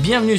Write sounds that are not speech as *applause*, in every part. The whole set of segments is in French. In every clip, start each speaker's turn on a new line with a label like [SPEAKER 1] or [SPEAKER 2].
[SPEAKER 1] Bienvenue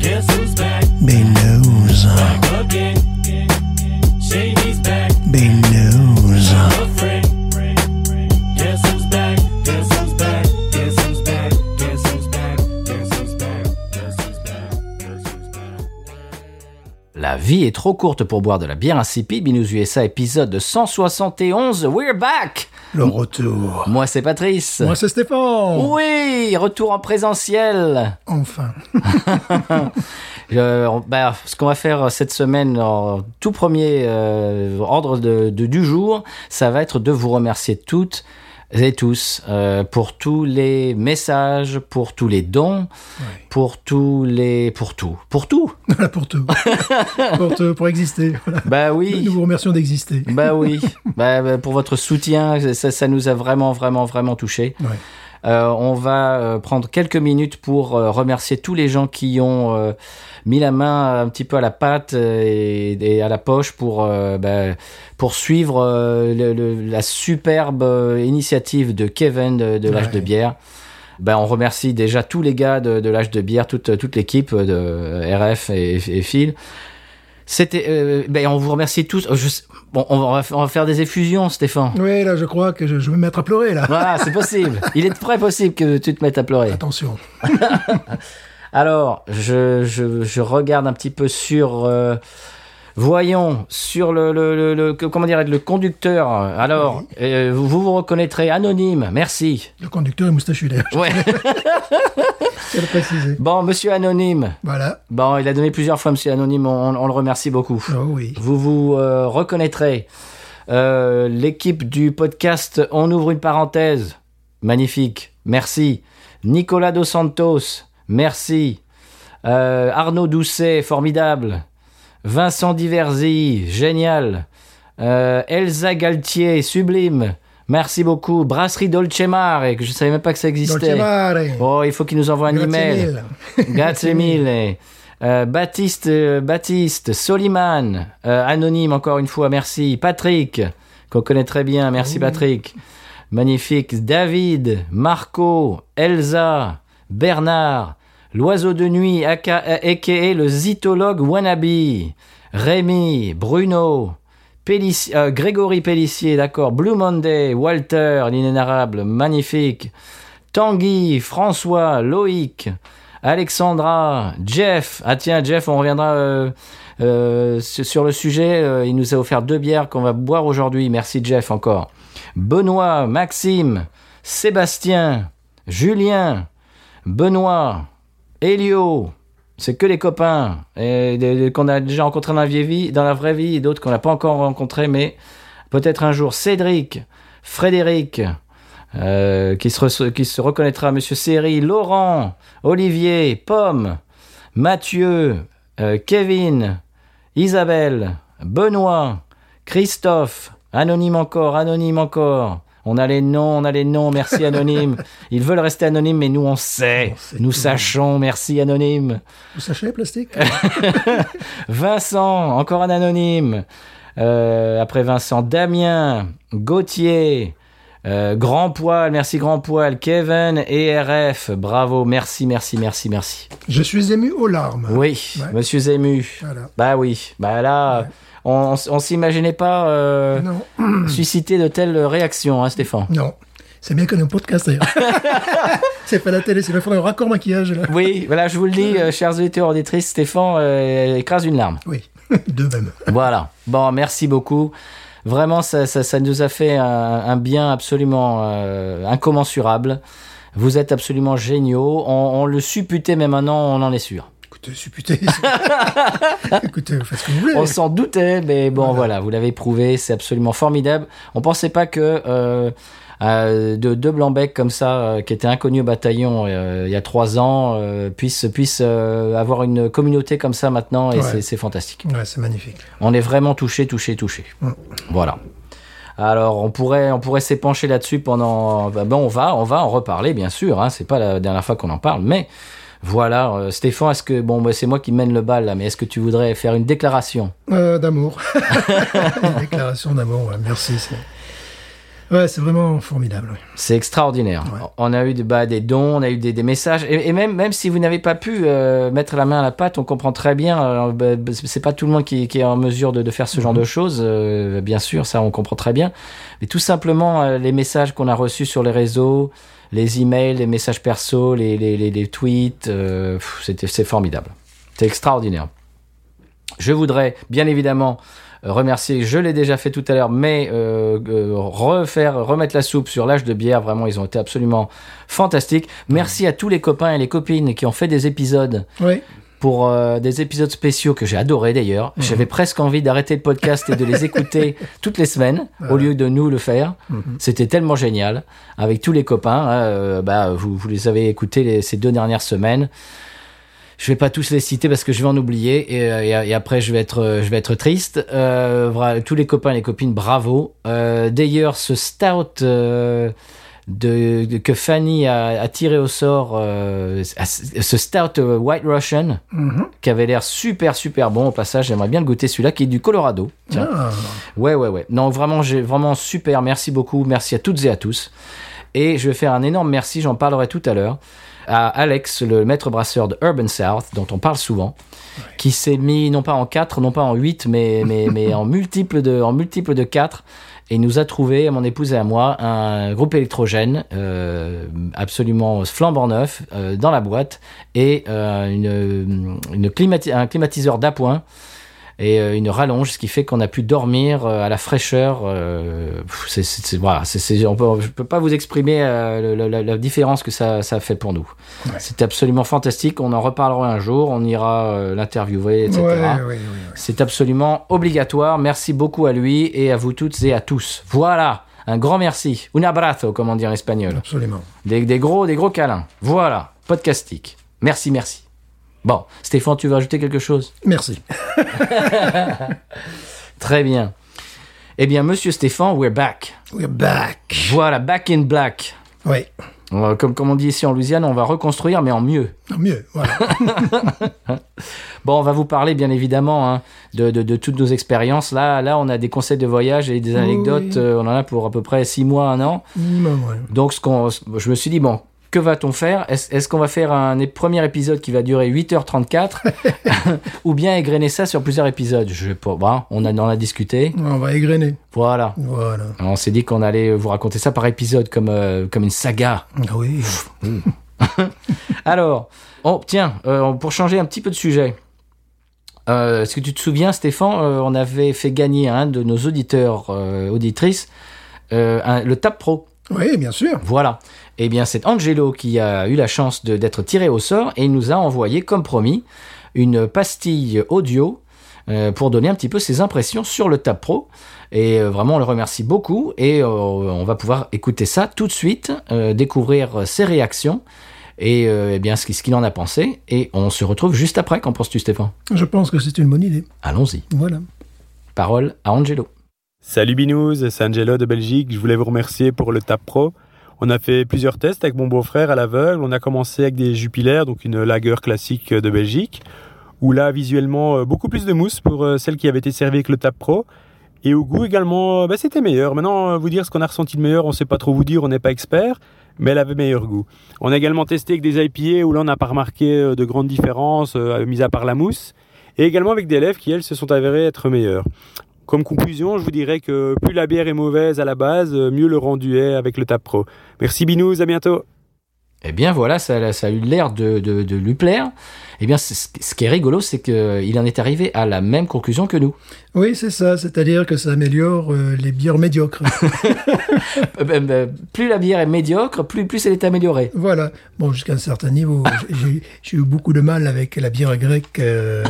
[SPEAKER 2] Guess who's back
[SPEAKER 3] Mais non.
[SPEAKER 2] again? Shady's back,
[SPEAKER 3] Mais non.
[SPEAKER 2] a friend. Guess who's back? Guess who's back? Guess who's back? Guess who's back? Guess who's back? Guess who's back? Guess who's back?
[SPEAKER 1] La vie est trop courte pour boire de la bière insipide. Binous USA épisode 171. We're back.
[SPEAKER 3] Le retour.
[SPEAKER 1] Moi c'est Patrice.
[SPEAKER 3] Moi, c'est Stéphane.
[SPEAKER 1] oui, retour en présentiel.
[SPEAKER 3] Enfin.
[SPEAKER 1] Euh, on- bah, ce qu'on va faire cette semaine en tout premier euh, ordre de, de- du jour, ça va être de vous remercier toutes et tous euh, pour tous les messages, pour tous les dons,
[SPEAKER 3] Ouais.
[SPEAKER 1] pour tous les... pour tout. Pour tout
[SPEAKER 3] Voilà pour tout. *laughs* pour tout, pour exister. Voilà.
[SPEAKER 1] Bah
[SPEAKER 3] *laughs*
[SPEAKER 1] oui
[SPEAKER 3] Nous vous remercions d'exister.
[SPEAKER 1] Bah oui Bah, bah, Pour votre soutien, ça, ça nous a vraiment, vraiment, vraiment touchés.
[SPEAKER 3] Ouais.
[SPEAKER 1] Euh, on va euh, prendre quelques minutes pour euh, remercier tous les gens qui ont euh, mis la main un petit peu à la pâte euh, et, et à la poche pour euh, bah, poursuivre euh, le- le- la superbe euh, initiative de Kevin de, de l'âge
[SPEAKER 3] Ouais.
[SPEAKER 1] de bière. Ben, on remercie déjà tous les gars de, de l'âge de bière, toute, toute l'équipe de RF et, et Phil. C'était, euh, ben, on vous remercie tous. Je sais- bon, on va, on va faire des effusions,
[SPEAKER 3] *laughs*
[SPEAKER 1] Stéphane.
[SPEAKER 3] Oui, là, je crois que je, je vais me mettre à pleurer, là.
[SPEAKER 1] Voilà, c'est possible. Il est très possible que tu te mettes à pleurer.
[SPEAKER 3] Attention.
[SPEAKER 1] Alors, je, je, je regarde un petit peu sur. euh, voyons, sur le, le, le- le- que- comment dirais le conducteur. Alors, euh, vous vous reconnaîtrez anonyme, merci.
[SPEAKER 3] Le conducteur est
[SPEAKER 1] *laughs*
[SPEAKER 3] moustachu, d'ailleurs.
[SPEAKER 1] Ouais.
[SPEAKER 3] Je vais le préciser.
[SPEAKER 1] bon, monsieur anonyme.
[SPEAKER 3] Voilà.
[SPEAKER 1] Bon, il a donné plusieurs fois monsieur anonyme, on, on le remercie beaucoup.
[SPEAKER 3] Oh oui.
[SPEAKER 1] Vous vous euh, reconnaîtrez. Euh, L'équipe du podcast On ouvre une parenthèse. Magnifique. Merci. Nicolas Dos Santos. Merci. Euh, Arnaud Doucet. Formidable. Vincent Diversi. Génial. Euh, Elsa Galtier. Sublime. Merci beaucoup. Brasserie Dolce Mare. que Je savais même pas que ça
[SPEAKER 3] Dolce
[SPEAKER 1] existait.
[SPEAKER 3] Mare.
[SPEAKER 1] Oh, il faut qu'il nous envoie un
[SPEAKER 3] Grazie
[SPEAKER 1] email.
[SPEAKER 3] mille.
[SPEAKER 1] Grazie mille. Euh, Baptiste, euh, Baptiste, Soliman, euh, anonyme encore une fois, merci. Patrick, qu'on connaît très bien, merci Patrick. Magnifique. David, Marco, Elsa, Bernard, l'oiseau de nuit, aka, euh, aka le zytologue wannabe, Rémi, Bruno, Pellici- euh, Grégory Pellissier, d'accord, Blue Monday, Walter, l'inénarrable, magnifique. Tanguy, François, Loïc, Alexandra, Jeff. Ah tiens, Jeff, on reviendra euh, euh, su- sur le sujet. Euh, Il nous a offert deux bières qu'on va boire aujourd'hui. Merci Jeff encore. Benoît, Maxime, Sébastien, Julien, Benoît, Elio. C'est que les copains et des- des- qu'on a déjà rencontrés dans la, vieille vie, dans la vraie vie et d'autres qu'on n'a pas encore rencontrés, mais peut-être un jour. Cédric, Frédéric, euh, qui, se re- qui se reconnaîtra, Monsieur Seri, Laurent, Olivier, Pomme, Mathieu, euh, Kevin, Isabelle, Benoît, Christophe, anonyme encore, anonyme encore. On a les noms, on a les noms, merci
[SPEAKER 3] *laughs*
[SPEAKER 1] anonyme. Ils veulent rester anonymes, mais nous on sait,
[SPEAKER 3] On sait
[SPEAKER 1] nous
[SPEAKER 3] tout.
[SPEAKER 1] sachons, merci anonyme.
[SPEAKER 3] Vous
[SPEAKER 1] *laughs*
[SPEAKER 3] sachez, plastique
[SPEAKER 1] Vincent, encore un anonyme. Euh, après Vincent, Damien, Gauthier, euh, Grand Poil, merci Grand Poil, Kevin et RF. Bravo, merci, merci, merci, merci.
[SPEAKER 3] Je suis ému aux larmes.
[SPEAKER 1] Oui,
[SPEAKER 3] Ouais.
[SPEAKER 1] monsieur Zému.
[SPEAKER 3] Voilà.
[SPEAKER 1] Bah oui, bah là, on, on, s'imaginait pas euh,
[SPEAKER 3] Non.
[SPEAKER 1] susciter de telles réactions, hein,
[SPEAKER 3] *laughs*
[SPEAKER 1] Stéphane.
[SPEAKER 3] Non. C'est bien qu'on ait un podcast, d'ailleurs. *laughs* c'est pas la télé, c'est le faire un raccord maquillage, là.
[SPEAKER 1] Oui, voilà, je vous le dis, euh, chers auditeurs auditrices, Stéphane euh, écrase une larme.
[SPEAKER 3] *laughs* Oui. Deux même.
[SPEAKER 1] Voilà. Bon, merci beaucoup. Vraiment, ça, ça, ça nous a fait un, un bien absolument euh, incommensurable. Vous êtes absolument géniaux. On, on le supputait, mais maintenant, on en est sûr.
[SPEAKER 3] Écoutez, c'est *laughs* puté. Écoutez, faites ce que vous voulez.
[SPEAKER 1] On s'en doutait, mais bon, voilà, vous l'avez prouvé, c'est absolument formidable. On pensait pas que euh, euh, de deux blancs-becs comme ça, euh, qui étaient inconnus au bataillon euh, il y a trois ans, euh, puissent, puissent euh, avoir une communauté comme ça maintenant, et
[SPEAKER 3] Ouais.
[SPEAKER 1] c'est- c'est fantastique.
[SPEAKER 3] Ouais, c'est magnifique.
[SPEAKER 1] On est vraiment touché, touché, touché.
[SPEAKER 3] Mm.
[SPEAKER 1] Voilà. Alors, on pourrait, on pourrait s'épancher là-dessus pendant. ben, ben, on va, on va en reparler, bien sûr. Hein, c'est pas la dernière fois qu'on en parle, mais voilà. euh, Stéphane, est-ce que bon, ben, c'est moi qui mène le bal là, mais est-ce que tu voudrais faire une déclaration
[SPEAKER 3] Euh, *laughs* d'amour. Une déclaration d'amour, ouais, merci. c'est- Ouais, c'est vraiment formidable. ouais.
[SPEAKER 1] C'est extraordinaire.
[SPEAKER 3] Ouais.
[SPEAKER 1] On a eu de- bah, des dons, on a eu des, des messages, et, et même, même si vous n'avez pas pu euh, mettre la main à la pâte, on comprend très bien. euh, bah, bah, c'est pas tout le monde qui, qui est en mesure de, de faire ce genre de choses, euh, bien sûr, ça on comprend très bien. Mais tout simplement euh, les messages qu'on a reçus sur les réseaux, les emails, les messages perso, les, les, les, les tweets, euh, pff, c'était c'est formidable. C'est extraordinaire. Je voudrais bien évidemment euh, remercier, je l'ai déjà fait tout à l'heure, mais euh, euh, refaire, remettre la soupe sur l'âge de bière, vraiment ils ont été absolument fantastiques. Merci à tous les copains et les copines qui ont fait des épisodes
[SPEAKER 3] Ouais.
[SPEAKER 1] pour euh, des épisodes spéciaux que j'ai adoré d'ailleurs. J'avais presque envie d'arrêter le podcast et de les écouter toutes les semaines au lieu de nous le faire. C'était tellement génial avec tous les copains. hein, euh, bah, vous, vous les avez écoutés les- ces deux dernières semaines. Je vais pas tous les citer parce que je vais en oublier et, euh, et, euh, et après je vais être euh, je vais être triste. Euh, vra- tous les copains et les copines, bravo. Euh, D'ailleurs, ce stout euh, de, de- que Fanny a, a tiré au sort, euh, à- ce stout euh, White Russian
[SPEAKER 3] Mhm.
[SPEAKER 1] qui avait l'air super super bon. Au passage, j'aimerais bien le goûter celui-là qui est du Colorado. Tiens.
[SPEAKER 3] Ah,
[SPEAKER 1] Ouais, ouais, ouais. Non, vraiment, j'ai vraiment super. Merci beaucoup. Merci à toutes et à tous. Et je vais faire un énorme merci, j'en parlerai tout à l'heure, à Alex, le maître brasseur de Urban South, dont on parle souvent, qui s'est mis non pas en 4, non pas en 8, mais, mais, mais en multiple de, en multiple de 4. Et il nous a trouvé, à mon épouse et à moi, un groupe électrogène euh, absolument flambant neuf euh, dans la boîte et euh, une, une climati- un climatiseur d'appoint et euh, une rallonge, ce qui fait qu'on a pu dormir euh, à la fraîcheur. euh, pff, c'est- c'est- c'est- voilà, c'est- c'est- on peut- je peux pas vous exprimer euh, le- la, la différence que ça, ça a fait pour nous. C'était absolument fantastique. On en reparlera un jour. On ira euh, l'interviewer,
[SPEAKER 3] ouais,
[SPEAKER 1] etc.
[SPEAKER 3] ouais, ouais, ouais.
[SPEAKER 1] C'est absolument obligatoire. Merci beaucoup à lui et à vous toutes et à tous. Voilà. Un grand merci. Un abrazo, comme on dit en espagnol.
[SPEAKER 3] Absolument.
[SPEAKER 1] Des, des gros, des gros câlins. Voilà. Podcastique. Merci, merci. Bon, Stéphane, tu veux ajouter quelque chose
[SPEAKER 3] Merci.
[SPEAKER 1] Très bien. Eh bien, monsieur Stéphane, we're back.
[SPEAKER 3] We're back.
[SPEAKER 1] Voilà, back in black.
[SPEAKER 3] Ouais.
[SPEAKER 1] Euh, Comme, comme on dit ici en Louisiane, on va reconstruire, mais en mieux.
[SPEAKER 3] Non, mieux, *laughs* voilà.
[SPEAKER 1] Bon, on va vous parler, bien évidemment, hein, de, de- de toutes nos expériences. Là, là, on a des conseils de voyage et des anecdotes. euh, on en a pour à peu près six mois, un an.
[SPEAKER 3] Minimum, ouais.
[SPEAKER 1] Donc, ce qu'on, je me suis dit, bon, que va-t-on faire Est-ce est-ce qu'on va faire un é- premier épisode qui va durer 8h34 *laughs* Ou bien égrener ça sur plusieurs épisodes Je sais pas. Bon, on, a, on en a discuté.
[SPEAKER 3] On va égrener.
[SPEAKER 1] Voilà.
[SPEAKER 3] Voilà.
[SPEAKER 1] Alors, on s'est dit qu'on allait vous raconter ça par épisode, comme, euh, comme une saga.
[SPEAKER 3] Ah Oui.
[SPEAKER 1] Alors, oh, tiens, euh, pour changer un petit peu de sujet. euh, Est-ce que tu te souviens, Stéphane, euh, on avait fait gagner à un de nos auditeurs, euh, auditrices, euh, un- le Tap Pro.
[SPEAKER 3] Oui, bien sûr.
[SPEAKER 1] Voilà. Eh bien, c'est Angelo qui a eu la chance de- d'être tiré au sort et il nous a envoyé, comme promis, une pastille audio euh, pour donner un petit peu ses impressions sur le Tab Pro. Et euh, vraiment, on le remercie beaucoup et euh, on va pouvoir écouter ça tout de suite, euh, découvrir ses réactions et euh, eh bien ce qui- ce qu'il en a pensé. Et on se retrouve juste après. Qu'en penses-tu, Stéphane
[SPEAKER 3] Je pense que c'est une bonne idée.
[SPEAKER 1] Allons-y.
[SPEAKER 3] Voilà.
[SPEAKER 1] Parole à Angelo.
[SPEAKER 4] Salut Binous, c'est Angelo de Belgique. Je voulais vous remercier pour le TAP Pro. On a fait plusieurs tests avec mon beau-frère à l'aveugle. On a commencé avec des Jupiler, donc une lagueur classique de Belgique, où là, visuellement, euh, beaucoup plus de mousse pour euh, celle qui avait été servie avec le TAP Pro. Et au goût également, euh, bah, c'était meilleur. Maintenant, euh, vous dire ce qu'on a ressenti de meilleur, on ne sait pas trop vous dire, on n'est pas expert, mais elle avait meilleur goût. On a également testé avec des IPA où là, on n'a pas remarqué euh, de grandes différences, euh, mis à part la mousse, et également avec des lèvres qui, elles, se sont avérées être meilleures. Comme conclusion, je vous dirais que plus la bière est mauvaise à la base, euh, mieux le rendu est avec le Tap Pro. Merci Binous, à bientôt.
[SPEAKER 1] Eh bien voilà, ça, ça a eu l'air de, de- de lui plaire. Eh bien, c'est- ce ce qui est rigolo, c'est qu'il en est arrivé à la même conclusion que nous. *laughs*
[SPEAKER 3] Oui, c'est ça. C'est-à-dire que ça améliore euh, les bières médiocres.
[SPEAKER 1] Euh, ben, ben, plus la bière est médiocre, plus, plus elle est améliorée.
[SPEAKER 3] Voilà. Bon, jusqu'à un certain niveau. J'ai- J'ai eu beaucoup de mal avec la bière grecque. euh,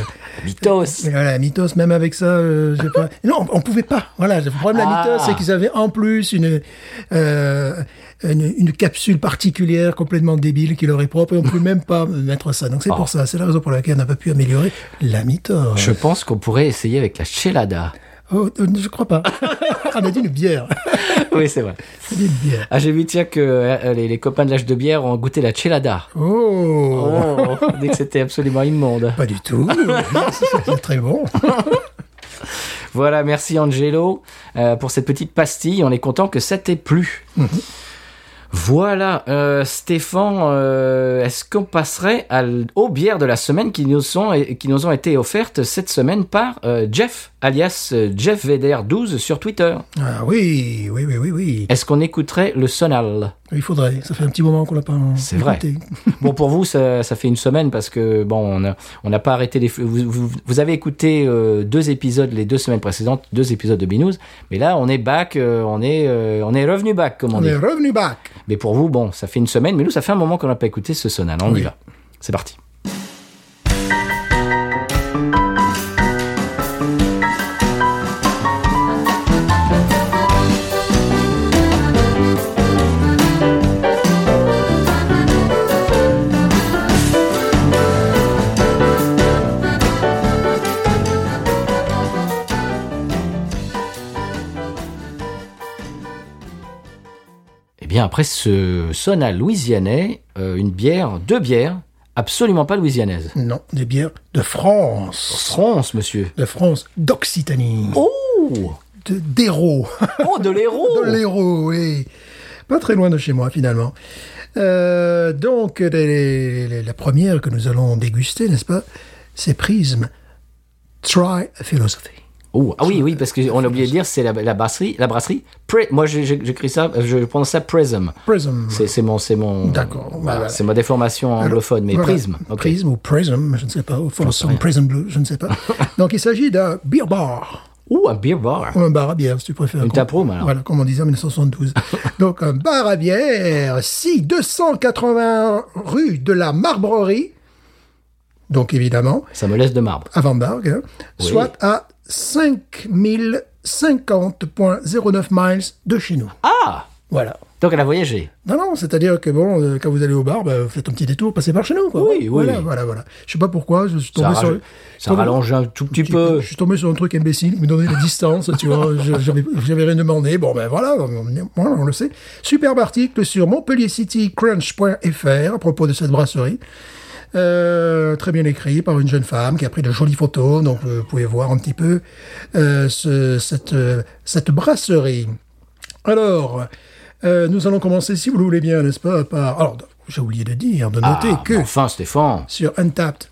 [SPEAKER 1] Mythos.
[SPEAKER 3] Mais voilà, Mythos, même avec ça, euh, j'ai
[SPEAKER 1] *laughs*
[SPEAKER 3] pas... Non, on pouvait pas. Voilà, le problème de la
[SPEAKER 1] Ah.
[SPEAKER 3] Mythos, c'est qu'ils avaient en plus une, euh, une, une capsule particulière complètement débile qui leur est propre et on pouvait même pas *laughs* mettre ça. Donc c'est pour ça, c'est la raison pour laquelle on n'a pas pu améliorer la Mythos.
[SPEAKER 1] Ah. Je pense qu'on pourrait essayer avec la chelada.
[SPEAKER 3] Oh, euh, je
[SPEAKER 1] *laughs*
[SPEAKER 3] crois pas. on a dit une bière.
[SPEAKER 1] oui, c'est vrai.
[SPEAKER 3] On a dit une bière.
[SPEAKER 1] Ah, j'ai vu, tiens, que euh, les, les copains de l'âge de bière ont goûté la chelada.
[SPEAKER 3] Oh,
[SPEAKER 1] Oh, on dit que c'était absolument immonde.
[SPEAKER 3] Pas du
[SPEAKER 1] *laughs*
[SPEAKER 3] tout. c'est très bon.
[SPEAKER 1] Voilà, merci Angelo euh, pour cette petite pastille. On est content que ça t'ait plu. Voilà, euh, Stéphane, euh, est-ce qu'on passerait à l- aux bières de la semaine qui nous, sont, et qui nous ont été offertes cette semaine par euh, Jeff, alias euh, Jeff Veder 12 sur Twitter
[SPEAKER 3] Ah oui, oui, oui, oui, oui.
[SPEAKER 1] Est-ce qu'on écouterait le Sonal
[SPEAKER 3] Il faudrait. Ça fait un petit moment qu'on l'a pas
[SPEAKER 1] C'est vrai.
[SPEAKER 3] écouté.
[SPEAKER 1] Bon, pour vous, ça, ça fait une semaine parce que, bon, on a- on n'a pas arrêté les. Vous, vous, vous avez écouté euh, deux épisodes les deux semaines précédentes, deux épisodes de Binous, mais là, on est back, euh, on, est, euh, on est revenu back, comme on,
[SPEAKER 3] On
[SPEAKER 1] dit.
[SPEAKER 3] est revenu back.
[SPEAKER 1] Mais pour vous, bon, ça fait une semaine, mais nous, ça fait un moment qu'on n'a pas écouté ce sonal. On y
[SPEAKER 3] Oui.
[SPEAKER 1] va. C'est parti. Eh bien, après ce sonal louisianais, euh, une bière, deux bières, absolument pas louisianaises.
[SPEAKER 3] Non, des bières de France.
[SPEAKER 1] France, monsieur.
[SPEAKER 3] De France, d'Occitanie.
[SPEAKER 1] Oh
[SPEAKER 3] De- D'Hérault.
[SPEAKER 1] Oh, de l'héros
[SPEAKER 3] *laughs* de l'Hérault, oui. Pas très loin de chez moi, finalement. Euh, donc, les- les- les- la première que nous allons déguster, n'est-ce pas C'est Prism Try Philosophy.
[SPEAKER 1] Oh, ah oui, oui, parce qu'on a oublié de dire, c'est la, la brasserie. La brasserie Pri- Moi, j'ai- j'ai- j'écris ça, euh, je prononce ça Prism.
[SPEAKER 3] Prism.
[SPEAKER 1] C'est c'est mon. c'est mon
[SPEAKER 3] D'accord,
[SPEAKER 1] voilà,
[SPEAKER 3] voilà.
[SPEAKER 1] C'est ma déformation anglophone, mais
[SPEAKER 3] Ah, Voilà.
[SPEAKER 1] Prism. ok.
[SPEAKER 3] Prism ou Prism, je ne sais pas. Ou Folsom Prism Blue, je
[SPEAKER 1] *laughs*
[SPEAKER 3] ne sais pas. donc, il s'agit d'un beer bar.
[SPEAKER 1] Ouh, un beer bar.
[SPEAKER 3] Ou un bar à bière, si tu préfères.
[SPEAKER 1] Une
[SPEAKER 3] Comme-
[SPEAKER 1] taproom, alors.
[SPEAKER 3] Voilà, comme on disait en
[SPEAKER 1] *laughs*
[SPEAKER 3] 1972. Donc, un bar à bière, si 280 rue de la Marbrerie, donc évidemment,
[SPEAKER 1] Ça me laisse de marbre.
[SPEAKER 3] à Van Bargue, hein,
[SPEAKER 1] Oui.
[SPEAKER 3] soit à 5050.09 miles de chez nous.
[SPEAKER 1] Ah
[SPEAKER 3] Voilà.
[SPEAKER 1] Donc elle a voyagé.
[SPEAKER 3] Non, non, c'est-à-dire que bon, euh, quand vous allez au bar, bah, vous faites un petit détour, passez par chez nous, quoi.
[SPEAKER 1] Oui, oui.
[SPEAKER 3] Voilà, voilà, voilà. Je sais pas pourquoi, je suis
[SPEAKER 1] Ça,
[SPEAKER 3] tombé
[SPEAKER 1] raj-
[SPEAKER 3] sur. je suis
[SPEAKER 1] ça
[SPEAKER 3] tombé-
[SPEAKER 1] rallonge un tout petit
[SPEAKER 3] je-
[SPEAKER 1] peu.
[SPEAKER 3] Je suis tombé sur un truc imbécile, qui me donnait la distance, tu vois, je- j'avais j'avais rien demandé. Bon, ben voilà, on, on- on le sait. Superbe article sur montpelliercitycrunch.fr à propos de cette brasserie. Euh, très bien écrit par une jeune femme qui a pris de jolies photos, donc euh, vous pouvez voir un petit peu euh, ce- cette, euh, cette brasserie. Alors, euh, nous allons commencer, si vous le voulez bien, n'est-ce pas, par... Alors, j'ai oublié de dire, de noter
[SPEAKER 1] Ah,
[SPEAKER 3] que
[SPEAKER 1] mais Enfin, Stéphane.
[SPEAKER 3] sur Untapped.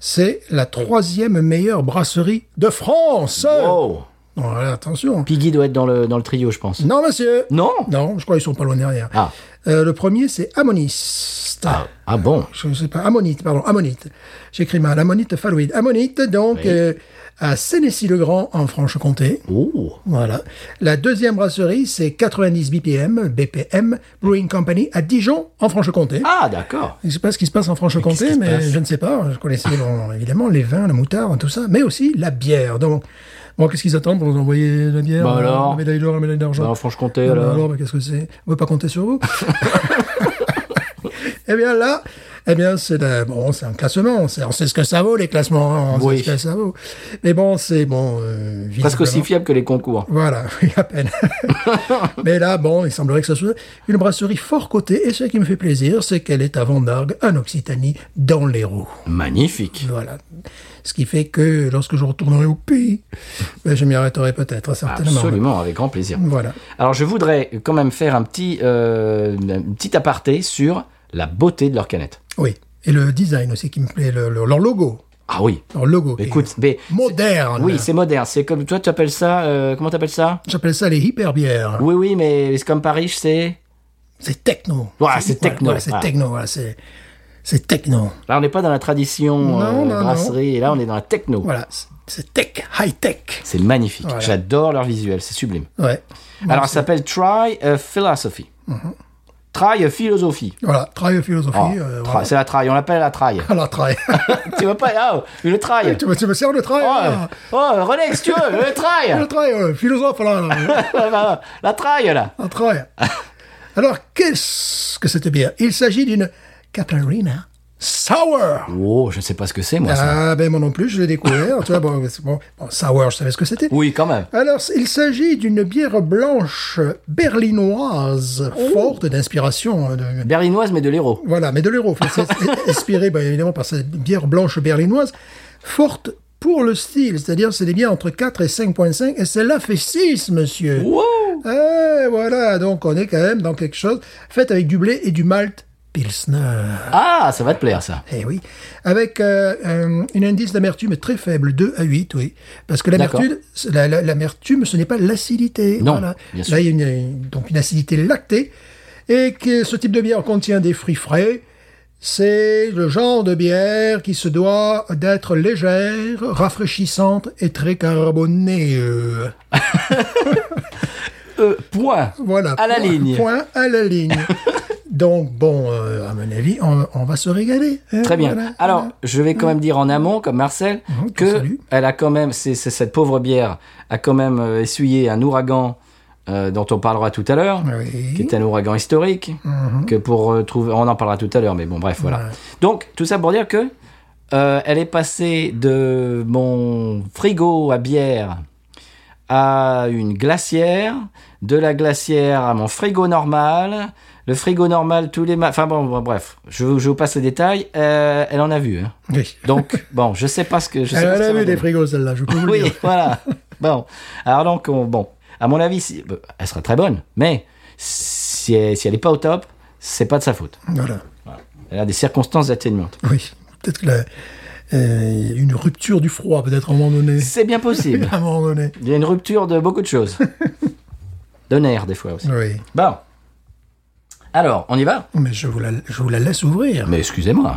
[SPEAKER 3] C'est la troisième meilleure brasserie de France.
[SPEAKER 1] Oh
[SPEAKER 3] Bon, voilà, attention.
[SPEAKER 1] Piggy doit être dans le, dans le trio, je pense.
[SPEAKER 3] Non, monsieur.
[SPEAKER 1] Non
[SPEAKER 3] Non, je crois qu'ils sont pas loin derrière.
[SPEAKER 1] Ah.
[SPEAKER 3] Euh, le premier, c'est Ammoniste.
[SPEAKER 1] Ah bon
[SPEAKER 3] Je ne sais pas. Ammonite, pardon. Ammonite. J'écris mal. Ammonite Falouide. Ammonite, donc, euh, à Sénécy-le-Grand, en Franche-Comté.
[SPEAKER 1] Oh
[SPEAKER 3] Voilà. La deuxième brasserie, c'est 90 BPM, BPM Brewing Company, à Dijon, en Franche-Comté.
[SPEAKER 1] Ah, d'accord.
[SPEAKER 3] Je ne sais pas ce qui se passe en
[SPEAKER 1] Mais
[SPEAKER 3] Franche-Comté,
[SPEAKER 1] qu'est-ce qui se
[SPEAKER 3] mais
[SPEAKER 1] passe
[SPEAKER 3] je ne sais pas. Je connaissais bon, évidemment les vins, la moutarde, tout ça, mais aussi la bière. Donc, bon, qu'est-ce qu'ils attendent pour nous envoyer la bière
[SPEAKER 1] Bah
[SPEAKER 3] euh,
[SPEAKER 1] alors
[SPEAKER 3] La médaille d'or, la médaille d'argent
[SPEAKER 1] Bah, en Franche-Comté,
[SPEAKER 3] Bah
[SPEAKER 1] alors.
[SPEAKER 3] bah, qu'est-ce que c'est On ne veut pas compter sur vous *laughs* Eh bien là, eh bien c'est la- bon, c'est un classement. On sait, on sait ce que ça vaut les classements. hein, on
[SPEAKER 1] Oui.
[SPEAKER 3] sait ce que ça vaut. Mais bon, c'est bon. euh,
[SPEAKER 1] Presque aussi
[SPEAKER 3] visiblement-
[SPEAKER 1] fiable que les concours.
[SPEAKER 3] voilà, *laughs* oui,
[SPEAKER 1] *laughs*
[SPEAKER 3] à peine. Mais là, bon, il semblerait que ce soit une brasserie fort cotée. Et ce qui me fait plaisir, c'est qu'elle est à Vendargue, en Occitanie, dans l'Hérault.
[SPEAKER 1] Magnifique.
[SPEAKER 3] Voilà. Ce qui fait que lorsque je retournerai au pays, ben, je m'y arrêterai peut-être, certainement.
[SPEAKER 1] Absolument, avec grand plaisir.
[SPEAKER 3] Voilà.
[SPEAKER 1] Alors, je voudrais quand même faire un petit, euh, un petit aparté sur la beauté de leur canette.
[SPEAKER 3] Oui. Et le design aussi qui me plaît, le- le- leur logo.
[SPEAKER 1] Ah oui.
[SPEAKER 3] Leur logo. qui
[SPEAKER 1] Écoute,
[SPEAKER 3] est
[SPEAKER 1] mais
[SPEAKER 3] moderne.
[SPEAKER 1] oui, c'est moderne. C'est comme toi, tu appelles ça. euh, comment t'appelles ça
[SPEAKER 3] J'appelle ça les hyperbières.
[SPEAKER 1] Oui, oui, mais c'est comme Paris, c'est.
[SPEAKER 3] C'est techno.
[SPEAKER 1] Voilà, c'est techno, Ah.
[SPEAKER 3] Voilà, c'est
[SPEAKER 1] voilà.
[SPEAKER 3] techno. Voilà, c'est c'est techno.
[SPEAKER 1] Là, on n'est pas dans la tradition
[SPEAKER 3] Non,
[SPEAKER 1] euh,
[SPEAKER 3] non, non.
[SPEAKER 1] brasserie, et là, on est dans la techno.
[SPEAKER 3] Voilà. C'est tech, high tech.
[SPEAKER 1] C'est magnifique.
[SPEAKER 3] Voilà.
[SPEAKER 1] J'adore leur visuel, c'est sublime.
[SPEAKER 3] Ouais.
[SPEAKER 1] Alors, ça s'appelle Try a Philosophy.
[SPEAKER 3] Mhm.
[SPEAKER 1] Try a Philosophie.
[SPEAKER 3] Voilà, travail de philosophie.
[SPEAKER 1] Ah,
[SPEAKER 3] euh,
[SPEAKER 1] tra-
[SPEAKER 3] voilà.
[SPEAKER 1] C'est la try, on l'appelle la
[SPEAKER 3] *laughs*
[SPEAKER 1] try.
[SPEAKER 3] Alors,
[SPEAKER 1] *laughs*
[SPEAKER 3] travail.
[SPEAKER 1] tu veux pas Ah, le try.
[SPEAKER 3] tu, me, tu me sers le travail
[SPEAKER 1] Oh,
[SPEAKER 3] là.
[SPEAKER 1] oh, René, si tu veux, le try.
[SPEAKER 3] Le travail, euh, philosophe, là. là.
[SPEAKER 1] *laughs* la try, là. *laughs*
[SPEAKER 3] Un travail. Alors, qu'est-ce que c'était bien Il s'agit d'une Catarina Sour.
[SPEAKER 1] Oh, je ne sais pas ce que c'est, moi, ça.
[SPEAKER 3] Ah, ben moi non plus, je l'ai découvert. tu vois, bon, c'est bon, bon, Sour, je savais ce que c'était.
[SPEAKER 1] Oui, quand même.
[SPEAKER 3] Alors, il s'agit d'une bière blanche berlinoise,
[SPEAKER 1] Oh.
[SPEAKER 3] forte d'inspiration. euh, de-
[SPEAKER 1] Berlinoise, mais de l'héros.
[SPEAKER 3] Voilà, mais de l'euro. Enfin, c'est inspiré ben, évidemment par cette bière blanche berlinoise, forte pour le style, c'est-à-dire c'est des bières entre 4 et 5.5, et celle-là fait 6, monsieur. Eh, voilà, donc on est quand même dans quelque chose fait avec du blé et du malt pilsner.
[SPEAKER 1] Ah, ça va te plaire, ça.
[SPEAKER 3] Eh oui. Avec euh, un, une indice d'amertume très faible, 2 à 8, oui. Parce que l'amertume, la- la- l'amertume, ce n'est pas l'acidité.
[SPEAKER 1] Non,
[SPEAKER 3] Voilà.
[SPEAKER 1] bien sûr.
[SPEAKER 3] Là, il y a une- une- donc une acidité lactée. Et que ce type de bière contient des fruits frais. C'est le genre de bière qui se doit d'être légère, rafraîchissante et très carbonée. Euh,
[SPEAKER 1] Euh, point.
[SPEAKER 3] Voilà.
[SPEAKER 1] À la
[SPEAKER 3] point,
[SPEAKER 1] ligne.
[SPEAKER 3] Point à la ligne.
[SPEAKER 1] *laughs*
[SPEAKER 3] Donc, bon, euh, à mon avis, on, on va se régaler. hein,
[SPEAKER 1] Très bien.
[SPEAKER 3] voilà,
[SPEAKER 1] Alors,
[SPEAKER 3] voilà.
[SPEAKER 1] je vais quand même dire en amont, comme Marcel,
[SPEAKER 3] Mhm,
[SPEAKER 1] que
[SPEAKER 3] salut.
[SPEAKER 1] elle a quand même, c'est c'est- cette pauvre bière a quand même euh, essuyé un ouragan euh, dont on parlera tout à l'heure,
[SPEAKER 3] Oui. Mhm.
[SPEAKER 1] qui est un ouragan historique, que pour euh, trouver, on en parlera tout à l'heure, mais bon, bref, voilà.
[SPEAKER 3] Ouais.
[SPEAKER 1] Donc, tout ça pour dire que euh, elle est passée de mon frigo à bière à une glacière, de la glacière à mon frigo normal, le frigo normal tous les matins. Enfin bon, bon, bref, je, vous- je vous passe les détails. Euh, elle en a vu. hein.
[SPEAKER 3] Oui. *laughs*
[SPEAKER 1] Donc bon, je sais pas ce que je sais
[SPEAKER 3] Elle
[SPEAKER 1] pas ce que
[SPEAKER 3] a
[SPEAKER 1] ça
[SPEAKER 3] vu
[SPEAKER 1] va
[SPEAKER 3] des
[SPEAKER 1] donner.
[SPEAKER 3] frigos, celle-là, je peux vous le
[SPEAKER 1] Oui,
[SPEAKER 3] dire.
[SPEAKER 1] *laughs* voilà. Bon, alors donc on- bon, à mon avis, si- bah, elle sera très bonne, mais si elle, si elle est pas au top, c'est pas de sa faute.
[SPEAKER 3] Voilà.
[SPEAKER 1] Elle a des circonstances atténuantes.
[SPEAKER 3] Oui. Peut-être que la- euh, une rupture du froid, peut-être, à un moment donné.
[SPEAKER 1] C'est bien possible.
[SPEAKER 3] *laughs* À un moment donné.
[SPEAKER 1] *laughs* Il y a une rupture de beaucoup de choses. de nerfs, des fois aussi.
[SPEAKER 3] Oui.
[SPEAKER 1] Bon. Alors, on y va
[SPEAKER 3] Mais je vous la, je vous la laisse ouvrir.
[SPEAKER 1] Mais excusez-moi.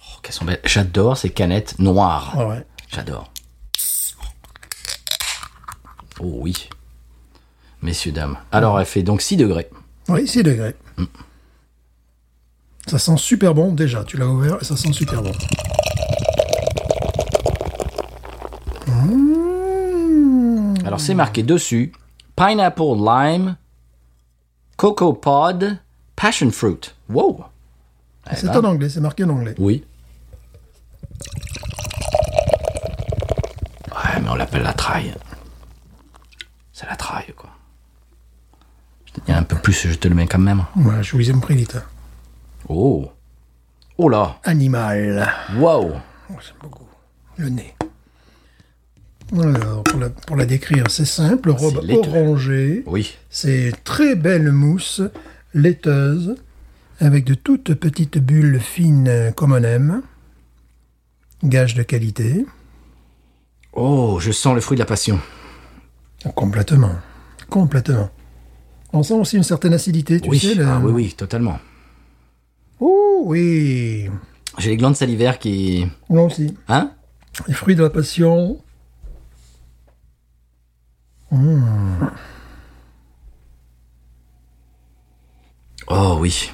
[SPEAKER 1] Oh, qu'elles sont belles. J'adore ces canettes noires.
[SPEAKER 3] Ah ouais.
[SPEAKER 1] J'adore. Oh oui. Messieurs, dames. Alors, elle fait donc 6 degrés.
[SPEAKER 3] Oui, 6 degrés.
[SPEAKER 1] Mm.
[SPEAKER 3] Ça sent super bon, déjà. Tu l'as ouvert et ça sent super bon.
[SPEAKER 1] Alors, c'est marqué dessus Pineapple Lime, Cocoa Pod, Passion Fruit. Wow Eh
[SPEAKER 3] c'est
[SPEAKER 1] ben.
[SPEAKER 3] en anglais, c'est marqué en anglais.
[SPEAKER 1] Oui. Ouais, mais on l'appelle la traille. C'est la traille, quoi. Je te dis un peu plus, je te le mets quand même.
[SPEAKER 3] Voilà, je vous ai pris vite.
[SPEAKER 1] Oh. Oh là.
[SPEAKER 3] Animal.
[SPEAKER 1] Wow.
[SPEAKER 3] Oh, J'aime beaucoup. Le nez. Alors, pour la, pour la décrire, c'est simple. Robe
[SPEAKER 1] laiteux.
[SPEAKER 3] orangée.
[SPEAKER 1] Oui.
[SPEAKER 3] C'est très belle mousse laiteuse avec de toutes petites bulles fines comme on aime. Gage de qualité.
[SPEAKER 1] Oh, je sens le fruit de la passion.
[SPEAKER 3] Complètement. Complètement. On sent aussi une certaine acidité, tu
[SPEAKER 1] oui.
[SPEAKER 3] sais. le-
[SPEAKER 1] Ah, oui, oui, totalement.
[SPEAKER 3] Oh oui.
[SPEAKER 1] J'ai les glandes salivaires qui.
[SPEAKER 3] Moi aussi.
[SPEAKER 1] Hein
[SPEAKER 3] Les fruits de la passion.
[SPEAKER 1] Oh oui.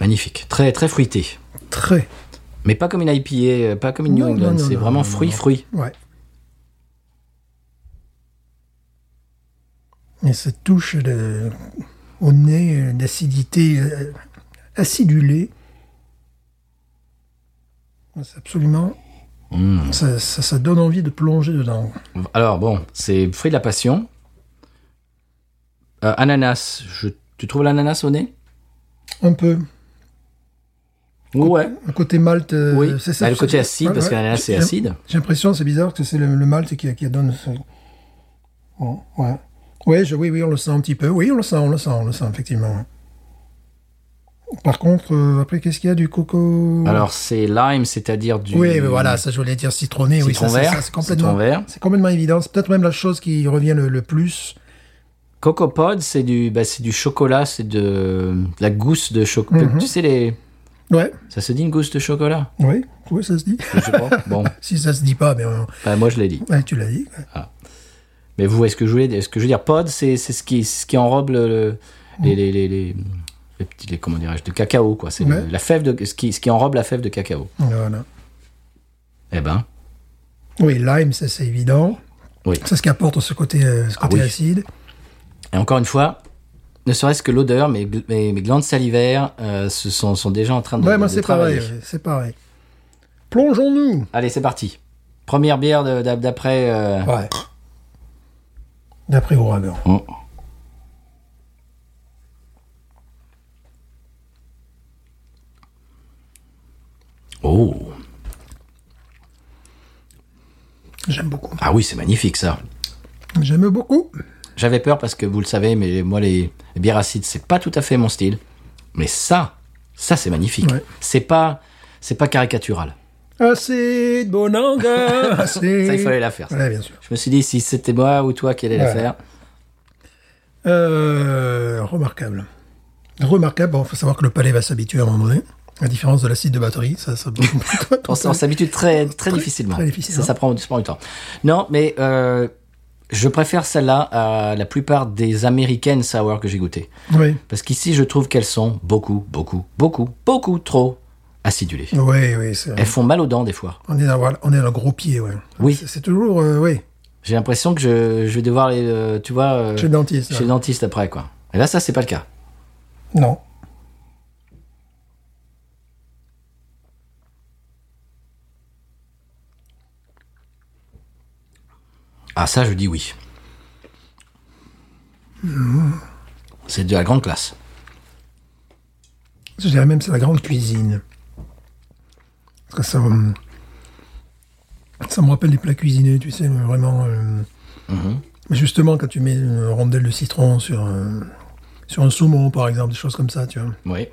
[SPEAKER 1] Magnifique. Très, très fruité.
[SPEAKER 3] Très.
[SPEAKER 1] Mais pas comme une IPA, euh, pas comme une New
[SPEAKER 3] Non, non,
[SPEAKER 1] England.
[SPEAKER 3] non,
[SPEAKER 1] C'est
[SPEAKER 3] non,
[SPEAKER 1] vraiment
[SPEAKER 3] non,
[SPEAKER 1] fruit,
[SPEAKER 3] non.
[SPEAKER 1] fruit.
[SPEAKER 3] Ouais. Et cette touche de, au nez euh, d'acidité euh, acidulée. C'est absolument.
[SPEAKER 1] Hmm.
[SPEAKER 3] Ça, ça- ça donne envie de plonger dedans.
[SPEAKER 1] Alors bon, c'est fruit de la passion. Euh, ananas, je- tu trouves l'ananas au nez
[SPEAKER 3] Un peu.
[SPEAKER 1] Ouais.
[SPEAKER 3] Le côté malt. euh,
[SPEAKER 1] Oui.
[SPEAKER 3] c'est ça,
[SPEAKER 1] Bah, le
[SPEAKER 3] c'est-
[SPEAKER 1] côté acide,
[SPEAKER 3] ouais,
[SPEAKER 1] parce
[SPEAKER 3] ouais.
[SPEAKER 1] que l'ananas, c'est
[SPEAKER 3] J'ai-
[SPEAKER 1] acide.
[SPEAKER 3] J'ai l'impression, c'est bizarre, que c'est le, le malt qui, qui donne. ce- Bon, ouais. Ouais, je- oui, oui, on le sent un petit peu. Oui, on le sent, on le sent, on le sent, effectivement. Par contre, euh, après, qu'est-ce qu'il y a du coco
[SPEAKER 1] Alors c'est lime, c'est-à-dire du.
[SPEAKER 3] Oui, mais voilà, ça, je voulais dire citronné. oui,
[SPEAKER 1] Citron
[SPEAKER 3] ça, ça,
[SPEAKER 1] vert,
[SPEAKER 3] ça, c'est complètement,
[SPEAKER 1] citron vert.
[SPEAKER 3] c'est complètement évident. C'est peut-être même la chose qui revient le, le plus.
[SPEAKER 1] Coco
[SPEAKER 3] Mhm.
[SPEAKER 1] Pod, c'est du, bah, c'est du chocolat, c'est de, de la gousse de chocolat. Tu sais les,
[SPEAKER 3] Ouais,
[SPEAKER 1] Ça se dit une gousse de chocolat
[SPEAKER 3] ouais, ouais, ça se dit.
[SPEAKER 1] Je sais pas.
[SPEAKER 3] *laughs*
[SPEAKER 1] Bon,
[SPEAKER 3] Si ça se dit pas, mais euh,
[SPEAKER 1] bah, moi je l'ai dit.
[SPEAKER 3] ouais, tu l'as dit.
[SPEAKER 1] Mais vous, est-ce que je voulais, est-ce que je veux dire pod, c'est c'est ce qui ce qui enrobe le, le-
[SPEAKER 3] Mm.
[SPEAKER 1] les, les, les, les, les petits les, comment dirais-je de cacao quoi. C'est le-
[SPEAKER 3] Ouais.
[SPEAKER 1] la fève de ce qui ce qui enrobe la fève de cacao.
[SPEAKER 3] Voilà.
[SPEAKER 1] Eh ben,
[SPEAKER 3] Oui, lime, ça c'est évident.
[SPEAKER 1] Oui. Ah
[SPEAKER 3] C'est ce qui apporte ce côté, euh, ce côté
[SPEAKER 1] oui.
[SPEAKER 3] acide.
[SPEAKER 1] et encore une fois. Ne serait-ce que l'odeur, mes, gl- mes, mes glandes salivaires euh, se sont, sont déjà en train de,
[SPEAKER 3] Ouais, moi
[SPEAKER 1] de
[SPEAKER 3] c'est
[SPEAKER 1] travailler.
[SPEAKER 3] pareil, ouais, c'est pareil. Plongeons-nous.
[SPEAKER 1] Allez, c'est parti. Première bière de- d'ap- d'après. euh,
[SPEAKER 3] Ouais. D'après au rubber.
[SPEAKER 1] oh. Oh.
[SPEAKER 3] J'aime beaucoup.
[SPEAKER 1] Ah oui, c'est magnifique ça.
[SPEAKER 3] J'aime beaucoup.
[SPEAKER 1] J'avais peur parce que vous le savez, mais moi les, les bières acides, c'est pas tout à fait mon style. Mais ça, ça c'est magnifique.
[SPEAKER 3] Ouais.
[SPEAKER 1] C'est pas, c'est pas caricatural.
[SPEAKER 3] Assez de bonanga. *laughs* Assez.
[SPEAKER 1] Ça il fallait la faire. ça.
[SPEAKER 3] Ouais, bien sûr.
[SPEAKER 1] Je me suis dit si c'était moi ou toi qui allais la
[SPEAKER 3] Ouais.
[SPEAKER 1] faire.
[SPEAKER 3] Euh, remarquable. Remarquable. Bon, faut savoir que le palais va s'habituer à un moment donné. À différence de l'acide de batterie, ça, ça.
[SPEAKER 1] On, s- on s'habitue très, très, difficilement.
[SPEAKER 3] très hein. difficilement.
[SPEAKER 1] Ça, ça prend, ça prend du temps. Non, mais euh, je préfère celle-là à la plupart des américaines sour que j'ai goûtées.
[SPEAKER 3] *laughs* oui,
[SPEAKER 1] Parce qu'ici, je trouve qu'elles sont beaucoup, beaucoup, beaucoup, beaucoup trop acidulées.
[SPEAKER 3] oui, oui. c'est-
[SPEAKER 1] Elles font mal aux dents des fois.
[SPEAKER 3] On est dans, voilà, on est dans le gros pied, ouais.
[SPEAKER 1] Oui.
[SPEAKER 3] C'est c'est toujours, euh, oui.
[SPEAKER 1] J'ai l'impression que je, je vais devoir les, euh, tu vois, euh,
[SPEAKER 3] Chez le dentiste.
[SPEAKER 1] chez le
[SPEAKER 3] ouais.
[SPEAKER 1] dentiste après quoi. Et là, ça, c'est pas le cas.
[SPEAKER 3] Non.
[SPEAKER 1] Ah, ça, je dis oui.
[SPEAKER 3] Mmh.
[SPEAKER 1] C'est de la grande classe.
[SPEAKER 3] Je dirais même c'est la grande cuisine. Parce que ça, me- ça me rappelle les plats cuisinés, tu sais, vraiment. euh, mais Justement, quand tu mets une rondelle de citron sur un, sur un saumon, par exemple, des choses comme ça, tu vois.
[SPEAKER 1] Oui.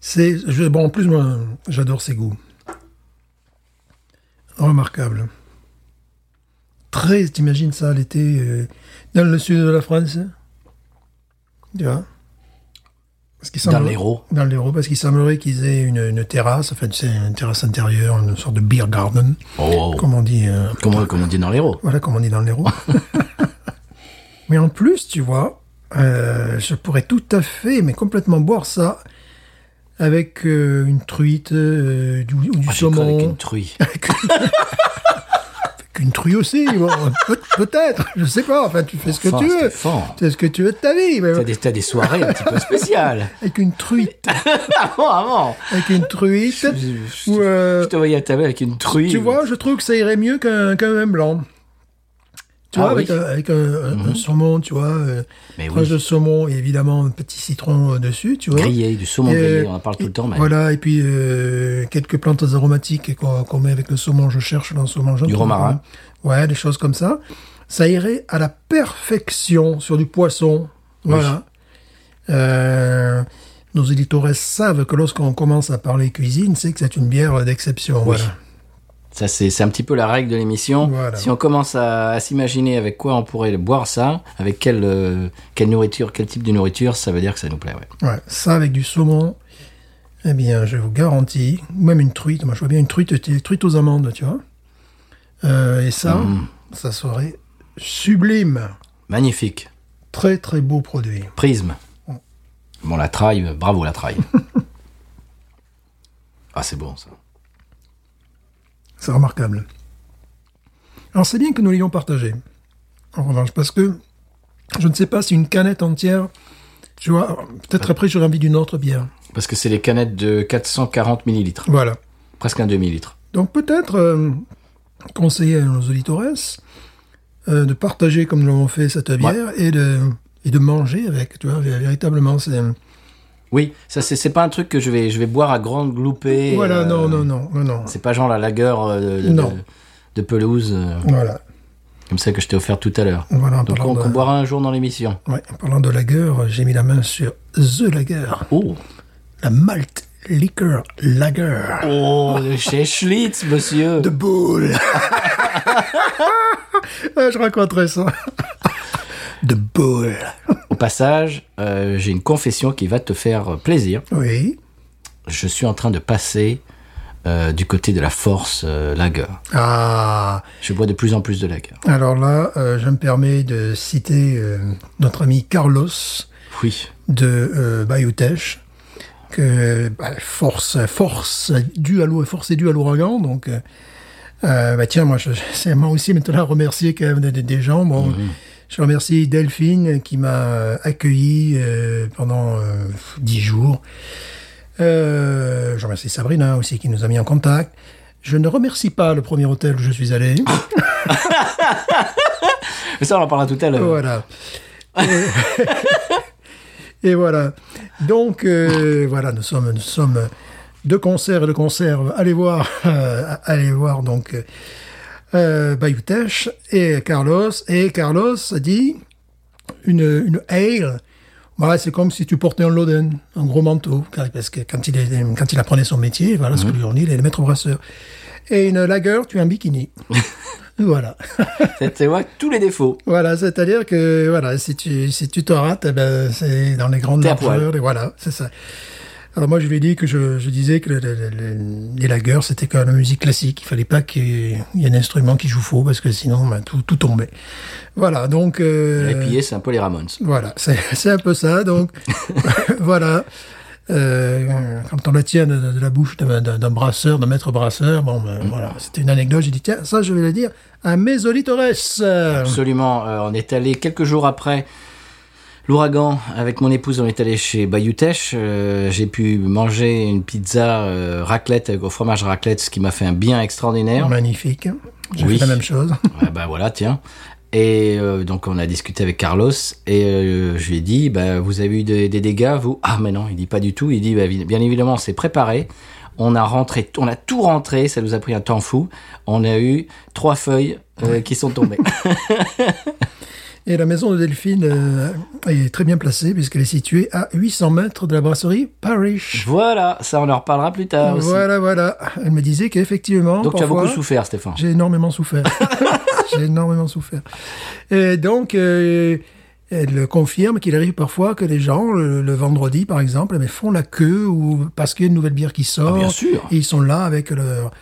[SPEAKER 3] C'est, je- bon, en plus, moi, j'adore ses goûts. Remarquable. Très, t'imagines ça, l'été, euh, dans le sud de la France Tu vois Parce qu'il
[SPEAKER 1] Dans
[SPEAKER 3] semblerait-
[SPEAKER 1] l'Hérault.
[SPEAKER 3] Dans l'Hérault, parce qu'il semblerait qu'ils aient une, une terrasse, enfin, tu sais, une terrasse intérieure, une sorte de beer garden,
[SPEAKER 1] Oh,
[SPEAKER 3] comme on dit... euh,
[SPEAKER 1] comment, comment on dit dans l'héros
[SPEAKER 3] voilà comme on dit dans l'Hérault.
[SPEAKER 1] *laughs*
[SPEAKER 3] mais en plus, tu vois, euh, je pourrais tout à fait, mais complètement boire ça avec euh, une truite euh, du- ou du
[SPEAKER 1] Ah, j'ai cru
[SPEAKER 3] saumon.
[SPEAKER 1] avec une truie.
[SPEAKER 3] Avec une truite aussi, *laughs* bon, peut- peut-être, je sais pas, enfin tu fais ce que
[SPEAKER 1] Enfin,
[SPEAKER 3] tu veux.
[SPEAKER 1] c'était fort.
[SPEAKER 3] C'est ce que tu veux de ta vie, mais
[SPEAKER 1] T'as des, t'as des soirées un petit peu spéciales.
[SPEAKER 3] *laughs* avec une truite,
[SPEAKER 1] Avant, avant.
[SPEAKER 3] avec une truite,
[SPEAKER 1] Je, je-
[SPEAKER 3] ou euh,
[SPEAKER 1] je te voyais à table avec une truie.
[SPEAKER 3] tu vois, je trouve que ça irait mieux qu'un qu'un vin blanc. Tu
[SPEAKER 1] Ah
[SPEAKER 3] vois,
[SPEAKER 1] oui.
[SPEAKER 3] avec, un, avec un- un- un saumon, tu vois, euh,
[SPEAKER 1] Mais
[SPEAKER 3] tranche
[SPEAKER 1] oui.
[SPEAKER 3] de saumon et évidemment un petit citron euh, dessus, tu vois.
[SPEAKER 1] grillé, du saumon
[SPEAKER 3] Et,
[SPEAKER 1] grillé, on en parle tout le temps. Mais
[SPEAKER 3] Voilà, et puis euh, quelques plantes aromatiques qu'on qu'on met avec le saumon, je cherche dans le saumon. j'en
[SPEAKER 1] Du
[SPEAKER 3] trouve
[SPEAKER 1] romarin.
[SPEAKER 3] pas. Ouais, des choses comme ça. Ça irait à la perfection sur du poisson. Voilà. Euh, nos éditeurs savent que lorsqu'on commence à parler cuisine, c'est que c'est une bière d'exception. Voilà.
[SPEAKER 1] ça, c'est c'est un petit peu la règle de l'émission.
[SPEAKER 3] Voilà.
[SPEAKER 1] Si on commence à, à s'imaginer avec quoi on pourrait boire ça, avec quelle, euh, quelle nourriture, quel type de nourriture, ça veut dire que ça nous plaît. ouais.
[SPEAKER 3] Ouais, ça avec du saumon, eh bien, je vous garantis, ou même une truite, moi je vois bien une truite, une truite aux amandes, tu vois. Euh, et ça, ça serait sublime.
[SPEAKER 1] Magnifique.
[SPEAKER 3] Très très beau produit.
[SPEAKER 1] Prisme.
[SPEAKER 3] Oh.
[SPEAKER 1] Bon, la traille, euh, bravo la
[SPEAKER 3] *laughs*
[SPEAKER 1] traille. ah, c'est bon ça.
[SPEAKER 3] C'est remarquable. Alors c'est bien que nous l'ayons partagé. En revanche, parce que je ne sais pas si une canette entière, tu vois, alors, peut-être après j'aurais envie d'une autre bière.
[SPEAKER 1] Parce que c'est les canettes de 440 millilitres,
[SPEAKER 3] Voilà.
[SPEAKER 1] presque un demi-litre.
[SPEAKER 3] Donc peut-être euh, conseiller à nos auditeurs euh, de partager comme nous l'avons fait cette bière et de et de manger avec, tu vois, vé- véritablement c'est
[SPEAKER 1] Oui, ça c'est c'est pas un truc que je vais je vais boire à grande gloupée.
[SPEAKER 3] voilà
[SPEAKER 1] euh,
[SPEAKER 3] non non non non non
[SPEAKER 1] C'est pas genre la lagueur euh, de,
[SPEAKER 3] Non.
[SPEAKER 1] de- de pelouse euh,
[SPEAKER 3] voilà
[SPEAKER 1] comme ça que je t'ai offert tout à l'heure.
[SPEAKER 3] voilà en
[SPEAKER 1] Donc
[SPEAKER 3] parlant,
[SPEAKER 1] on,
[SPEAKER 3] de,
[SPEAKER 1] qu'on boira un jour dans l'émission.
[SPEAKER 3] ouais, en parlant de lager, j'ai mis la main sur the lager,
[SPEAKER 1] Oh,
[SPEAKER 3] la malt liquor lager
[SPEAKER 1] oh, de chez Schlitz, monsieur. *laughs*
[SPEAKER 3] de boule. Ah, je raconterai ça. De boule.
[SPEAKER 1] Au passage, euh, j'ai une confession qui va te faire plaisir.
[SPEAKER 3] Oui.
[SPEAKER 1] je suis en train de passer euh, du côté de la force euh, lager.
[SPEAKER 3] Ah,
[SPEAKER 1] Je bois de plus en plus de lager.
[SPEAKER 3] alors là, euh, je me permets de citer euh, notre ami Carlos
[SPEAKER 1] Oui.
[SPEAKER 3] de euh, Bayutech, que bah, force, force due à l'eau, force est due à l'ouragan, donc. euh, euh, bah tiens, moi, je, *laughs* je- c'est à moi aussi maintenant à remercier quand même des, des- des gens. Bon, je remercie Delphine qui m'a euh, accueilli euh, pendant euh, dix jours. Euh, je remercie Sabrina aussi qui nous a mis en contact. Je ne remercie pas le premier hôtel où je suis allé.
[SPEAKER 1] Mais ça, on en parlera tout à l'heure.
[SPEAKER 3] Voilà. Et- et *laughs* voilà. Donc, euh, voilà, nous sommes, nous sommes de concert et de conserve. Allez voir, *laughs* euh, allez voir donc euh, Bayutech et Carlos. Et Carlos dit une, une ale. Voilà, c'est comme si tu portais un loden, un gros manteau, car- parce que quand il, est- quand il apprenait son métier, voilà ce que lui on dit, il est le maître brasseur. Et une lager, tu es un bikini. voilà.
[SPEAKER 1] C'est- Tu vois tous les défauts.
[SPEAKER 3] Voilà, c'est-à-dire que voilà, si tu si tu te rates, eh ben, c'est dans les grandes
[SPEAKER 1] T'es à
[SPEAKER 3] largeurs et voilà, c'est ça. Alors moi je lui ai dit que je, je disais que le- le- le- les lagueurs c'était quand même la musique classique, il fallait pas qu'il y ait il y ait un instrument qui joue faux parce que sinon ben, tout tout tombait. Voilà, donc euh,
[SPEAKER 1] Les pillés, c'est un peu les Ramones.
[SPEAKER 3] voilà, c'est c'est un peu ça
[SPEAKER 1] *laughs*
[SPEAKER 3] donc voilà. Euh, quand on la tient de, de la bouche d'un d'un- d'un brasseur, d'un maître brasseur, bon ben, voilà, c'était une anecdote. J'ai dit tiens, ça je vais le dire à Mésolitores.
[SPEAKER 1] Absolument. Euh, on est allé quelques jours après l'ouragan avec mon épouse. On est allé chez Bayutech. Euh, J'ai pu manger une pizza euh, raclette avec au fromage raclette, ce qui m'a fait un bien extraordinaire.
[SPEAKER 3] Magnifique. J'ai
[SPEAKER 1] Oui.
[SPEAKER 3] fait la même chose.
[SPEAKER 1] Ah bah voilà, tiens. Et euh, donc on a discuté avec Carlos et euh, je lui ai dit, bah, vous avez eu des, des dégâts, vous Ah mais non, il dit pas du tout. Il dit, bah, vi- bien évidemment, on s'est préparé. On a rentré, on a tout rentré. Ça nous a pris un temps fou. On a eu trois feuilles euh, qui sont tombées.
[SPEAKER 3] Et la maison de Delphine euh, est très bien placée puisqu'elle est située à 800 mètres de la brasserie Parish.
[SPEAKER 1] voilà, ça on en reparlera plus tard. aussi.
[SPEAKER 3] Voilà, voilà. Elle me disait qu'effectivement,
[SPEAKER 1] Donc tu as
[SPEAKER 3] parfois,
[SPEAKER 1] beaucoup souffert, Stéphane.
[SPEAKER 3] j'ai
[SPEAKER 1] *laughs*
[SPEAKER 3] énormément souffert. j'ai énormément souffert. Et donc, euh, elle confirme qu'il arrive parfois que les gens, le, le vendredi par exemple, eh bien, font la queue ou parce qu'il y a une nouvelle bière qui sort.
[SPEAKER 1] Ah, bien sûr.
[SPEAKER 3] Et ils sont là avec leur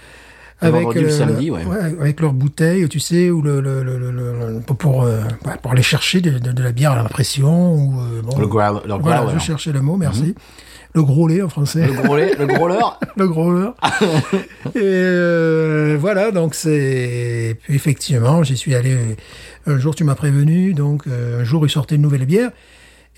[SPEAKER 1] Le vendredi ou le samedi, ouais.
[SPEAKER 3] avec leur bouteille, tu sais, ou le, le, le, le- le- pour pour, euh, ouais, pour aller chercher de, de- de la bière à l'impression ou euh, bon,
[SPEAKER 1] Le growl- le
[SPEAKER 3] voilà,
[SPEAKER 1] growler.
[SPEAKER 3] je cherchais le mot, merci. Le gros lait en français,
[SPEAKER 1] Mhm. Le gros Ah. lait- le gros leurre.
[SPEAKER 3] *laughs* le gros leurre. Et euh, voilà, donc c'est puis effectivement, j'y suis allé euh, un jour, tu m'as prévenu, donc euh, un jour il sortait une nouvelle bière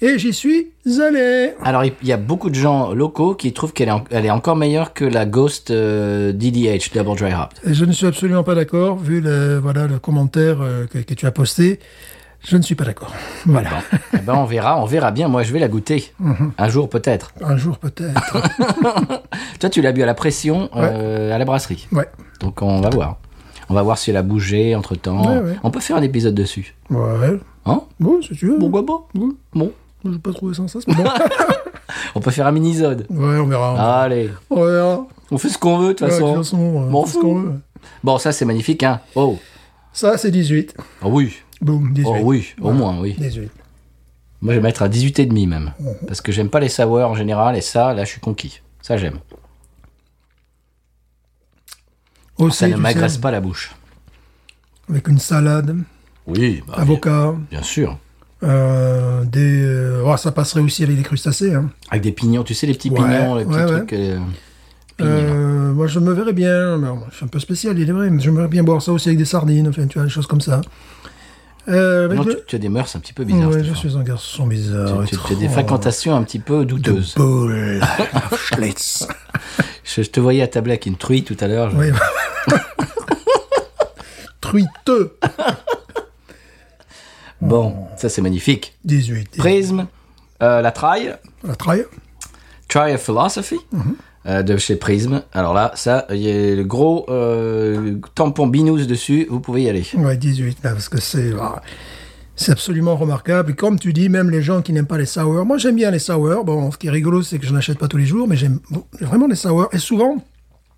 [SPEAKER 3] et j'y suis allé.
[SPEAKER 1] Alors, il il y a beaucoup de gens locaux qui trouvent qu'elle est, en- elle est encore meilleure que la Ghost euh, DDH, Double Dry Hop.
[SPEAKER 3] Et Je ne suis absolument pas d'accord, vu le, voilà, le commentaire euh, que, que tu as posté. Je ne suis pas d'accord. Voilà.
[SPEAKER 1] Bon, eh ben on verra, on verra bien. Moi, je vais la goûter.
[SPEAKER 3] Mhm.
[SPEAKER 1] Un jour, peut-être.
[SPEAKER 3] Un jour
[SPEAKER 1] *laughs*
[SPEAKER 3] peut-être.
[SPEAKER 1] Toi, tu l'as bu à la pression, euh, à la brasserie.
[SPEAKER 3] ouais.
[SPEAKER 1] Donc, on va voir. On va voir si elle a bougé entre temps.
[SPEAKER 3] Ouais, ouais.
[SPEAKER 1] On peut faire un épisode dessus.
[SPEAKER 3] Ouais.
[SPEAKER 1] Hein
[SPEAKER 3] Bon, si tu veux.
[SPEAKER 1] Bon, bon, bon. Bon.
[SPEAKER 3] Je n'ai pas trouvé ça, ça,
[SPEAKER 1] *laughs*
[SPEAKER 3] c'est bon.
[SPEAKER 1] On peut faire un mini-isode.
[SPEAKER 3] ouais, on verra.
[SPEAKER 1] Allez,
[SPEAKER 3] On verra. Ouais,
[SPEAKER 1] on fait ce qu'on veut, Ah. de toute
[SPEAKER 3] De toute
[SPEAKER 1] façon.
[SPEAKER 3] façon, euh,
[SPEAKER 1] M'en
[SPEAKER 3] on fait ce qu'on
[SPEAKER 1] fous.
[SPEAKER 3] veut.
[SPEAKER 1] Bon, ça, c'est magnifique, hein. Oh,
[SPEAKER 3] Ça, c'est 18.
[SPEAKER 1] oh oui.
[SPEAKER 3] Boum, 18.
[SPEAKER 1] Oh oui, au
[SPEAKER 3] Voilà.
[SPEAKER 1] moins, oui.
[SPEAKER 3] 18.
[SPEAKER 1] Moi, je vais mettre à 18,5 même. Parce que j'aime pas les savoirs en général, et ça, là, je suis conquis. Ça, j'aime. Ah,
[SPEAKER 3] Aussi,
[SPEAKER 1] Ça ne
[SPEAKER 3] tu
[SPEAKER 1] m'agresse
[SPEAKER 3] sais,
[SPEAKER 1] pas la bouche.
[SPEAKER 3] Avec une salade,
[SPEAKER 1] Oui, bah, bien,
[SPEAKER 3] avocat,
[SPEAKER 1] bien sûr.
[SPEAKER 3] euh, des. euh, oh, ça passerait aussi avec des crustacés. Hein.
[SPEAKER 1] Avec des pignons, tu sais, les petits
[SPEAKER 3] Ouais,
[SPEAKER 1] pignons, les petits
[SPEAKER 3] ouais, ouais.
[SPEAKER 1] trucs. euh, pignons.
[SPEAKER 3] Euh, moi, je me verrais bien. mais bon, je suis un peu spécial, il est vrai, mais je me verrais bien boire ça aussi avec des sardines, enfin, tu vois, des choses comme ça. Euh, avec
[SPEAKER 1] Non,
[SPEAKER 3] le-
[SPEAKER 1] tu, tu as des mœurs un petit peu bizarres.
[SPEAKER 3] Ouais, je
[SPEAKER 1] Stéphane.
[SPEAKER 3] suis ah, un garçon bizarre.
[SPEAKER 1] tu, tu- tu as des fréquentations un petit peu douteuses. *laughs*
[SPEAKER 3] Paul Schlitz.
[SPEAKER 1] Je, je te voyais attablé avec une truie tout à l'heure. je-
[SPEAKER 3] Oui. *laughs* Truiteux.
[SPEAKER 1] Bon, ça c'est magnifique.
[SPEAKER 3] 18.
[SPEAKER 1] Prism, euh, la Try,
[SPEAKER 3] La traille.
[SPEAKER 1] Try a Philosophy euh, de chez Prism. Alors là, ça, il y a le gros euh, tampon binous dessus, vous pouvez y aller.
[SPEAKER 3] Ouais, 18, là, parce que c'est. ah, C'est absolument remarquable. Et comme tu dis, même les gens qui n'aiment pas les sours, moi j'aime bien les sours. Bon, ce qui est rigolo, c'est que je n'achète pas tous les jours, mais j'aime bon, vraiment les sours. Et souvent,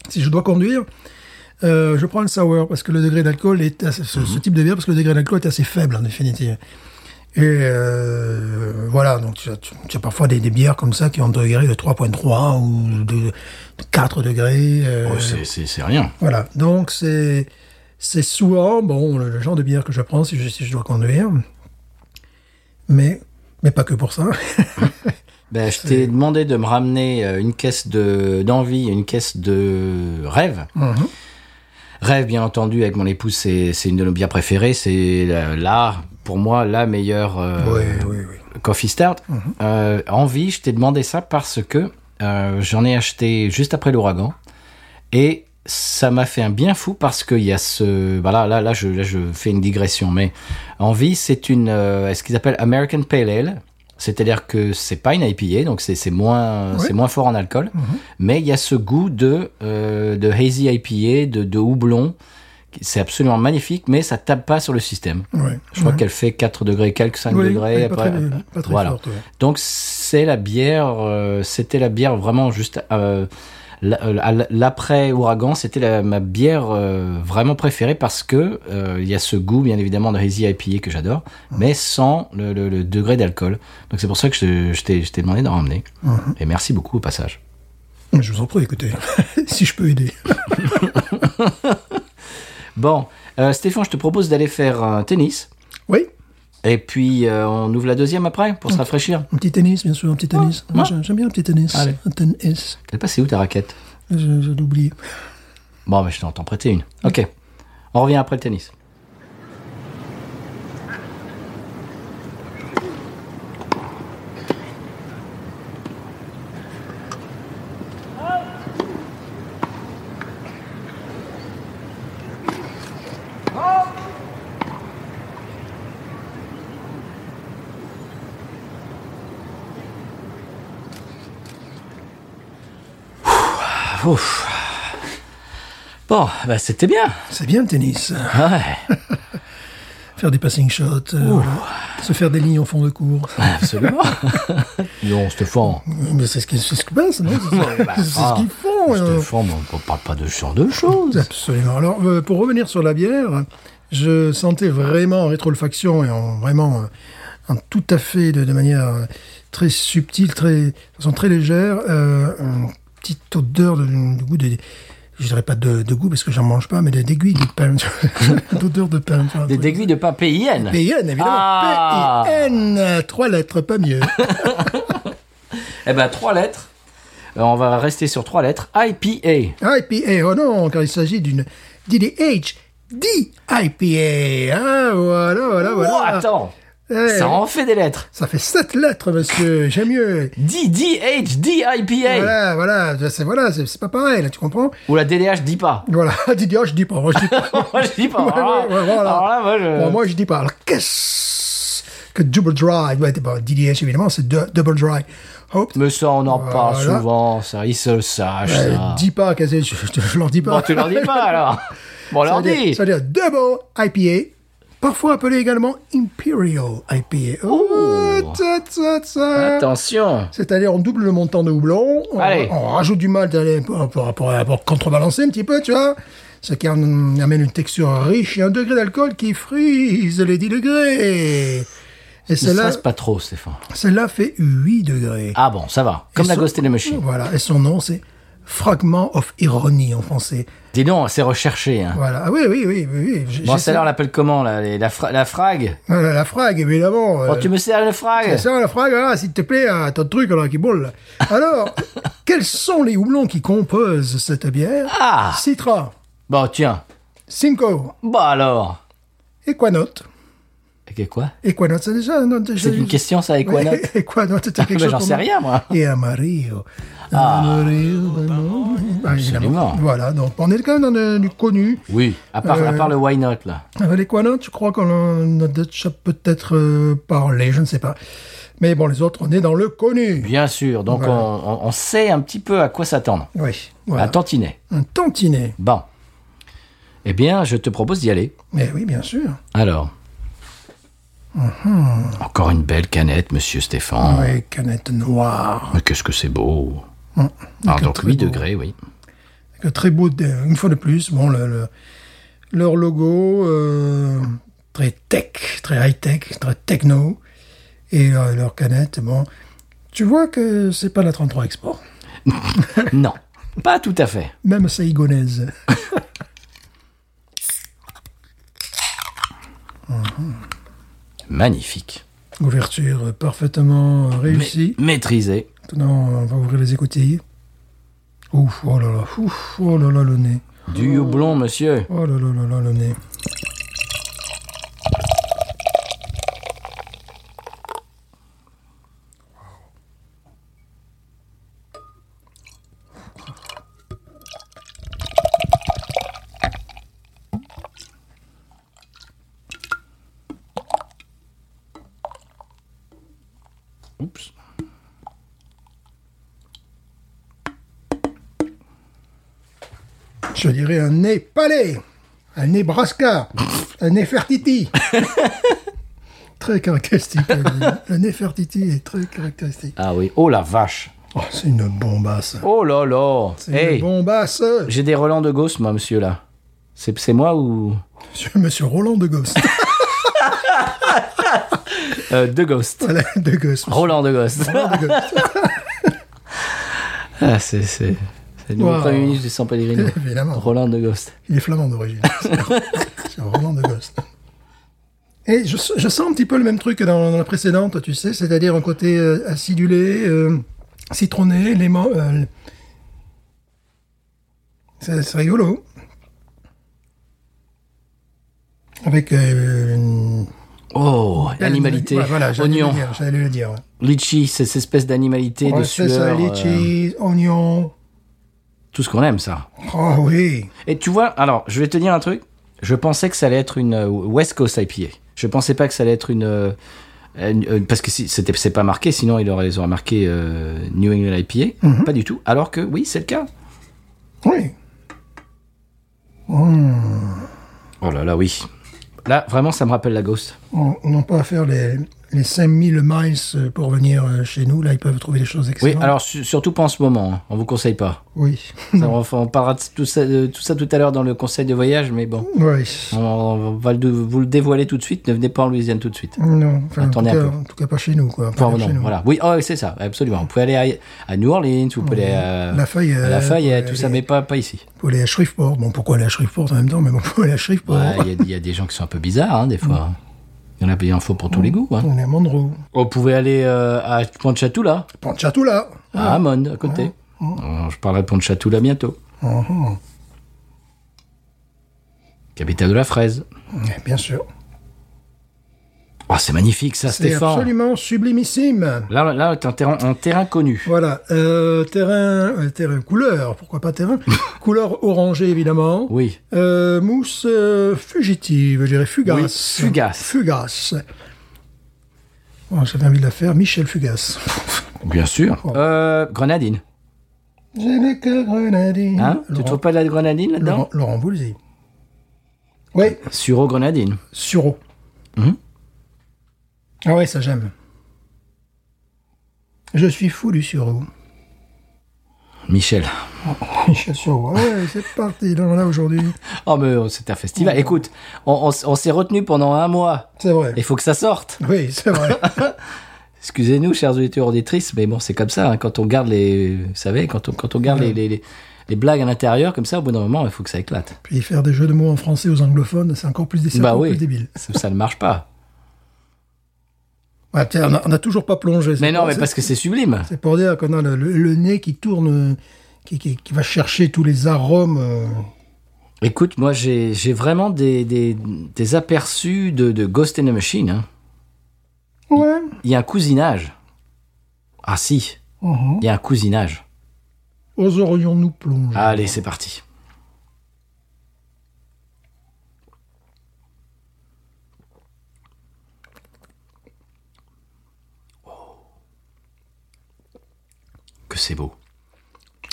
[SPEAKER 3] si je dois conduire, euh, je prends le sour parce que le degré d'alcool est assez- ce, ce type de bière parce que le degré d'alcool est assez faible en définitive. Et euh, voilà, donc tu as, tu- tu as parfois des, des bières comme ça qui ont degré de 3.3 ou de, de 4 degrés. euh,
[SPEAKER 1] Oh, c'est- c'est c'est rien.
[SPEAKER 3] voilà, donc c'est c'est souvent bon le, le genre de bière que je prends si je, si je dois conduire, mais mais pas que *laughs* pour ça.
[SPEAKER 1] Ben, je t'ai demandé de me ramener euh, une caisse de d'envie, une caisse de rêve.
[SPEAKER 3] Mhm. Euh,
[SPEAKER 1] Rêve, bien entendu, avec mon épouse, c'est c'est une de nos bières préférées. C'est la, la, pour moi, la meilleure euh,
[SPEAKER 3] oui, oui, oui.
[SPEAKER 1] coffee start. Euh, envie, je t'ai demandé ça parce que euh, j'en ai acheté juste après l'ouragan et ça m'a fait un bien fou parce qu'il y a ce voilà là là je là, je fais une digression mais envie c'est une euh, ce qu'ils appellent American Pale Ale c'est-à-dire que c'est pas une IPA donc c'est c'est moins
[SPEAKER 3] Ouais.
[SPEAKER 1] c'est moins fort en alcool mais il y a ce goût de euh, de hazy IPA de de houblon c'est absolument magnifique mais ça tape pas sur le système
[SPEAKER 3] Ouais.
[SPEAKER 1] je crois
[SPEAKER 3] Ouais.
[SPEAKER 1] qu'elle fait 4 degrés, quelques 5
[SPEAKER 3] Oui,
[SPEAKER 1] degrés.
[SPEAKER 3] oui, pas
[SPEAKER 1] après- euh,
[SPEAKER 3] très- pas très
[SPEAKER 1] voilà.
[SPEAKER 3] forte, ouais.
[SPEAKER 1] Donc c'est la bière, euh, c'était la bière vraiment juste euh, la- euh, à l'après ouragan, c'était la- ma bière euh, vraiment préférée parce que euh, il y a ce goût bien évidemment de hazy IPA que j'adore,
[SPEAKER 3] Mm.
[SPEAKER 1] mais sans le, le- le degré d'alcool. Donc c'est pour ça que je, je t'ai je t'ai demandé d'en ramener.
[SPEAKER 3] Mm-hmm.
[SPEAKER 1] Et merci beaucoup au passage.
[SPEAKER 3] Je vous en prie, écoutez, *laughs* si je peux aider.
[SPEAKER 1] Bon, euh, Stéphane, je te propose d'aller faire un tennis.
[SPEAKER 3] Oui,
[SPEAKER 1] Et puis euh, on ouvre la deuxième après pour se rafraîchir.
[SPEAKER 3] un petit tennis, bien sûr, un petit tennis. Ah, Moi, j'aime- J'aime bien un petit tennis.
[SPEAKER 1] Allez.
[SPEAKER 3] Un tennis.
[SPEAKER 1] T'as passé où ta raquette
[SPEAKER 3] Je, je l'oublie.
[SPEAKER 1] Bon, mais je t'en t'en prêter une. Ok. On revient après le tennis. Ouh, Ouf. Bon, bah c'était bien.
[SPEAKER 3] C'est bien le tennis.
[SPEAKER 1] Ah ouais,
[SPEAKER 3] Faire des passing shots, euh, se faire des lignes en fond de cours.
[SPEAKER 1] absolument. *laughs* non, Stéphane.
[SPEAKER 3] Mais c'est ce qui c'est ce qui *laughs* passe, non C'est c'est ce qu'ils font. euh.
[SPEAKER 1] Stéphane, on ne parle pas de ce genre de
[SPEAKER 3] *laughs*
[SPEAKER 1] choses.
[SPEAKER 3] Absolument. Alors, euh, pour revenir sur la bière, je sentais vraiment en rétrofaction et en vraiment euh, en tout à fait de, de manière euh, très subtile, très de façon très légère, euh, une petite odeur de, de goût de je dirais pas de, de goût parce que j'en mange pas, mais de- d'aiguille de pain, *laughs* tu vois, d'odeur de pain. tu vois, un
[SPEAKER 1] Des
[SPEAKER 3] truc.
[SPEAKER 1] aiguilles de pain PIN.
[SPEAKER 3] PIN, évidemment.
[SPEAKER 1] Ah.
[SPEAKER 3] PIN, trois lettres, pas mieux.
[SPEAKER 1] Eh ben, trois lettres. Euh, on va rester sur trois lettres. IPA.
[SPEAKER 3] IPA, oh non, car il s'agit d'une DDH, DIPA. Ah, voilà, voilà, voilà.
[SPEAKER 1] Oh, attends.
[SPEAKER 3] Eh,
[SPEAKER 1] Ça en fait des lettres.
[SPEAKER 3] Ça fait sept lettres, monsieur. J'aime mieux.
[SPEAKER 1] DDH, DIPA.
[SPEAKER 3] Voilà, voilà, c'est voilà, c'est c'est pas pareil, là, tu comprends
[SPEAKER 1] Ou la DDH dit pas.
[SPEAKER 3] Voilà, Didier, je dis pas, moi je
[SPEAKER 1] *laughs*
[SPEAKER 3] dis pas.
[SPEAKER 1] Moi, je dis pas.
[SPEAKER 3] *laughs* Ouais,
[SPEAKER 1] Alors
[SPEAKER 3] ouais, ouais, voilà.
[SPEAKER 1] alors là, moi, je...
[SPEAKER 3] Bon, moi je dis pas. Alors qu'est-ce que Double Dry ouais, bon, DDH, évidemment, c'est deux- Double Dry. Hop.
[SPEAKER 1] Mais ça, on en parle
[SPEAKER 3] Voilà.
[SPEAKER 1] souvent, ça. Ils se le sachent,
[SPEAKER 3] Euh,
[SPEAKER 1] ça.
[SPEAKER 3] dis pas, qu'est-ce que- je, je, je leur dis pas.
[SPEAKER 1] Bon, tu leur dis pas,
[SPEAKER 3] *laughs*
[SPEAKER 1] alors. Bon, on
[SPEAKER 3] Ça
[SPEAKER 1] leur
[SPEAKER 3] veut dire-
[SPEAKER 1] dit.
[SPEAKER 3] Ça veut dire Double IPA, parfois appelé également Imperial IPA.
[SPEAKER 1] Oh. Ah,
[SPEAKER 3] tsa, tsa, tsa.
[SPEAKER 1] Attention.
[SPEAKER 3] C'est-à-dire on double le montant de houblon, on,
[SPEAKER 1] Allez.
[SPEAKER 3] on rajoute du mal d'aller pour, pour, pour, pour contrebalancer un petit peu, tu vois. Ce qui en- amène une texture riche et un degré d'alcool qui frise les 10 degrés. Et
[SPEAKER 1] Ne
[SPEAKER 3] celle-là,
[SPEAKER 1] stresse pas trop, Stéphane.
[SPEAKER 3] celle-là fait 8 degrés.
[SPEAKER 1] Ah bon, ça va. Comme
[SPEAKER 3] Et
[SPEAKER 1] la
[SPEAKER 3] son-
[SPEAKER 1] Ghost in the Machine.
[SPEAKER 3] Voilà, et son nom c'est Fragment of Irony en français.
[SPEAKER 1] Dis donc, c'est recherché. Hein.
[SPEAKER 3] Voilà, ah oui, oui, oui. oui, oui.
[SPEAKER 1] Bon,
[SPEAKER 3] J'essaie-
[SPEAKER 1] celle-là, on l'appelle comment là, les- la, fra- la frag
[SPEAKER 3] Voilà, la frag, évidemment.
[SPEAKER 1] Bon,
[SPEAKER 3] euh,
[SPEAKER 1] Oh, tu me sers la frag
[SPEAKER 3] C'est ça, la frag, là, s'il te plaît, hein, ton truc là, qui boule.
[SPEAKER 1] *laughs*
[SPEAKER 3] Alors, quels sont les houblons qui composent cette bière
[SPEAKER 1] Ah
[SPEAKER 3] Citra,
[SPEAKER 1] Bon, tiens.
[SPEAKER 3] Simcoe,
[SPEAKER 1] Bah alors
[SPEAKER 3] Equanote.
[SPEAKER 1] Et quoi
[SPEAKER 3] Equanote, c'est déjà un nom de-
[SPEAKER 1] C'est une
[SPEAKER 3] *laughs*
[SPEAKER 1] question, ça, Equanote
[SPEAKER 3] Ouais,
[SPEAKER 1] *laughs*
[SPEAKER 3] Equanote, c'est quelque
[SPEAKER 1] Bah,
[SPEAKER 3] chose.
[SPEAKER 1] J'en sais
[SPEAKER 3] comme-
[SPEAKER 1] rien, moi. Ah.
[SPEAKER 3] Et Amarillo. Amarillo, vraiment. Ah, évidemment.
[SPEAKER 1] Absolument.
[SPEAKER 3] Voilà, donc on est quand même dans le- du connu.
[SPEAKER 1] Oui. À part, à
[SPEAKER 3] Euh,
[SPEAKER 1] part le Why Not, là.
[SPEAKER 3] Euh, L'Equanote, je crois qu'on en a déjà peut-être euh, parlé, je ne sais pas. Mais bon, les autres, on est dans le connu.
[SPEAKER 1] Bien sûr. Donc,
[SPEAKER 3] Voilà.
[SPEAKER 1] on, on- on sait un petit peu à quoi s'attendre.
[SPEAKER 3] Oui, voilà.
[SPEAKER 1] À tantinet.
[SPEAKER 3] Un tantinet.
[SPEAKER 1] Bon. Eh bien, je te propose d'y aller.
[SPEAKER 3] Mais oui, bien sûr.
[SPEAKER 1] Alors.
[SPEAKER 3] Mhm.
[SPEAKER 1] Encore une belle canette, monsieur Stéphane.
[SPEAKER 3] Oui, canette noire.
[SPEAKER 1] Mais qu'est-ce que c'est beau.
[SPEAKER 3] Hum,
[SPEAKER 1] Alors, Ah,
[SPEAKER 3] que
[SPEAKER 1] donc,
[SPEAKER 3] très
[SPEAKER 1] 8
[SPEAKER 3] beau.
[SPEAKER 1] degrés, oui.
[SPEAKER 3] Avec un Très beau, dé- une fois de plus. Bon, le, le- leur logo, euh, très tech, très high-tech, très techno. et leur, leur canette. Bon, tu vois que c'est pas la 33 Export,
[SPEAKER 1] Non, pas tout à fait.
[SPEAKER 3] même saigonaise.
[SPEAKER 1] Magnifique.
[SPEAKER 3] Ouverture parfaitement euh, réussie.
[SPEAKER 1] Ma- maîtrisé.
[SPEAKER 3] Maintenant, on va ouvrir les écoutilles. Ouf, oh là là, ouf, oh là là le nez.
[SPEAKER 1] Du houblon, monsieur.
[SPEAKER 3] Oh là là là là le nez.
[SPEAKER 1] Oups.
[SPEAKER 3] Je dirais un nez palais, un nez brasca, un nez
[SPEAKER 1] *laughs*
[SPEAKER 3] fertiti. très caractéristique. Le, le nez fertiti est très caractéristique.
[SPEAKER 1] Ah oui. Oh la vache.
[SPEAKER 3] Oh, c'est une bombasse.
[SPEAKER 1] Oh là là.
[SPEAKER 3] C'est
[SPEAKER 1] Hey,
[SPEAKER 3] une bombasse.
[SPEAKER 1] j'ai des Roland de Gauss, moi, monsieur, là. C'est c'est moi ou.
[SPEAKER 3] Monsieur, monsieur Roland de
[SPEAKER 1] *laughs*
[SPEAKER 3] Ghost.
[SPEAKER 1] Euh, de Ghost.
[SPEAKER 3] Voilà, de Ghost.
[SPEAKER 1] Roland de
[SPEAKER 3] *laughs*
[SPEAKER 1] Ghost.
[SPEAKER 3] Roland de Ghost.
[SPEAKER 1] Ah, c'est. C'est c'est le nouveau
[SPEAKER 3] Wow.
[SPEAKER 1] Premier ministre du San Pellegrino.
[SPEAKER 3] Évidemment.
[SPEAKER 1] Roland de Ghost.
[SPEAKER 3] Il est flamand d'origine.
[SPEAKER 1] *laughs*
[SPEAKER 3] C'est Roland de Ghost. Et je, je sens un petit peu le même truc que dans, dans la précédente, tu sais, c'est-à-dire un côté euh, acidulé, euh, citronné, lémon. euh, c'est c'est rigolo. Avec euh, une.
[SPEAKER 1] Oh, animalité.
[SPEAKER 3] Ouais, voilà, j'allais
[SPEAKER 1] Oignon.
[SPEAKER 3] le dire, j'allais le dire.
[SPEAKER 1] Litchi, c'est cette espèce d'animalité,
[SPEAKER 3] Ouais,
[SPEAKER 1] de
[SPEAKER 3] c'est
[SPEAKER 1] sueur.
[SPEAKER 3] ça,
[SPEAKER 1] euh,
[SPEAKER 3] litchi, oignon.
[SPEAKER 1] tout ce qu'on aime, ça.
[SPEAKER 3] Oh oui.
[SPEAKER 1] Et tu vois, alors, je vais te dire un truc. Je pensais que ça allait être une euh, West Coast IPA. Je pensais pas que ça allait être une. euh, une- euh, parce que si, c'était, c'est pas marqué, sinon ils auraient, ils auraient marqué euh, New England IPA. Pas du tout. Alors que, oui, c'est le cas.
[SPEAKER 3] Oui.
[SPEAKER 1] Oh là là, oui. Là, vraiment, ça me rappelle la Ghost.
[SPEAKER 3] On on n'a pas à faire les, les 5000 miles euh, pour venir euh, chez nous. Là, ils peuvent trouver des choses
[SPEAKER 1] Oui,
[SPEAKER 3] excellentes.
[SPEAKER 1] alors su- surtout pas en ce moment. hein. On vous conseille pas.
[SPEAKER 3] Oui. *laughs*
[SPEAKER 1] Ça, on, on parlera de tout ça, de tout ça tout à l'heure dans le conseil de voyage, mais bon.
[SPEAKER 3] Oui.
[SPEAKER 1] On, on va le- vous le dévoiler tout de suite. Ne venez pas en Louisiane tout de suite.
[SPEAKER 3] Non. Enfin, en, tout
[SPEAKER 1] Attendez
[SPEAKER 3] cas,
[SPEAKER 1] un peu.
[SPEAKER 3] en tout cas, pas chez nous. Quoi. Pas
[SPEAKER 1] Enfin,
[SPEAKER 3] bien
[SPEAKER 1] non,
[SPEAKER 3] chez nous.
[SPEAKER 1] voilà. Oui, oh, c'est ça, absolument. Vous pouvez aller à, à New Orleans, vous pouvez aller à
[SPEAKER 3] La Fayette,
[SPEAKER 1] à La Fayette,
[SPEAKER 3] ouais,
[SPEAKER 1] tout ça,
[SPEAKER 3] les-
[SPEAKER 1] mais pas, pas ici.
[SPEAKER 3] Faut aller à Shreveport. Bon, pourquoi aller à Shreveport en même temps Mais bon, Mm. faut aller à Shreveport.
[SPEAKER 1] Ouais, Il y a- il y, a des gens qui sont un peu bizarres, hein, des fois. Il y en a payé en faux pour
[SPEAKER 3] Mm.
[SPEAKER 1] tous les goûts. hein.
[SPEAKER 3] *laughs* On est à Monroe.
[SPEAKER 1] On pouvait aller euh, à Ponchatoula,
[SPEAKER 3] Ponchatoula.
[SPEAKER 1] à Hammond, à côté.
[SPEAKER 3] Mm.
[SPEAKER 1] Oh, je parlerai de Ponchatoula bientôt.
[SPEAKER 3] Mhm.
[SPEAKER 1] Capitale de la fraise.
[SPEAKER 3] Eh, Bien sûr.
[SPEAKER 1] Oh, c'est magnifique ça,
[SPEAKER 3] C'est
[SPEAKER 1] Stéphane.
[SPEAKER 3] absolument sublimissime.
[SPEAKER 1] Là, là t'es en terrain, en terrain connu.
[SPEAKER 3] Voilà. Euh, terrain, euh, terrain couleur. Pourquoi pas
[SPEAKER 1] *laughs*
[SPEAKER 3] terrain Couleur orangée, évidemment.
[SPEAKER 1] Oui.
[SPEAKER 3] Euh, mousse euh, fugitive, je dirais fugace.
[SPEAKER 1] Oui, fugace.
[SPEAKER 3] Fugace. Bon, J'avais envie de la faire, Michel Fugace.
[SPEAKER 1] Bien sûr.
[SPEAKER 3] Oh.
[SPEAKER 1] Euh, grenadine.
[SPEAKER 3] J'ai le cœur grenadine.
[SPEAKER 1] Hein tu
[SPEAKER 3] Laurent,
[SPEAKER 1] trouves pas de la grenadine là-dedans
[SPEAKER 3] Laurent, Laurent Voulzy. Oui,
[SPEAKER 1] Sureau grenadine.
[SPEAKER 3] sureau.
[SPEAKER 1] Mhm.
[SPEAKER 3] Ah ouais, ça j'aime. Je suis fou du sureau. *laughs*
[SPEAKER 1] Michel.
[SPEAKER 3] Michel Sureau. Ah Ouais, c'est parti, là on a aujourd'hui.
[SPEAKER 1] Oh, mais euh, c'est un festival. Écoute, on, on s- on s'est retenu pendant un mois.
[SPEAKER 3] C'est vrai.
[SPEAKER 1] Il faut que ça sorte.
[SPEAKER 3] Oui,
[SPEAKER 1] *laughs*
[SPEAKER 3] c'est vrai.
[SPEAKER 1] Excusez-nous, chers auditeurs auditrices, mais bon, c'est comme ça. hein, quand on garde les, vous savez, quand on, quand on garde les, les, les- les blagues à l'intérieur, comme ça, au bout d'un moment, il faut que ça éclate.
[SPEAKER 3] Puis faire des jeux de mots en français aux anglophones, c'est encore plus, c'est
[SPEAKER 1] bah
[SPEAKER 3] encore
[SPEAKER 1] oui,
[SPEAKER 3] plus débile.
[SPEAKER 1] ça, ça ne marche
[SPEAKER 3] *laughs*
[SPEAKER 1] pas.
[SPEAKER 3] Ouais, tiens, on a- on n'a toujours pas plongé.
[SPEAKER 1] Mais
[SPEAKER 3] c'est
[SPEAKER 1] non,
[SPEAKER 3] pas-
[SPEAKER 1] mais
[SPEAKER 3] c'est-
[SPEAKER 1] parce que c'est sublime.
[SPEAKER 3] C'est pour dire qu'on a le, le- le nez qui tourne, euh, qui, qui- qui va chercher tous les arômes. euh.
[SPEAKER 1] Écoute, moi, j'ai j'ai vraiment des, des, des aperçus de, de Ghost in the Machine. hein.
[SPEAKER 3] Ouais.
[SPEAKER 1] Il y a un cousinage. Ah si,
[SPEAKER 3] Mhm.
[SPEAKER 1] il y a un cousinage.
[SPEAKER 3] Oserions-nous plonger
[SPEAKER 1] Allez, c'est parti. Oh. Que c'est beau.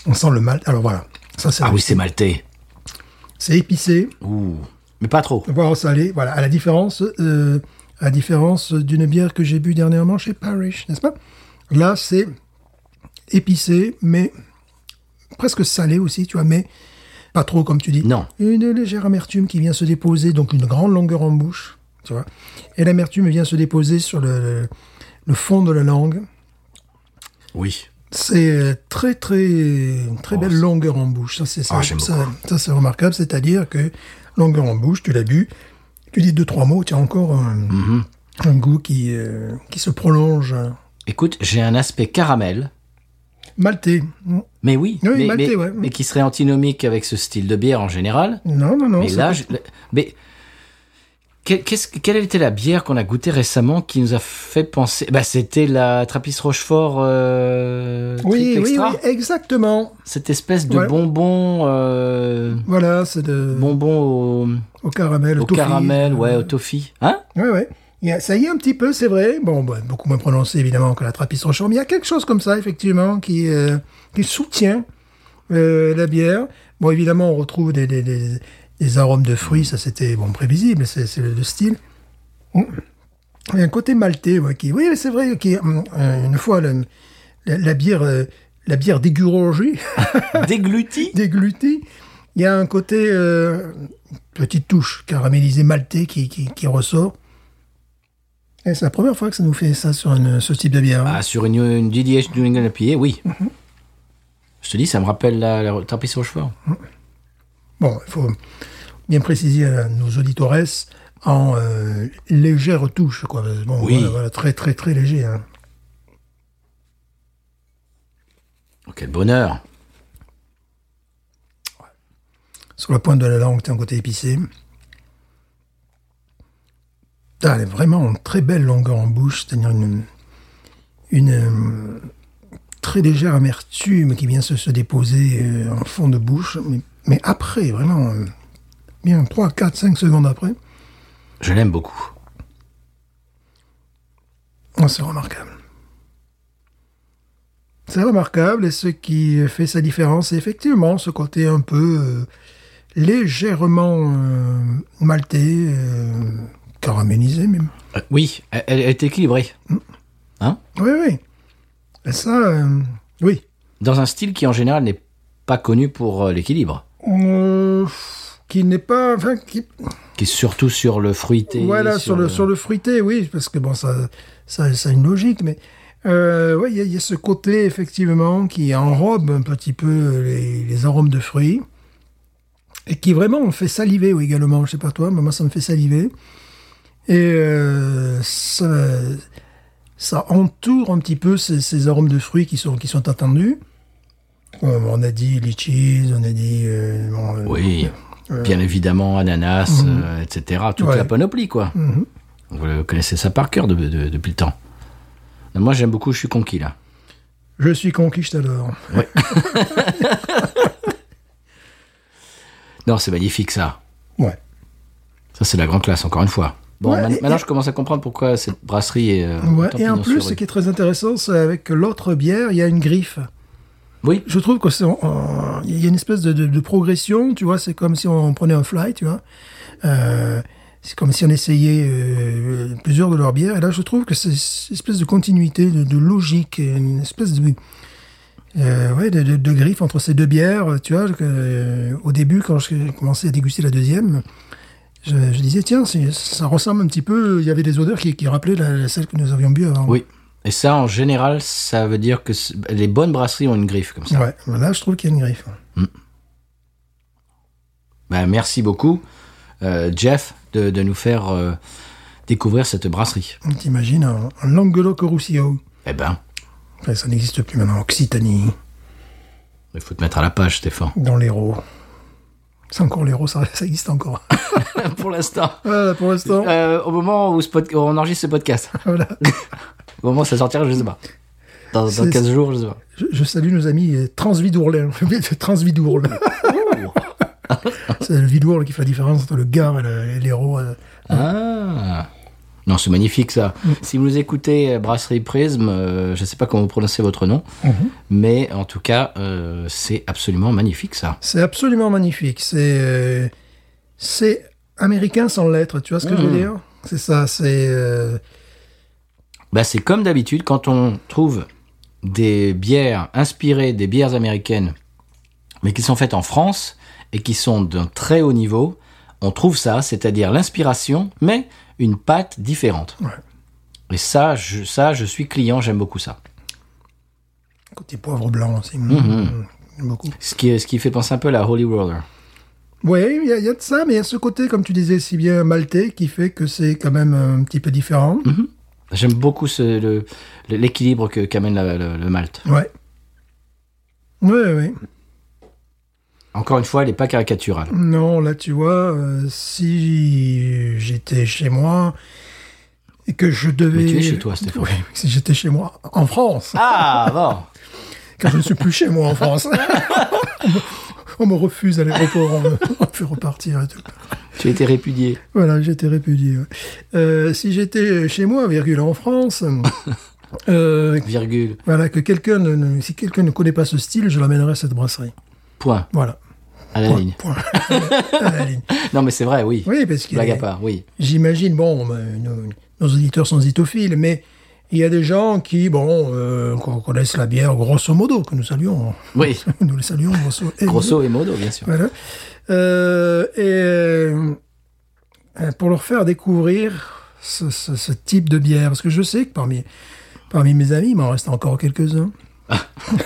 [SPEAKER 3] On sent le mal. Alors voilà, ça c'est
[SPEAKER 1] Ah oui, c'est maltais.
[SPEAKER 3] c'est épicé,
[SPEAKER 1] Ouh. Mais pas trop.
[SPEAKER 3] voire salé. Voilà, à la différence, euh, à la différence d'une bière que j'ai bu dernièrement chez Parrish, n'est-ce pas Là, c'est épicé, mais presque salé aussi, tu vois, mais pas trop comme tu dis.
[SPEAKER 1] Non.
[SPEAKER 3] Une légère amertume qui vient se déposer, donc une grande longueur en bouche, tu vois. Et l'amertume vient se déposer sur le, le fond de la langue.
[SPEAKER 1] Oui.
[SPEAKER 3] C'est euh, très très une très
[SPEAKER 1] Oh,
[SPEAKER 3] belle
[SPEAKER 1] c'est-
[SPEAKER 3] longueur en bouche. Ça c'est ça,
[SPEAKER 1] Ah, j'aime
[SPEAKER 3] ça, ça, c'est remarquable. C'est-à-dire que longueur en bouche, tu l'as bu, tu dis deux trois mots, tu as encore un,
[SPEAKER 1] Mm-hmm.
[SPEAKER 3] un goût qui euh, qui se prolonge. euh,
[SPEAKER 1] Écoute, j'ai un aspect caramel.
[SPEAKER 3] Maltais.
[SPEAKER 1] Mais oui,
[SPEAKER 3] Oui,
[SPEAKER 1] mais,
[SPEAKER 3] maltais,
[SPEAKER 1] mais-
[SPEAKER 3] ouais.
[SPEAKER 1] mais qui serait antinomique avec ce style de bière en général.
[SPEAKER 3] Non non non.
[SPEAKER 1] mais
[SPEAKER 3] c'est
[SPEAKER 1] là,
[SPEAKER 3] pas-
[SPEAKER 1] je- mais que- qu'est-ce que- quelle était la bière qu'on a goûtée récemment qui nous a fait penser Bah, c'était la Trappiste Rochefort euh,
[SPEAKER 3] oui
[SPEAKER 1] Triple
[SPEAKER 3] oui
[SPEAKER 1] Extra.
[SPEAKER 3] oui exactement.
[SPEAKER 1] Cette espèce de
[SPEAKER 3] Ouais.
[SPEAKER 1] bonbon, euh,
[SPEAKER 3] Voilà, c'est de
[SPEAKER 1] bonbon
[SPEAKER 3] au caramel,
[SPEAKER 1] au,
[SPEAKER 3] Euh, au,
[SPEAKER 1] au
[SPEAKER 3] toffee.
[SPEAKER 1] caramel, ouais, au toffee,
[SPEAKER 3] *laughs*
[SPEAKER 1] hein
[SPEAKER 3] Ouais, ouais. Il y a- ça y est un petit peu, c'est vrai. Bon, bah, beaucoup moins prononcé évidemment que la trappiste Rochefort, mais il y a quelque chose comme ça effectivement qui euh, qui soutient euh, la bière. Bon, évidemment, on retrouve des des, des- des arômes de fruits, ça c'était bon prévisible, c'est c'est le style. Mm. Il y a un côté maltais, ouais, qui, oui, c'est vrai, qui hum, euh, une fois le- la, la bière euh, la bière dégurgée *laughs*
[SPEAKER 1] Dégluti
[SPEAKER 3] dégluti. Il y a un côté euh, petite touche caramélisée maltais qui, qui, qui ressort. Et c'est la première fois que ça nous fait ça sur une- ce type de bière. hein.
[SPEAKER 1] Ah, sur une, une DDH New England IPA, oui.
[SPEAKER 3] Mm-hmm.
[SPEAKER 1] Je te dis, ça me rappelle la, la Trappiste Rochefort.
[SPEAKER 3] Bon, il faut bien préciser à nos auditores en euh, légère touche. Quoi. Bon,
[SPEAKER 1] Oui.
[SPEAKER 3] voilà, voilà, très très très léger. hein.
[SPEAKER 1] Oh, Quel bonheur
[SPEAKER 3] Sur la pointe de la langue, t'as un côté épicé. Ah, elle est vraiment en très belle longueur en bouche, c'est-à-dire une, une euh, très légère amertume qui vient se, se déposer euh, en fond de bouche, mais, mais après, vraiment, euh, bien 3, 4, 5 secondes après,
[SPEAKER 1] Je l'aime beaucoup.
[SPEAKER 3] Ah, c'est remarquable. C'est remarquable et ce qui fait sa différence, c'est effectivement ce côté un peu euh, légèrement euh, maltais, euh, caramélisé même.
[SPEAKER 1] Euh, oui, elle, elle est équilibrée.
[SPEAKER 3] Oui, oui. Et ça, euh, oui.
[SPEAKER 1] Dans un style qui, en général, n'est pas connu pour euh, l'équilibre.
[SPEAKER 3] Euh, qui n'est pas, enfin, qui,
[SPEAKER 1] Qui est surtout sur le fruité.
[SPEAKER 3] Voilà, sur, le, sur le fruité, oui, parce que bon, ça, ça, ça a une logique, mais euh, ouais, il y, a- il y a ce côté, effectivement, qui enrobe un petit peu les, les arômes de fruits, et qui vraiment me fait saliver oui, également, je sais pas toi, mais moi ça me fait saliver. Et euh, ça, ça entoure un petit peu ces, ces arômes de fruits qui sont, qui sont attendus. Euh, On a dit litchis, on a dit... euh, bon, euh, Mhm.
[SPEAKER 1] Oui, bien évidemment, ananas, euh, etc. Toute
[SPEAKER 3] Ouais. Mhm.
[SPEAKER 1] la panoplie, quoi. Vous le connaissez ça par cœur de- de- depuis le temps. Non, Moi, j'aime beaucoup, je suis conquis, là.
[SPEAKER 3] Je suis conquistador.
[SPEAKER 1] Non, c'est magnifique, ça.
[SPEAKER 3] Ouais.
[SPEAKER 1] Ça, c'est la grande classe, encore une fois. Bon,
[SPEAKER 3] Ouais,
[SPEAKER 1] man-
[SPEAKER 3] et-
[SPEAKER 1] maintenant,
[SPEAKER 3] et-
[SPEAKER 1] je commence à comprendre pourquoi cette brasserie est... euh,
[SPEAKER 3] Ouais,
[SPEAKER 1] autant
[SPEAKER 3] et en plus, ce
[SPEAKER 1] pignon sur
[SPEAKER 3] qui est très intéressant, c'est avec l'autre bière, il y a une griffe.
[SPEAKER 1] Oui.
[SPEAKER 3] Je trouve que c'est, en- en- il y a une espèce de, de- de progression, tu vois. C'est comme si on prenait un fly, tu vois. Euh, c'est comme si on essayait euh, plusieurs de leurs bières. Et là, je trouve que c'est une espèce de continuité, de, de logique, une espèce de euh, ouais, de, de, de griffe entre ces deux bières. Tu vois, que, euh, au début, quand j'ai commencé à déguster la deuxième, je, je disais, tiens, c'est- ça ressemble un petit peu. Il y avait des odeurs qui, qui rappelaient la, celle que nous avions bu avant.
[SPEAKER 1] Oui. Et ça, en général, ça veut dire que c- les bonnes brasseries ont une griffe comme ça.
[SPEAKER 3] Ouais, là, je trouve qu'il y a une griffe. hein.
[SPEAKER 1] Ben, merci beaucoup, euh, Jeff, de, de nous faire euh, découvrir cette brasserie.
[SPEAKER 3] On T'imagines un, un Languedoc-Roussillon.
[SPEAKER 1] Eh ben,
[SPEAKER 3] Enfin, ça n'existe plus maintenant. Occitanie,
[SPEAKER 1] il faut te mettre à la page, Stéphane.
[SPEAKER 3] dans l'Hérault. C'est encore l'Hérault, ça, ça existe encore.
[SPEAKER 1] *laughs*
[SPEAKER 3] *laughs*
[SPEAKER 1] Pour l'instant.
[SPEAKER 3] voilà, pour l'instant.
[SPEAKER 1] Euh, au moment où ce pod- on enregistre ce podcast.
[SPEAKER 3] Voilà.
[SPEAKER 1] Au moment où ça sortira, je sais pas. Dans, dans
[SPEAKER 3] C'est-
[SPEAKER 1] 15 jours, je sais pas.
[SPEAKER 3] Je, je salue nos amis euh, *laughs* Transvidourlais. Transvidourle. *laughs* C'est le Vidourle qui fait la différence entre le Gard et le- et l'Hérault. euh.
[SPEAKER 1] Ah. Non, c'est magnifique ça. Si vous nous écoutez, euh, Brasserie Prisme, euh, je sais pas comment vous prononcez votre nom, mais en tout cas, euh, c'est absolument magnifique ça.
[SPEAKER 3] C'est absolument magnifique. C'est euh, c'est américain sans lettres, tu vois ce que je veux
[SPEAKER 1] Mhm.
[SPEAKER 3] dire C'est ça, c'est... euh,
[SPEAKER 1] Bah, c'est comme d'habitude, quand on trouve des bières inspirées des bières américaines, mais qui sont faites en France et qui sont d'un très haut niveau, on trouve ça, c'est-à-dire l'inspiration, mais une pâte différente. Et ça, je, ça, je suis client, j'aime beaucoup ça.
[SPEAKER 3] Côté poivre blanc, c'est
[SPEAKER 1] Mhm.
[SPEAKER 3] J'aime beaucoup.
[SPEAKER 1] Ce qui, ce qui fait penser un peu à la Holy Roller.
[SPEAKER 3] Oui, il y, a- il y a de ça, mais il y a ce côté, comme tu disais si bien, maltais, qui fait que c'est quand même un petit peu différent.
[SPEAKER 1] J'aime beaucoup ce- le- le- l'équilibre que qu'amène la- le, le malt.
[SPEAKER 3] Ouais. Oui, oui.
[SPEAKER 1] Encore une fois, elle n'est pas caricaturale.
[SPEAKER 3] Non, là, tu vois, euh, si j'étais chez moi et que je devais...
[SPEAKER 1] Mais tu es chez toi, Stéphane.
[SPEAKER 3] Oui, si j'étais chez moi, en France,
[SPEAKER 1] Ah, bon
[SPEAKER 3] quand je ne suis plus chez moi en France. *laughs* on me refuse à l'aéroport, on me on me fait repartir et tout.
[SPEAKER 1] Tu as été répudié.
[SPEAKER 3] Voilà, j'étais répudié. ouais. Euh, si j'étais chez moi, virgule,
[SPEAKER 1] *laughs*
[SPEAKER 3] en France... euh,
[SPEAKER 1] Virgule.
[SPEAKER 3] Voilà, que quelqu'un ne- ne- si quelqu'un ne connaît pas ce style, je l'amènerai à cette brasserie.
[SPEAKER 1] Point.
[SPEAKER 3] Voilà.
[SPEAKER 1] À la
[SPEAKER 3] Point,
[SPEAKER 1] ligne.
[SPEAKER 3] point. *laughs* À la ligne.
[SPEAKER 1] Non, mais c'est vrai, oui.
[SPEAKER 3] Oui, parce que
[SPEAKER 1] Blague à part, oui.
[SPEAKER 3] j'imagine, bon, ben, nos, nos auditeurs sont itophiles, mais il y a des gens qui, bon, euh, qu'on connaissent la bière grosso modo, que nous saluons. *laughs*
[SPEAKER 1] Oui.
[SPEAKER 3] Nous les saluons grosso, et-
[SPEAKER 1] Grosso et modo, bien sûr.
[SPEAKER 3] Voilà. Euh, et euh, pour leur faire découvrir ce, ce- ce type de bière, parce que je sais que parmi, parmi mes amis, il m'en reste encore quelques-uns.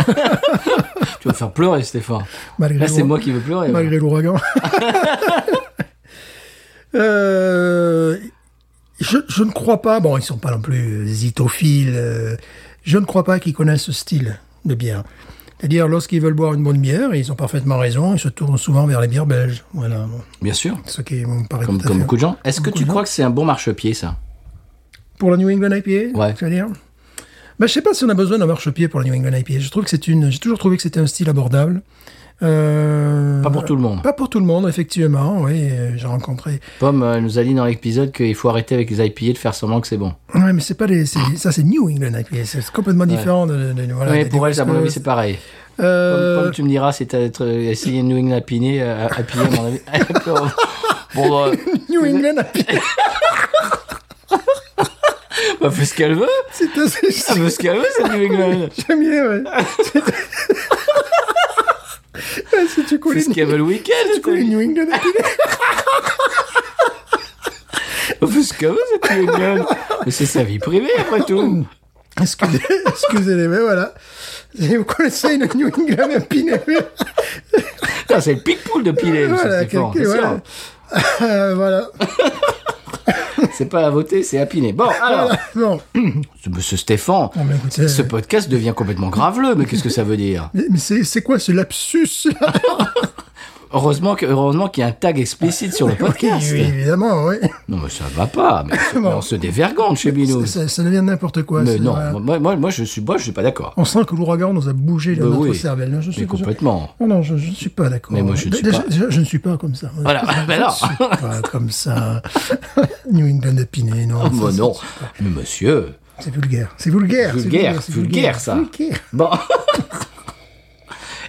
[SPEAKER 1] Tu vas me faire pleurer, Stéphane.
[SPEAKER 3] Malgré
[SPEAKER 1] Là, c'est
[SPEAKER 3] moi
[SPEAKER 1] moi qui veux pleurer. voilà.
[SPEAKER 3] malgré l'ouragan. Euh, je, je ne crois pas, bon, ils sont pas non plus zitophiles, euh, je ne crois pas qu'ils connaissent ce style de bière. C'est-à-dire, lorsqu'ils veulent boire une bonne bière, et ils ont parfaitement raison, ils se tournent souvent vers les bières belges. Voilà, bon,
[SPEAKER 1] Bien sûr.
[SPEAKER 3] ce qui me paraît
[SPEAKER 1] Comme,
[SPEAKER 3] tout à
[SPEAKER 1] comme
[SPEAKER 3] fait-
[SPEAKER 1] beaucoup de gens. Est-ce que
[SPEAKER 3] Beaucoup
[SPEAKER 1] tu
[SPEAKER 3] de
[SPEAKER 1] crois que c'est un bon marchepied, ça
[SPEAKER 3] Pour la New England IPA,
[SPEAKER 1] Ouais.
[SPEAKER 3] c'est-à-dire ben, Je sais pas si on a besoin d'un marchepied pour la New England IPA. Je trouve que c'est une, j'ai toujours trouvé que c'était un style abordable. Euh,
[SPEAKER 1] Pas pour tout le monde.
[SPEAKER 3] Pas pour tout le monde, effectivement. Oui, euh, j'ai rencontré
[SPEAKER 1] Pomme euh, nous a dit dans l'épisode qu'il faut arrêter avec les IPA de faire semblant que c'est bon.
[SPEAKER 3] Ouais, mais c'est pas les, c'est- ça c'est New England IPA, c'est complètement différent de, de- de- voilà,
[SPEAKER 1] oui,
[SPEAKER 3] des-
[SPEAKER 1] pour
[SPEAKER 3] des-
[SPEAKER 1] elle, à mon avis, c'est pareil.
[SPEAKER 3] Euh,
[SPEAKER 1] Pomme, tu me diras si t'as être- euh, essayé New England IPA, euh, IPA, à mon avis. *laughs* bon, euh,
[SPEAKER 3] New England IPA,
[SPEAKER 1] elle fait ce qu'elle veut.
[SPEAKER 3] *laughs* c'est assez
[SPEAKER 1] Elle fait ce qu'elle veut, cette New England.
[SPEAKER 3] j'aime bien,
[SPEAKER 1] *laughs*
[SPEAKER 3] ouais. C'est- Ouais, si tu
[SPEAKER 1] Elle fait
[SPEAKER 3] connais,
[SPEAKER 1] ce qu'elle veut le week-end.
[SPEAKER 3] tu connais New
[SPEAKER 1] *laughs*
[SPEAKER 3] England IPA,
[SPEAKER 1] Elle fait ce qu'elle veut, cette New England. Mais c'est sa vie privée, après tout.
[SPEAKER 3] excusez, excusez-les, mais voilà. Si vous connaissez une New England IPA,
[SPEAKER 1] Putain, c'est le pic-poule de piler, monsieur
[SPEAKER 3] voilà,
[SPEAKER 1] Stéphane,
[SPEAKER 3] quelqu'un,
[SPEAKER 1] c'est sûr. Ah.
[SPEAKER 3] voilà. Euh, voilà.
[SPEAKER 1] C'est pas à voter, c'est à piner. Bon, alors,
[SPEAKER 3] Bon,
[SPEAKER 1] ce- monsieur Stéphane,
[SPEAKER 3] Bon, mais écoutez, euh,
[SPEAKER 1] ce podcast devient complètement graveleux, mais qu'est-ce que ça veut dire
[SPEAKER 3] mais, mais c'est, c'est quoi ce lapsus là
[SPEAKER 1] Ah, Heureusement que- heureusement qu'il y a un tag explicite sur le podcast.
[SPEAKER 3] *laughs* Oui, évidemment, oui.
[SPEAKER 1] Non, mais ça va pas.
[SPEAKER 3] *laughs*
[SPEAKER 1] Mais, mais on se dévergonde chez Binou.
[SPEAKER 3] Ça, ça devient n'importe quoi.
[SPEAKER 1] Mais
[SPEAKER 3] c'est-
[SPEAKER 1] non,
[SPEAKER 3] voilà.
[SPEAKER 1] moi, moi, moi, je suis, moi, je suis pas d'accord.
[SPEAKER 3] On sent que l'ouragan nous a bougé dans
[SPEAKER 1] Ben
[SPEAKER 3] notre
[SPEAKER 1] oui,
[SPEAKER 3] cervelle. Non, Je suis
[SPEAKER 1] mais complètement.
[SPEAKER 3] Je... Non, non, je je ne suis pas d'accord.
[SPEAKER 1] Mais moi, je ne suis
[SPEAKER 3] Déjà,
[SPEAKER 1] pas.
[SPEAKER 3] déjà, je ne suis pas comme ça.
[SPEAKER 1] Voilà, *laughs*
[SPEAKER 3] Je
[SPEAKER 1] ben
[SPEAKER 3] ne
[SPEAKER 1] non.
[SPEAKER 3] suis pas comme ça. *laughs* New England apiné, non.
[SPEAKER 1] Oh,
[SPEAKER 3] ça,
[SPEAKER 1] moi,
[SPEAKER 3] c'est-
[SPEAKER 1] non. Mais monsieur.
[SPEAKER 3] C'est vulgaire. C'est vulgaire. c'est
[SPEAKER 1] Vulgaire,
[SPEAKER 3] c'est
[SPEAKER 1] vulgaire, ça.
[SPEAKER 3] Vulgaire.
[SPEAKER 1] Bon. *laughs*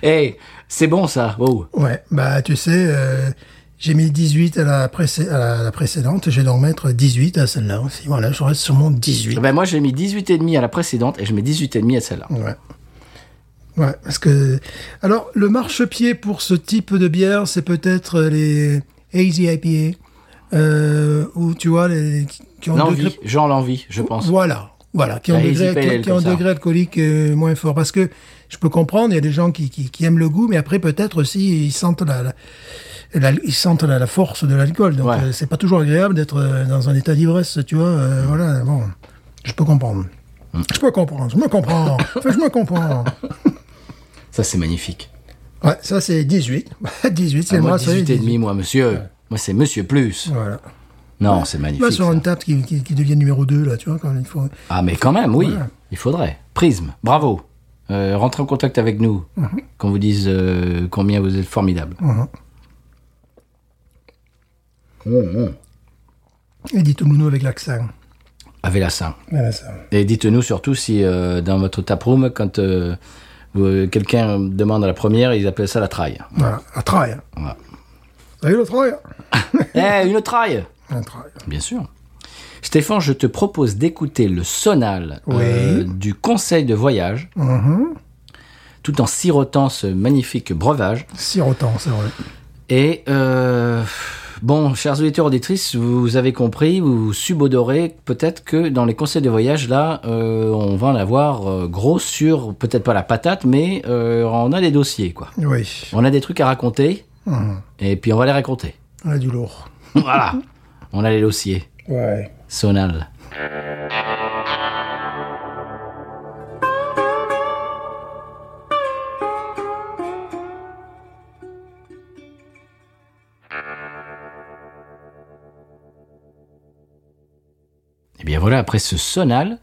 [SPEAKER 1] Eh, c'est bon, ça. Wow.
[SPEAKER 3] Ouais, bah, tu sais, euh, j'ai mis 18 à la, précé- à la- à la précédente. Je vais donc mettre 18 à celle-là aussi. Voilà, je reste sur mon 18.
[SPEAKER 1] Ben, moi, j'ai mis 18,5 à la précédente et je mets 18,5 à celle-là.
[SPEAKER 3] Ouais. Ouais, parce que. Alors, le marchepied pour ce type de bière, c'est peut-être les Hazy IPA, euh, ou tu vois, les, qui ont un
[SPEAKER 1] L'envie.
[SPEAKER 3] degré-
[SPEAKER 1] Jean l'envie, je pense. Bah,
[SPEAKER 3] Voilà, voilà, qui ont un
[SPEAKER 1] La Hazy Pale
[SPEAKER 3] degré,
[SPEAKER 1] Ale,
[SPEAKER 3] qui ont un
[SPEAKER 1] comme ça.
[SPEAKER 3] degré alcoolique euh, moins fort. Parce que je peux comprendre, il y a des gens qui, qui, qui aiment le goût, mais après, peut-être aussi, ils sentent la. la- la- ils sentent la, la force de l'alcool, donc
[SPEAKER 1] Ouais.
[SPEAKER 3] euh, c'est pas toujours agréable d'être euh, dans un état d'ivresse, tu vois. euh, voilà, bon, je peux comprendre.
[SPEAKER 1] Mm.
[SPEAKER 3] Je peux comprendre, je
[SPEAKER 1] *laughs*
[SPEAKER 3] me comprends. Enfin, je me comprends.
[SPEAKER 1] Ça, c'est magnifique.
[SPEAKER 3] Ouais, ça c'est *laughs* 18. 18, c'est
[SPEAKER 1] Ah,
[SPEAKER 3] le
[SPEAKER 1] moi,
[SPEAKER 3] mois sur les
[SPEAKER 1] 18,5, moi, monsieur. Moi, c'est monsieur plus.
[SPEAKER 3] Voilà.
[SPEAKER 1] Non, c'est
[SPEAKER 3] Là,
[SPEAKER 1] magnifique.
[SPEAKER 3] sur
[SPEAKER 1] ça.
[SPEAKER 3] une table qui, qui, qui devient numéro 2, là, tu vois, quand il faut.
[SPEAKER 1] Ah, mais quand même, oui,
[SPEAKER 3] Voilà.
[SPEAKER 1] il faudrait. Prisme, bravo. Euh, rentrez en contact avec nous, qu'on vous dise euh, combien vous êtes formidable.
[SPEAKER 3] Mhm. Et dites-nous nous avec l'accent.
[SPEAKER 1] Avec la ça.
[SPEAKER 3] Voilà, ça.
[SPEAKER 1] Et dites-nous surtout si euh, dans votre taproom, quand euh, vous- quelqu'un demande à la première, ils appellent ça la
[SPEAKER 3] *laughs*
[SPEAKER 1] traille.
[SPEAKER 3] Voilà, la traille.
[SPEAKER 1] Voilà.
[SPEAKER 3] Salut la traille.
[SPEAKER 1] Eh, une traille
[SPEAKER 3] La traille.
[SPEAKER 1] Bien sûr. Stéphane, je te propose d'écouter le sonal
[SPEAKER 3] Oui.
[SPEAKER 1] euh, du conseil de voyage,
[SPEAKER 3] Mhm.
[SPEAKER 1] tout en sirotant ce magnifique breuvage.
[SPEAKER 3] Sirotant, c'est vrai.
[SPEAKER 1] Et euh, Bon, chers auditeurs auditrices, vous avez compris, vous subodorez peut-être que dans les conseils de voyage, là, euh, on va en avoir euh, gros sur, peut-être pas la patate, mais euh, on a des dossiers, quoi.
[SPEAKER 3] Oui.
[SPEAKER 1] On a des trucs à raconter,
[SPEAKER 3] Hum,
[SPEAKER 1] et puis on va les raconter.
[SPEAKER 3] on a du lourd. *laughs*
[SPEAKER 1] voilà, on a les dossiers.
[SPEAKER 3] Ouais.
[SPEAKER 1] Sonal. Et Eh bien voilà, après ce sonal,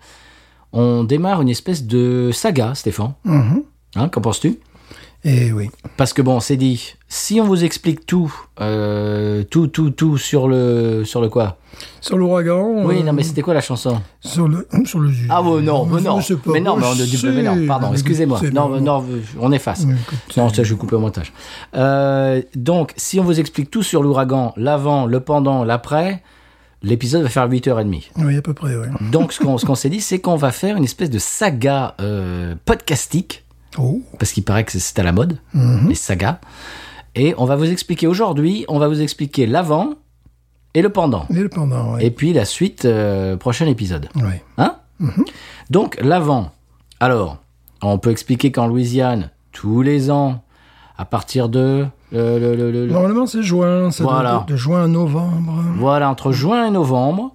[SPEAKER 1] on démarre une espèce de saga, Stéphane.
[SPEAKER 3] Mhm.
[SPEAKER 1] Hein, Qu'en penses-tu
[SPEAKER 3] Et Eh oui.
[SPEAKER 1] parce que bon, c'est dit, si on vous explique tout, euh, tout, tout, tout sur le, sur le quoi
[SPEAKER 3] Sur l'ouragan.
[SPEAKER 1] Oui,
[SPEAKER 3] euh,
[SPEAKER 1] non, mais c'était quoi la chanson
[SPEAKER 3] Sur le. euh, Sur le
[SPEAKER 1] Ah ouais, non, mais non.
[SPEAKER 3] c'est pas
[SPEAKER 1] Mais non, mais, on ne dit- mais non,
[SPEAKER 3] possible.
[SPEAKER 1] pardon, excusez-moi.
[SPEAKER 3] C'est
[SPEAKER 1] Non,
[SPEAKER 3] pas-
[SPEAKER 1] mais non, on efface.
[SPEAKER 3] Mais écoute,
[SPEAKER 1] Non, ça, je vais couper au montage. Euh, donc, si on vous explique tout sur l'ouragan, l'avant, le pendant, l'après, l'épisode va faire 8h30.
[SPEAKER 3] Oui, à peu près, oui.
[SPEAKER 1] Donc, ce qu'on ce qu'on s'est dit, c'est qu'on va faire une espèce de saga euh, podcastique,
[SPEAKER 3] Oh.
[SPEAKER 1] parce qu'il paraît que c'est- c'est à la mode,
[SPEAKER 3] Mhm.
[SPEAKER 1] les sagas. Et on va vous expliquer aujourd'hui, on va vous expliquer l'avant et le pendant.
[SPEAKER 3] Et le pendant, oui.
[SPEAKER 1] Et puis la suite, euh, prochain épisode.
[SPEAKER 3] Ouais.
[SPEAKER 1] Hein Donc, l'avant. Alors, on peut expliquer qu'en Louisiane, tous les ans, à partir de. le- le- le- le- le-
[SPEAKER 3] Normalement, c'est juin. Ça
[SPEAKER 1] Voilà.
[SPEAKER 3] doit être de juin à novembre.
[SPEAKER 1] voilà, entre juin et novembre,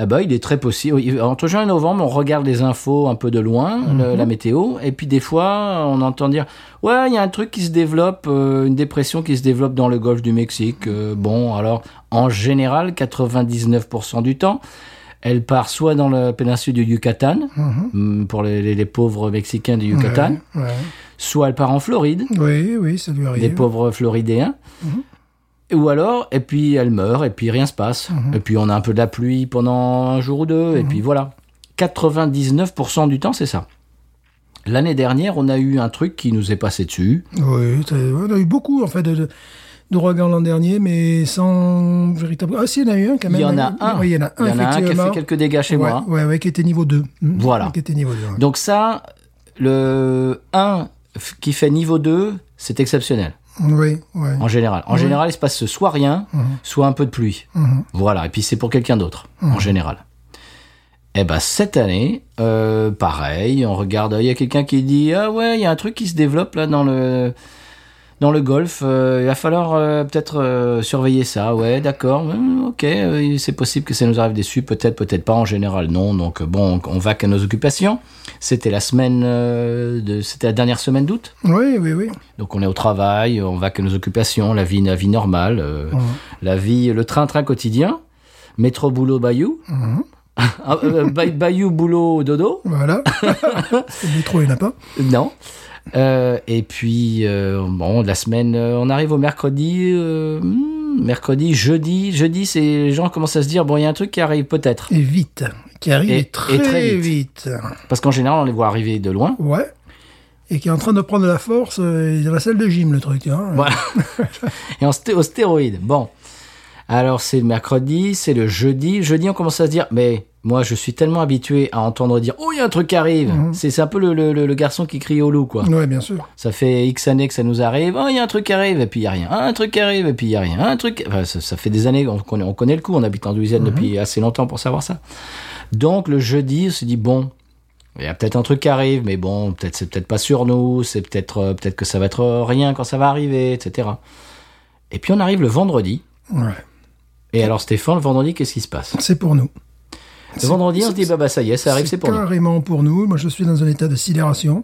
[SPEAKER 1] eh ben, il est très possible. oui, Entre juin et novembre, on regarde les infos un peu de loin, le-
[SPEAKER 3] Mhm.
[SPEAKER 1] la météo, et puis des fois, on entend dire Ouais, il y a un truc qui se développe, euh, une dépression qui se développe dans le golfe du Mexique. Euh, bon, alors, en général, 99% du temps, elle part soit dans la péninsule du Yucatan,
[SPEAKER 3] Mhm.
[SPEAKER 1] hum, pour les, les- les pauvres Mexicains du Yucatan,
[SPEAKER 3] Ouais, ouais.
[SPEAKER 1] soit elle part en Floride,
[SPEAKER 3] Oui, oui, ça lui
[SPEAKER 1] des
[SPEAKER 3] arrive.
[SPEAKER 1] pauvres Floridéens.
[SPEAKER 3] Mhm.
[SPEAKER 1] Ou alors, et puis elle meurt, et puis rien se passe.
[SPEAKER 3] Mhm.
[SPEAKER 1] Et puis on a un peu de la pluie pendant un jour ou deux, et puis voilà. 99% du temps, c'est ça. L'année dernière, on a eu un truc qui nous est passé dessus.
[SPEAKER 3] Oui, t'as- on a eu beaucoup, en fait, de- de- d'ouragans l'an dernier, mais sans véritable. Ah, si, il y en a eu un quand
[SPEAKER 1] Il
[SPEAKER 3] même.
[SPEAKER 1] y en a un.
[SPEAKER 3] Oui, il y en a un,
[SPEAKER 1] Il y en a un qui a
[SPEAKER 3] effectivement.
[SPEAKER 1] fait quelques dégâts chez
[SPEAKER 3] ouais,
[SPEAKER 1] moi.
[SPEAKER 3] Ouais, ouais, qui était niveau 2. Mhm.
[SPEAKER 1] Voilà.
[SPEAKER 3] Qui était niveau 2. ouais.
[SPEAKER 1] Donc ça, le 1 qui fait niveau 2, c'est exceptionnel.
[SPEAKER 3] Oui, ouais. Mhm.
[SPEAKER 1] En général. En général, il se passe soit rien, soit un peu de pluie. Voilà. Et puis c'est pour quelqu'un d'autre,
[SPEAKER 3] Mhm.
[SPEAKER 1] en général. Eh ben cette année, euh, pareil, on regarde. Il y a quelqu'un qui dit ah ouais, il y a un truc qui se développe là dans le dans le golf. euh, il va falloir euh, peut-être euh, surveiller ça. Ouais, d'accord. Hum, ok, euh, c'est possible que ça nous arrive dessus. Peut-être, peut-être pas. En général, non. Donc euh, bon, on va qu'à nos occupations. C'était la semaine, euh, de, c'était la dernière semaine d'août.
[SPEAKER 3] Oui, oui, oui.
[SPEAKER 1] Donc on est au travail, on va que nos occupations, la vie, la vie normale, euh, la vie, le train-train quotidien, métro, boulot, bayou, *laughs*
[SPEAKER 3] Mmh.
[SPEAKER 1] Ah, euh, bay- bayou, boulot, dodo, *laughs*
[SPEAKER 3] Voilà. Le métro, il n'y en a pas.
[SPEAKER 1] non. Euh, et puis euh, bon, la semaine, euh, on arrive au mercredi, euh, hmm, mercredi, jeudi, jeudi, c'est les gens commencent à se dire bon, il y a un truc qui arrive peut-être,
[SPEAKER 3] Et vite. Qui arrive
[SPEAKER 1] Et-
[SPEAKER 3] et
[SPEAKER 1] et
[SPEAKER 3] très,
[SPEAKER 1] très
[SPEAKER 3] vite.
[SPEAKER 1] parce qu'en général on les voit arriver de loin.
[SPEAKER 3] Ouais. Et qui est en train de prendre de la force euh, dans la salle de gym, le truc. Hein.
[SPEAKER 1] Voilà. Et en sté- au stéroïde. Bon. Alors, c'est le mercredi, c'est le jeudi. Jeudi, on commence à se dire, mais moi, je suis tellement habitué à entendre dire, oh, il y a un truc qui arrive. C'est c'est un peu le, le- le- le garçon qui crie au loup, quoi.
[SPEAKER 3] Ouais, bien sûr.
[SPEAKER 1] Ça fait X années que ça nous arrive. Oh, il y a un truc qui arrive, et puis il n'y a rien. Ah, Un truc qui arrive, et puis il n'y a rien. Ah, Un truc. Enfin, ça, ça fait des années, on connaît, on connaît le coup. On habite en Louisiane depuis assez longtemps pour savoir ça. Donc, le jeudi, on se dit, bon. Il y a peut-être un truc qui arrive, mais bon, peut-être c'est peut-être pas sur nous, c'est peut-être euh, peut-être que ça va être euh, rien quand ça va arriver, etc. Et puis on arrive le vendredi.
[SPEAKER 3] Ouais.
[SPEAKER 1] Et alors Stéphane, le vendredi, qu'est-ce qui se passe
[SPEAKER 3] C'est pour nous.
[SPEAKER 1] Le vendredi, on se dit bah bah ça y est, ça arrive, c'est pour nous.
[SPEAKER 3] carrément pour nous. Moi, je suis dans un état de sidération.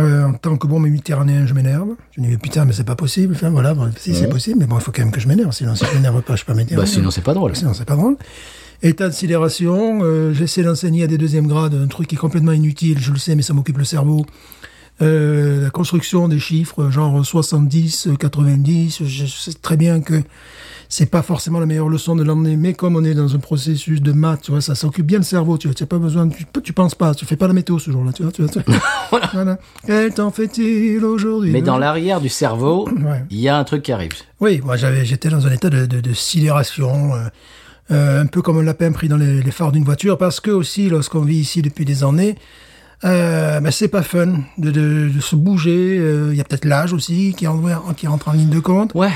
[SPEAKER 3] Euh, en tant que bon méditerranéen, je m'énerve. Je me dis, mais putain, mais c'est pas possible. Enfin, voilà, bon, si c'est possible, mais bon, il faut quand même que je m'énerve. Sinon, si je m'énerve pas, je peux pas m'énerver.
[SPEAKER 1] Bah sinon c'est pas drôle.
[SPEAKER 3] Sinon, c'est pas drôle. État de sidération, euh, j'essaie d'enseigner à des deuxièmes grades un truc qui est complètement inutile, je le sais, mais ça m'occupe le cerveau. Euh, la construction des chiffres, genre 70, euh, 90, je sais très bien que c'est pas forcément la meilleure leçon de l'année, mais comme on est dans un processus de maths, tu vois, ça s'occupe bien le cerveau, tu vois, tu as pas besoin, de- tu, tu penses pas, tu fais pas la météo ce jour-là, tu vois, tu vois, tu-
[SPEAKER 1] *laughs*
[SPEAKER 3] voilà. Quel temps fait-il aujourd'hui
[SPEAKER 1] Mais dans l'arrière du cerveau,
[SPEAKER 3] Ouais.
[SPEAKER 1] il y a un truc qui arrive.
[SPEAKER 3] Oui, moi j'avais, j'étais dans un état de, de, de sidération, euh, euh, un peu comme un lapin pris dans les, les phares d'une voiture, parce que aussi lorsqu'on vit ici depuis des années, euh, ben, c'est pas fun de, de, de se bouger. euh, Il y a peut-être l'âge aussi qui, en- qui rentre en ligne de compte.
[SPEAKER 1] Ouais.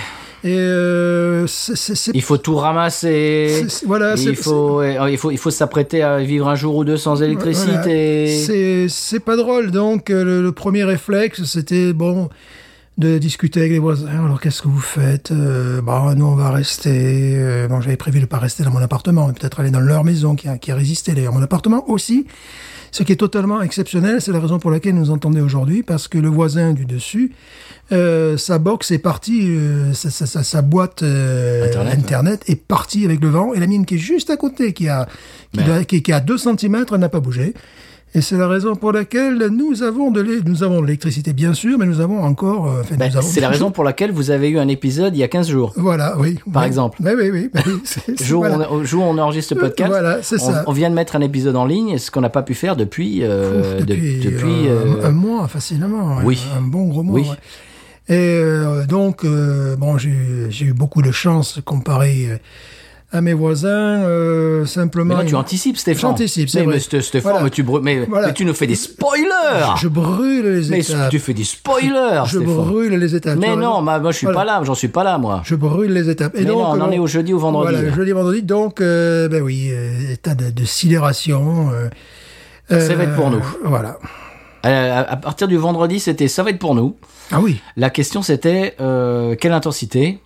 [SPEAKER 3] Et euh, c'est- c'est- c'est-
[SPEAKER 1] Il faut tout ramasser.
[SPEAKER 3] c'est- c'est- voilà, c'est-
[SPEAKER 1] il faut, ouais, il faut, il faut s'apprêter à vivre un jour ou deux sans électricité.
[SPEAKER 3] C'est c'est pas drôle. Donc, euh, le, le premier réflexe, c'était bon de discuter avec les voisins. Alors, qu'est-ce que vous faites Euh, Bah, nous, on va rester. euh, bon, j'avais prévu de pas rester dans mon appartement, mais peut-être aller dans leur maison qui a, qui a résisté. D'ailleurs, mon appartement aussi. Ce qui est totalement exceptionnel, c'est la raison pour laquelle nous nous entendez aujourd'hui, parce que le voisin du dessus, euh, sa box est partie, euh, sa, sa- sa- sa boîte euh,
[SPEAKER 1] Internet,
[SPEAKER 3] internet, est partie avec le vent, et la mine qui est juste à côté, qui a, qui, doit- qui, qui a 2 cm, n'a pas bougé. Et c'est la raison pour laquelle nous avons de l'é- nous avons de l'électricité, bien sûr, mais nous avons encore... euh, enfin,
[SPEAKER 1] Ben,
[SPEAKER 3] nous avons-
[SPEAKER 1] c'est la raison pour laquelle vous avez eu un épisode il y a 15 jours.
[SPEAKER 3] Voilà, oui.
[SPEAKER 1] Par
[SPEAKER 3] Oui.
[SPEAKER 1] exemple.
[SPEAKER 3] Oui, oui, oui. oui, c'est- c'est-
[SPEAKER 1] Jour, où
[SPEAKER 3] voilà. Euh,
[SPEAKER 1] on, au jour où on enregistre le podcast,
[SPEAKER 3] Voilà, c'est
[SPEAKER 1] on,
[SPEAKER 3] ça.
[SPEAKER 1] on vient de mettre un épisode en ligne, ce qu'on n'a pas pu faire depuis. euh, de-
[SPEAKER 3] depuis,
[SPEAKER 1] depuis,
[SPEAKER 3] euh,
[SPEAKER 1] euh,
[SPEAKER 3] un, un mois facilement. ouais.
[SPEAKER 1] oui.
[SPEAKER 3] Un bon gros mois.
[SPEAKER 1] Oui.
[SPEAKER 3] ouais. Et euh, donc, euh, bon, j'ai eu- j'ai eu beaucoup de chance comparé euh, à mes voisins. euh, simplement,
[SPEAKER 1] Mais là, tu
[SPEAKER 3] ils-
[SPEAKER 1] anticipes, Stéphane.
[SPEAKER 3] J'anticipe, c'est
[SPEAKER 1] Mais,
[SPEAKER 3] vrai.
[SPEAKER 1] mais Sté- Stéphane,
[SPEAKER 3] Voilà.
[SPEAKER 1] mais tu, br- mais,
[SPEAKER 3] Voilà.
[SPEAKER 1] mais tu nous fais des spoilers
[SPEAKER 3] je brûle les
[SPEAKER 1] Mais
[SPEAKER 3] étapes.
[SPEAKER 1] tu fais des spoilers,
[SPEAKER 3] je
[SPEAKER 1] Stéphane.
[SPEAKER 3] brûle les étapes. tu
[SPEAKER 1] Mais
[SPEAKER 3] as
[SPEAKER 1] non,
[SPEAKER 3] raison.
[SPEAKER 1] ma- moi, je suis
[SPEAKER 3] Voilà.
[SPEAKER 1] pas là, j'en suis pas là, moi.
[SPEAKER 3] Je brûle les étapes. Et
[SPEAKER 1] Mais
[SPEAKER 3] donc,
[SPEAKER 1] non, on en
[SPEAKER 3] bon,
[SPEAKER 1] est au jeudi ou vendredi.
[SPEAKER 3] Voilà, jeudi, vendredi. Donc, euh, ben oui, euh, état de, de sidération. euh,
[SPEAKER 1] Ça va être pour nous.
[SPEAKER 3] Voilà.
[SPEAKER 1] À, Euh, à- à partir du vendredi, c'était ça va être pour nous.
[SPEAKER 3] Ah oui.
[SPEAKER 1] La question, c'était euh, quelle intensité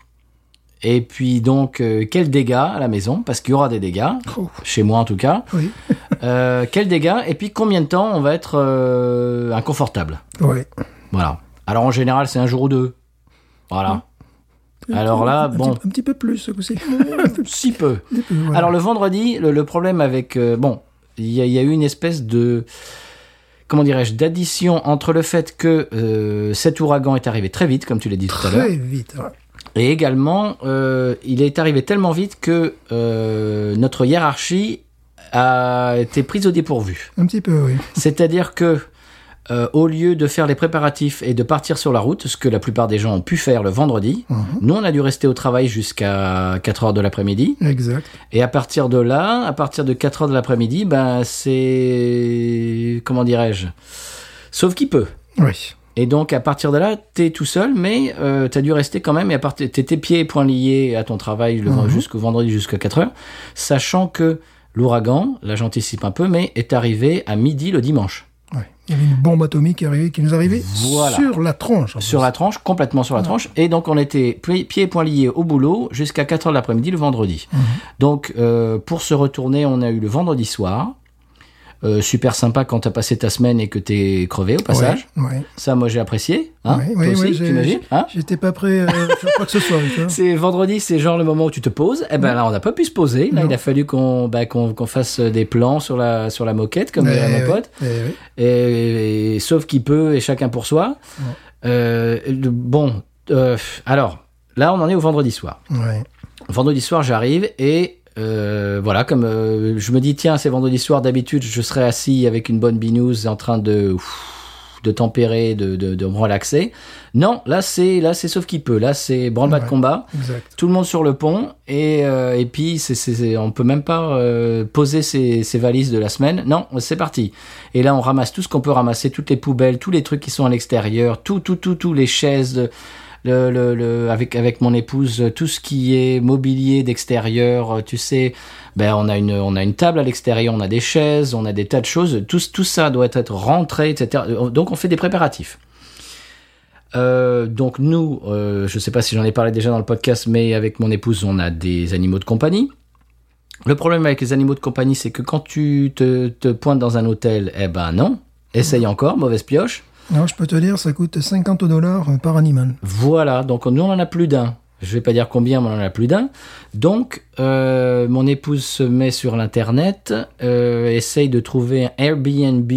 [SPEAKER 1] et puis donc euh, quels dégâts à la maison parce qu'il y aura des dégâts
[SPEAKER 3] Oh,
[SPEAKER 1] chez moi en tout cas.
[SPEAKER 3] oui.
[SPEAKER 1] *laughs* Euh, quels dégâts et puis combien de temps on va être euh, inconfortable.
[SPEAKER 3] Oui.
[SPEAKER 1] Voilà. Alors en général, c'est un jour ou deux. Voilà. Alors là,
[SPEAKER 3] Un petit-
[SPEAKER 1] bon.
[SPEAKER 3] Un petit peu plus, ce
[SPEAKER 1] *laughs*
[SPEAKER 3] coup-ci.
[SPEAKER 1] Si peu.
[SPEAKER 3] Voilà.
[SPEAKER 1] Alors le vendredi, le, le problème avec euh, bon, il y, a- il y a eu une espèce de comment dirais-je d'addition entre le fait que euh, cet ouragan est arrivé très vite, comme tu l'as dit tout à l'heure,
[SPEAKER 3] Très vite. ouais.
[SPEAKER 1] et également euh, il est arrivé tellement vite que euh, notre hiérarchie a été prise au dépourvu.
[SPEAKER 3] Un petit peu, oui.
[SPEAKER 1] C'est-à-dire que euh, au lieu de faire les préparatifs et de partir sur la route, ce que la plupart des gens ont pu faire le vendredi,
[SPEAKER 3] Mhm.
[SPEAKER 1] nous on a dû rester au travail jusqu'à 4 heures de l'après-midi.
[SPEAKER 3] Exact.
[SPEAKER 1] Et à partir de là, à partir de 4 heures de l'après-midi, ben c'est comment dirais-je Sauf qui peut.
[SPEAKER 3] Oui.
[SPEAKER 1] Et donc à partir de là, t'es tout seul, mais euh, t'as dû rester quand même. Et à part- t'es t'es pieds et poings liés à ton travail le
[SPEAKER 3] Mhm.
[SPEAKER 1] jusqu'au vendredi jusqu'à 4 heures, sachant que l'ouragan, là j'anticipe un peu, mais est arrivé à midi le dimanche.
[SPEAKER 3] Ouais. Il y avait une bombe atomique qui, arrivait, qui nous arrivait
[SPEAKER 1] Voilà.
[SPEAKER 3] sur la tranche. en
[SPEAKER 1] Sur
[SPEAKER 3] plus.
[SPEAKER 1] la tranche, complètement sur la tranche. Et donc, on était pi- pieds et poings liés au boulot jusqu'à 4 heures de l'après-midi le vendredi.
[SPEAKER 3] Mhm.
[SPEAKER 1] Donc, euh, pour se retourner, on a eu le vendredi soir. Euh, super sympa quand t'as passé ta semaine et que t'es crevé au passage.
[SPEAKER 3] Ouais, ouais.
[SPEAKER 1] Ça, moi, j'ai apprécié. Hein
[SPEAKER 3] Ouais,
[SPEAKER 1] Toi
[SPEAKER 3] ouais,
[SPEAKER 1] aussi,
[SPEAKER 3] ouais, j'ai-
[SPEAKER 1] t'imagines hein
[SPEAKER 3] J'étais pas prêt euh, à faire quoi que ce soit.
[SPEAKER 1] *laughs*
[SPEAKER 3] tu vois.
[SPEAKER 1] c'est vendredi, c'est genre le moment où tu te poses. Eh ben là, on n'a pas pu se poser. Là,
[SPEAKER 3] Mm. Non.
[SPEAKER 1] il a fallu qu'on bah, qu'on qu'on fasse des plans sur la sur la moquette, comme
[SPEAKER 3] Eh
[SPEAKER 1] dirait mon
[SPEAKER 3] oui,
[SPEAKER 1] pote.
[SPEAKER 3] eh oui.
[SPEAKER 1] Et, et- sauf qui peut et chacun pour soi.
[SPEAKER 3] Mm.
[SPEAKER 1] Euh, le- bon, euh, alors là, on en est au vendredi soir.
[SPEAKER 3] Ouais.
[SPEAKER 1] Vendredi soir, j'arrive et euh, voilà, comme euh, je me dis, tiens, c'est vendredi soir, d'habitude, je serais assis avec une bonne binouze en train de ouf, de tempérer, de, de, de me relaxer. Non, là c'est là c'est sauf qui peut. Là c'est branle-bas de
[SPEAKER 3] Ouais.
[SPEAKER 1] combat.
[SPEAKER 3] Exact.
[SPEAKER 1] Tout le monde sur le pont et euh, et puis c'est c'est- c'est- on peut même pas euh, poser ses, ses valises de la semaine. Non, c'est parti. Et là on ramasse tout ce qu'on peut ramasser, toutes les poubelles, tous les trucs qui sont à l'extérieur, tout tout tout tout les chaises. Le, le, le- avec avec mon épouse tout ce qui est mobilier d'extérieur euh, tu sais ben on a une on a une table à l'extérieur on a des chaises on a des tas de choses tout tout ça doit être rentré etc donc on fait des préparatifs euh, donc nous, euh, je sais pas si j'en ai parlé déjà dans le podcast, mais avec mon épouse, on a des animaux de compagnie. Le problème avec les animaux de compagnie, c'est que quand tu te, te pointes dans un hôtel, eh ben non, essaye encore, mauvaise pioche.
[SPEAKER 3] Non, je peux te dire, ça coûte 50 dollars euh, par animal.
[SPEAKER 1] Voilà, donc nous on en a plus d'un. Je vais pas dire combien, mais on en a plus d'un. Donc, euh, mon épouse se met sur l'internet, euh, essaye de trouver un Airbnb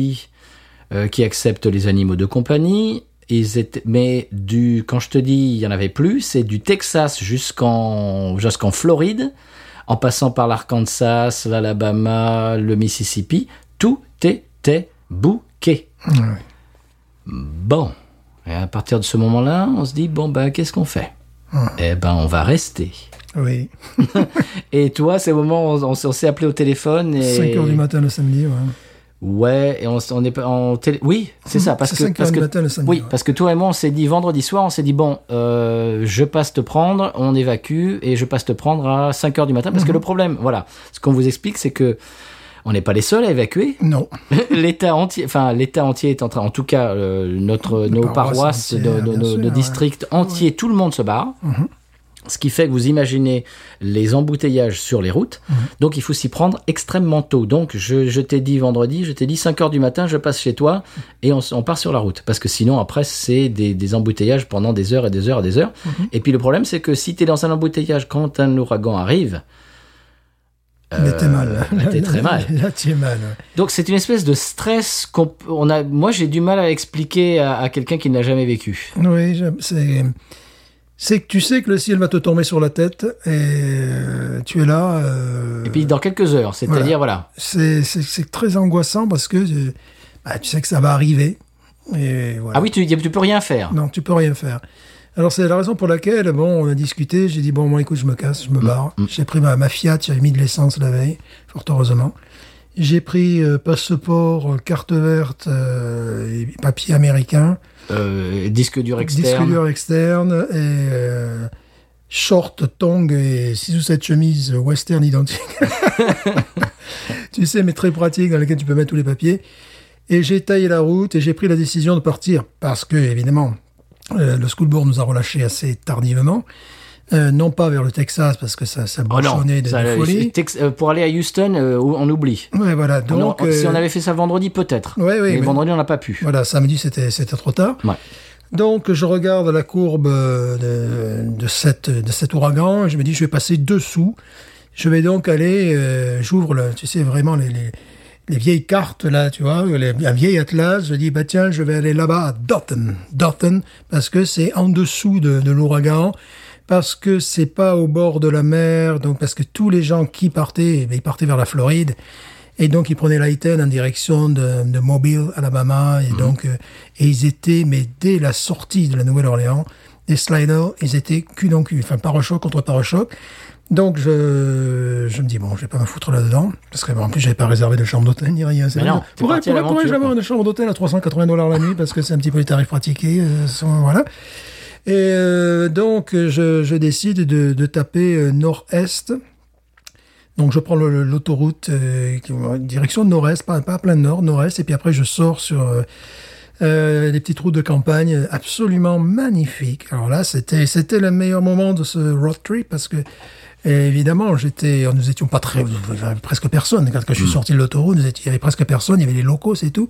[SPEAKER 1] euh, qui accepte les animaux de compagnie. Ils étaient, mais du, quand je te dis, il y en avait plus, c'est du Texas jusqu'en jusqu'en Floride, en passant par l'Arkansas, l'Alabama, le Mississippi, tout était bouquet.
[SPEAKER 3] Ouais.
[SPEAKER 1] Bon, et à partir de ce moment-là, on se dit bon ben qu'est-ce qu'on fait
[SPEAKER 3] Ah.
[SPEAKER 1] Eh ben on va rester.
[SPEAKER 3] Oui.
[SPEAKER 1] Et toi, c'est le moment où on, on s'est appelé au téléphone et
[SPEAKER 3] 5 heures du matin le samedi. ouais.
[SPEAKER 1] Ouais, et on, s- on est pas- en télé. Oui, c'est
[SPEAKER 3] Mhm,
[SPEAKER 1] ça, parce
[SPEAKER 3] c'est
[SPEAKER 1] que,
[SPEAKER 3] cinq
[SPEAKER 1] parce
[SPEAKER 3] heures
[SPEAKER 1] que
[SPEAKER 3] du matin le samedi,
[SPEAKER 1] oui,
[SPEAKER 3] ouais.
[SPEAKER 1] parce que toi et moi, on s'est dit vendredi soir, on s'est dit bon, euh, je passe te prendre, on évacue et je passe te prendre à 5 heures du matin, parce
[SPEAKER 3] Mhm.
[SPEAKER 1] que le problème, voilà, ce qu'on vous explique, c'est que on n'est pas les seuls à évacuer.
[SPEAKER 3] Non.
[SPEAKER 1] *laughs* L'État entier, enfin l'État entier est en train, en tout cas, euh, notre,
[SPEAKER 3] Les
[SPEAKER 1] nos paroisses,
[SPEAKER 3] paroisses
[SPEAKER 1] de,
[SPEAKER 3] entières,
[SPEAKER 1] de-
[SPEAKER 3] bien
[SPEAKER 1] nos-
[SPEAKER 3] sûr,
[SPEAKER 1] nos
[SPEAKER 3] ouais.
[SPEAKER 1] districts entiers, tout le monde se barre.
[SPEAKER 3] Mhm.
[SPEAKER 1] Ce qui fait que vous imaginez les embouteillages sur les routes.
[SPEAKER 3] Mhm.
[SPEAKER 1] Donc il faut s'y prendre extrêmement tôt. Donc je, je t'ai dit vendredi, je t'ai dit 5 heures du matin, je passe chez toi et on, s- on part sur la route. Parce que sinon après c'est des, des embouteillages pendant des heures et des heures et des heures.
[SPEAKER 3] Mhm.
[SPEAKER 1] Et puis le problème c'est que si t'es dans un embouteillage quand un ouragan arrive,
[SPEAKER 3] Là, t'es mal.
[SPEAKER 1] là, t'es Euh,
[SPEAKER 3] *laughs*
[SPEAKER 1] très mal.
[SPEAKER 3] Là, t'es mal. ouais.
[SPEAKER 1] donc c'est une espèce de stress qu'on p- on a. Moi j'ai du mal à expliquer à, à quelqu'un qui ne l'a jamais vécu.
[SPEAKER 3] Oui, je- c'est. C'est que tu sais que le ciel va te tomber sur la tête et euh, tu es là. euh,
[SPEAKER 1] Et puis dans quelques heures, c'est-à-dire voilà. Ah
[SPEAKER 3] c'est- c'est c'est très angoissant parce que euh, bah, tu sais que ça va arriver. Et voilà.
[SPEAKER 1] Ah oui tu, y a- tu peux rien faire.
[SPEAKER 3] Non, tu peux rien faire. Alors c'est la raison pour laquelle, bon, on a discuté, j'ai dit, bon, moi écoute, je me casse, je me
[SPEAKER 1] Mm,
[SPEAKER 3] barre. J'ai pris ma, ma Fiat, j'avais mis de l'essence la veille, fort heureusement. J'ai pris euh, passeport, euh, carte verte, euh, et papier américain,
[SPEAKER 1] Euh, disque dur externe.
[SPEAKER 3] disque dur externe, et euh, short, tong et 6 ou 7 chemises western identiques. *laughs* tu sais, mais très pratique, dans lesquelles tu peux mettre tous les papiers. Et j'ai taillé la route et j'ai pris la décision de partir parce que, évidemment, euh, le school board nous a relâchés assez tardivement. Euh, non pas vers le Texas parce que ça, ça
[SPEAKER 1] Oh non,
[SPEAKER 3] bouchonnait de,
[SPEAKER 1] ça,
[SPEAKER 3] de
[SPEAKER 1] euh,
[SPEAKER 3] folie.
[SPEAKER 1] Tex- euh, pour aller à Houston, euh, on oublie.
[SPEAKER 3] Ouais, voilà.
[SPEAKER 1] On-
[SPEAKER 3] Donc,
[SPEAKER 1] on- si
[SPEAKER 3] euh,
[SPEAKER 1] on avait fait ça vendredi, peut-être.
[SPEAKER 3] Ouais, ouais,
[SPEAKER 1] mais,
[SPEAKER 3] mais-
[SPEAKER 1] vendredi, on n'a pas pu.
[SPEAKER 3] voilà, samedi c'était c'était trop tard.
[SPEAKER 1] Ouais.
[SPEAKER 3] Donc je regarde la courbe euh, de, de, cette, de cet ouragan et je me dis je vais passer dessous. Je vais donc aller, euh, j'ouvre le- tu sais vraiment les, les, les vieilles cartes là, tu vois, les, un vieil atlas. Je dis bah tiens je vais aller là-bas à Dothan, Dothan parce que c'est en dessous de, de l'ouragan. Parce que c'est pas au bord de la mer, donc parce que tous les gens qui partaient, eh bien, ils partaient vers la Floride, et donc, ils prenaient la I-10 en direction de, de Mobile, Alabama. Et donc, euh, et ils étaient, mais dès la sortie de la Nouvelle-Orléans, les sliders, ils étaient cul dans cul. Enfin, pare-choc contre pare-choc. Donc, je, je me dis, bon, je vais pas me foutre là-dedans. Parce que, bon, en plus, j'avais pas réservé de chambre d'hôtel ni rien. c'est
[SPEAKER 1] Mais
[SPEAKER 3] vrai.
[SPEAKER 1] non, t'es
[SPEAKER 3] pourrais,
[SPEAKER 1] parti à
[SPEAKER 3] pourrais, pourrais-je
[SPEAKER 1] l'aventure,
[SPEAKER 3] avoir une chambre d'hôtel à 380 dollars la nuit? Parce que c'est un petit peu les tarifs pratiqués. euh, sont- voilà. Et euh, donc, je, je décide de, de taper euh, nord-est. Donc, je prends le- le- l'autoroute euh, qui- euh, direction nord-est, pas, pas plein nord, nord-est. Et puis après, je sors sur euh, euh, des petites routes de campagne absolument magnifiques. Alors là, c'était c'était le meilleur moment de ce road trip parce que, euh, évidemment, j'étais, nous étions pas très, enfin, presque personne. Quand, quand je suis sorti de l'autoroute, nous étions- il y avait presque personne, il y avait les locaux, c'est tout.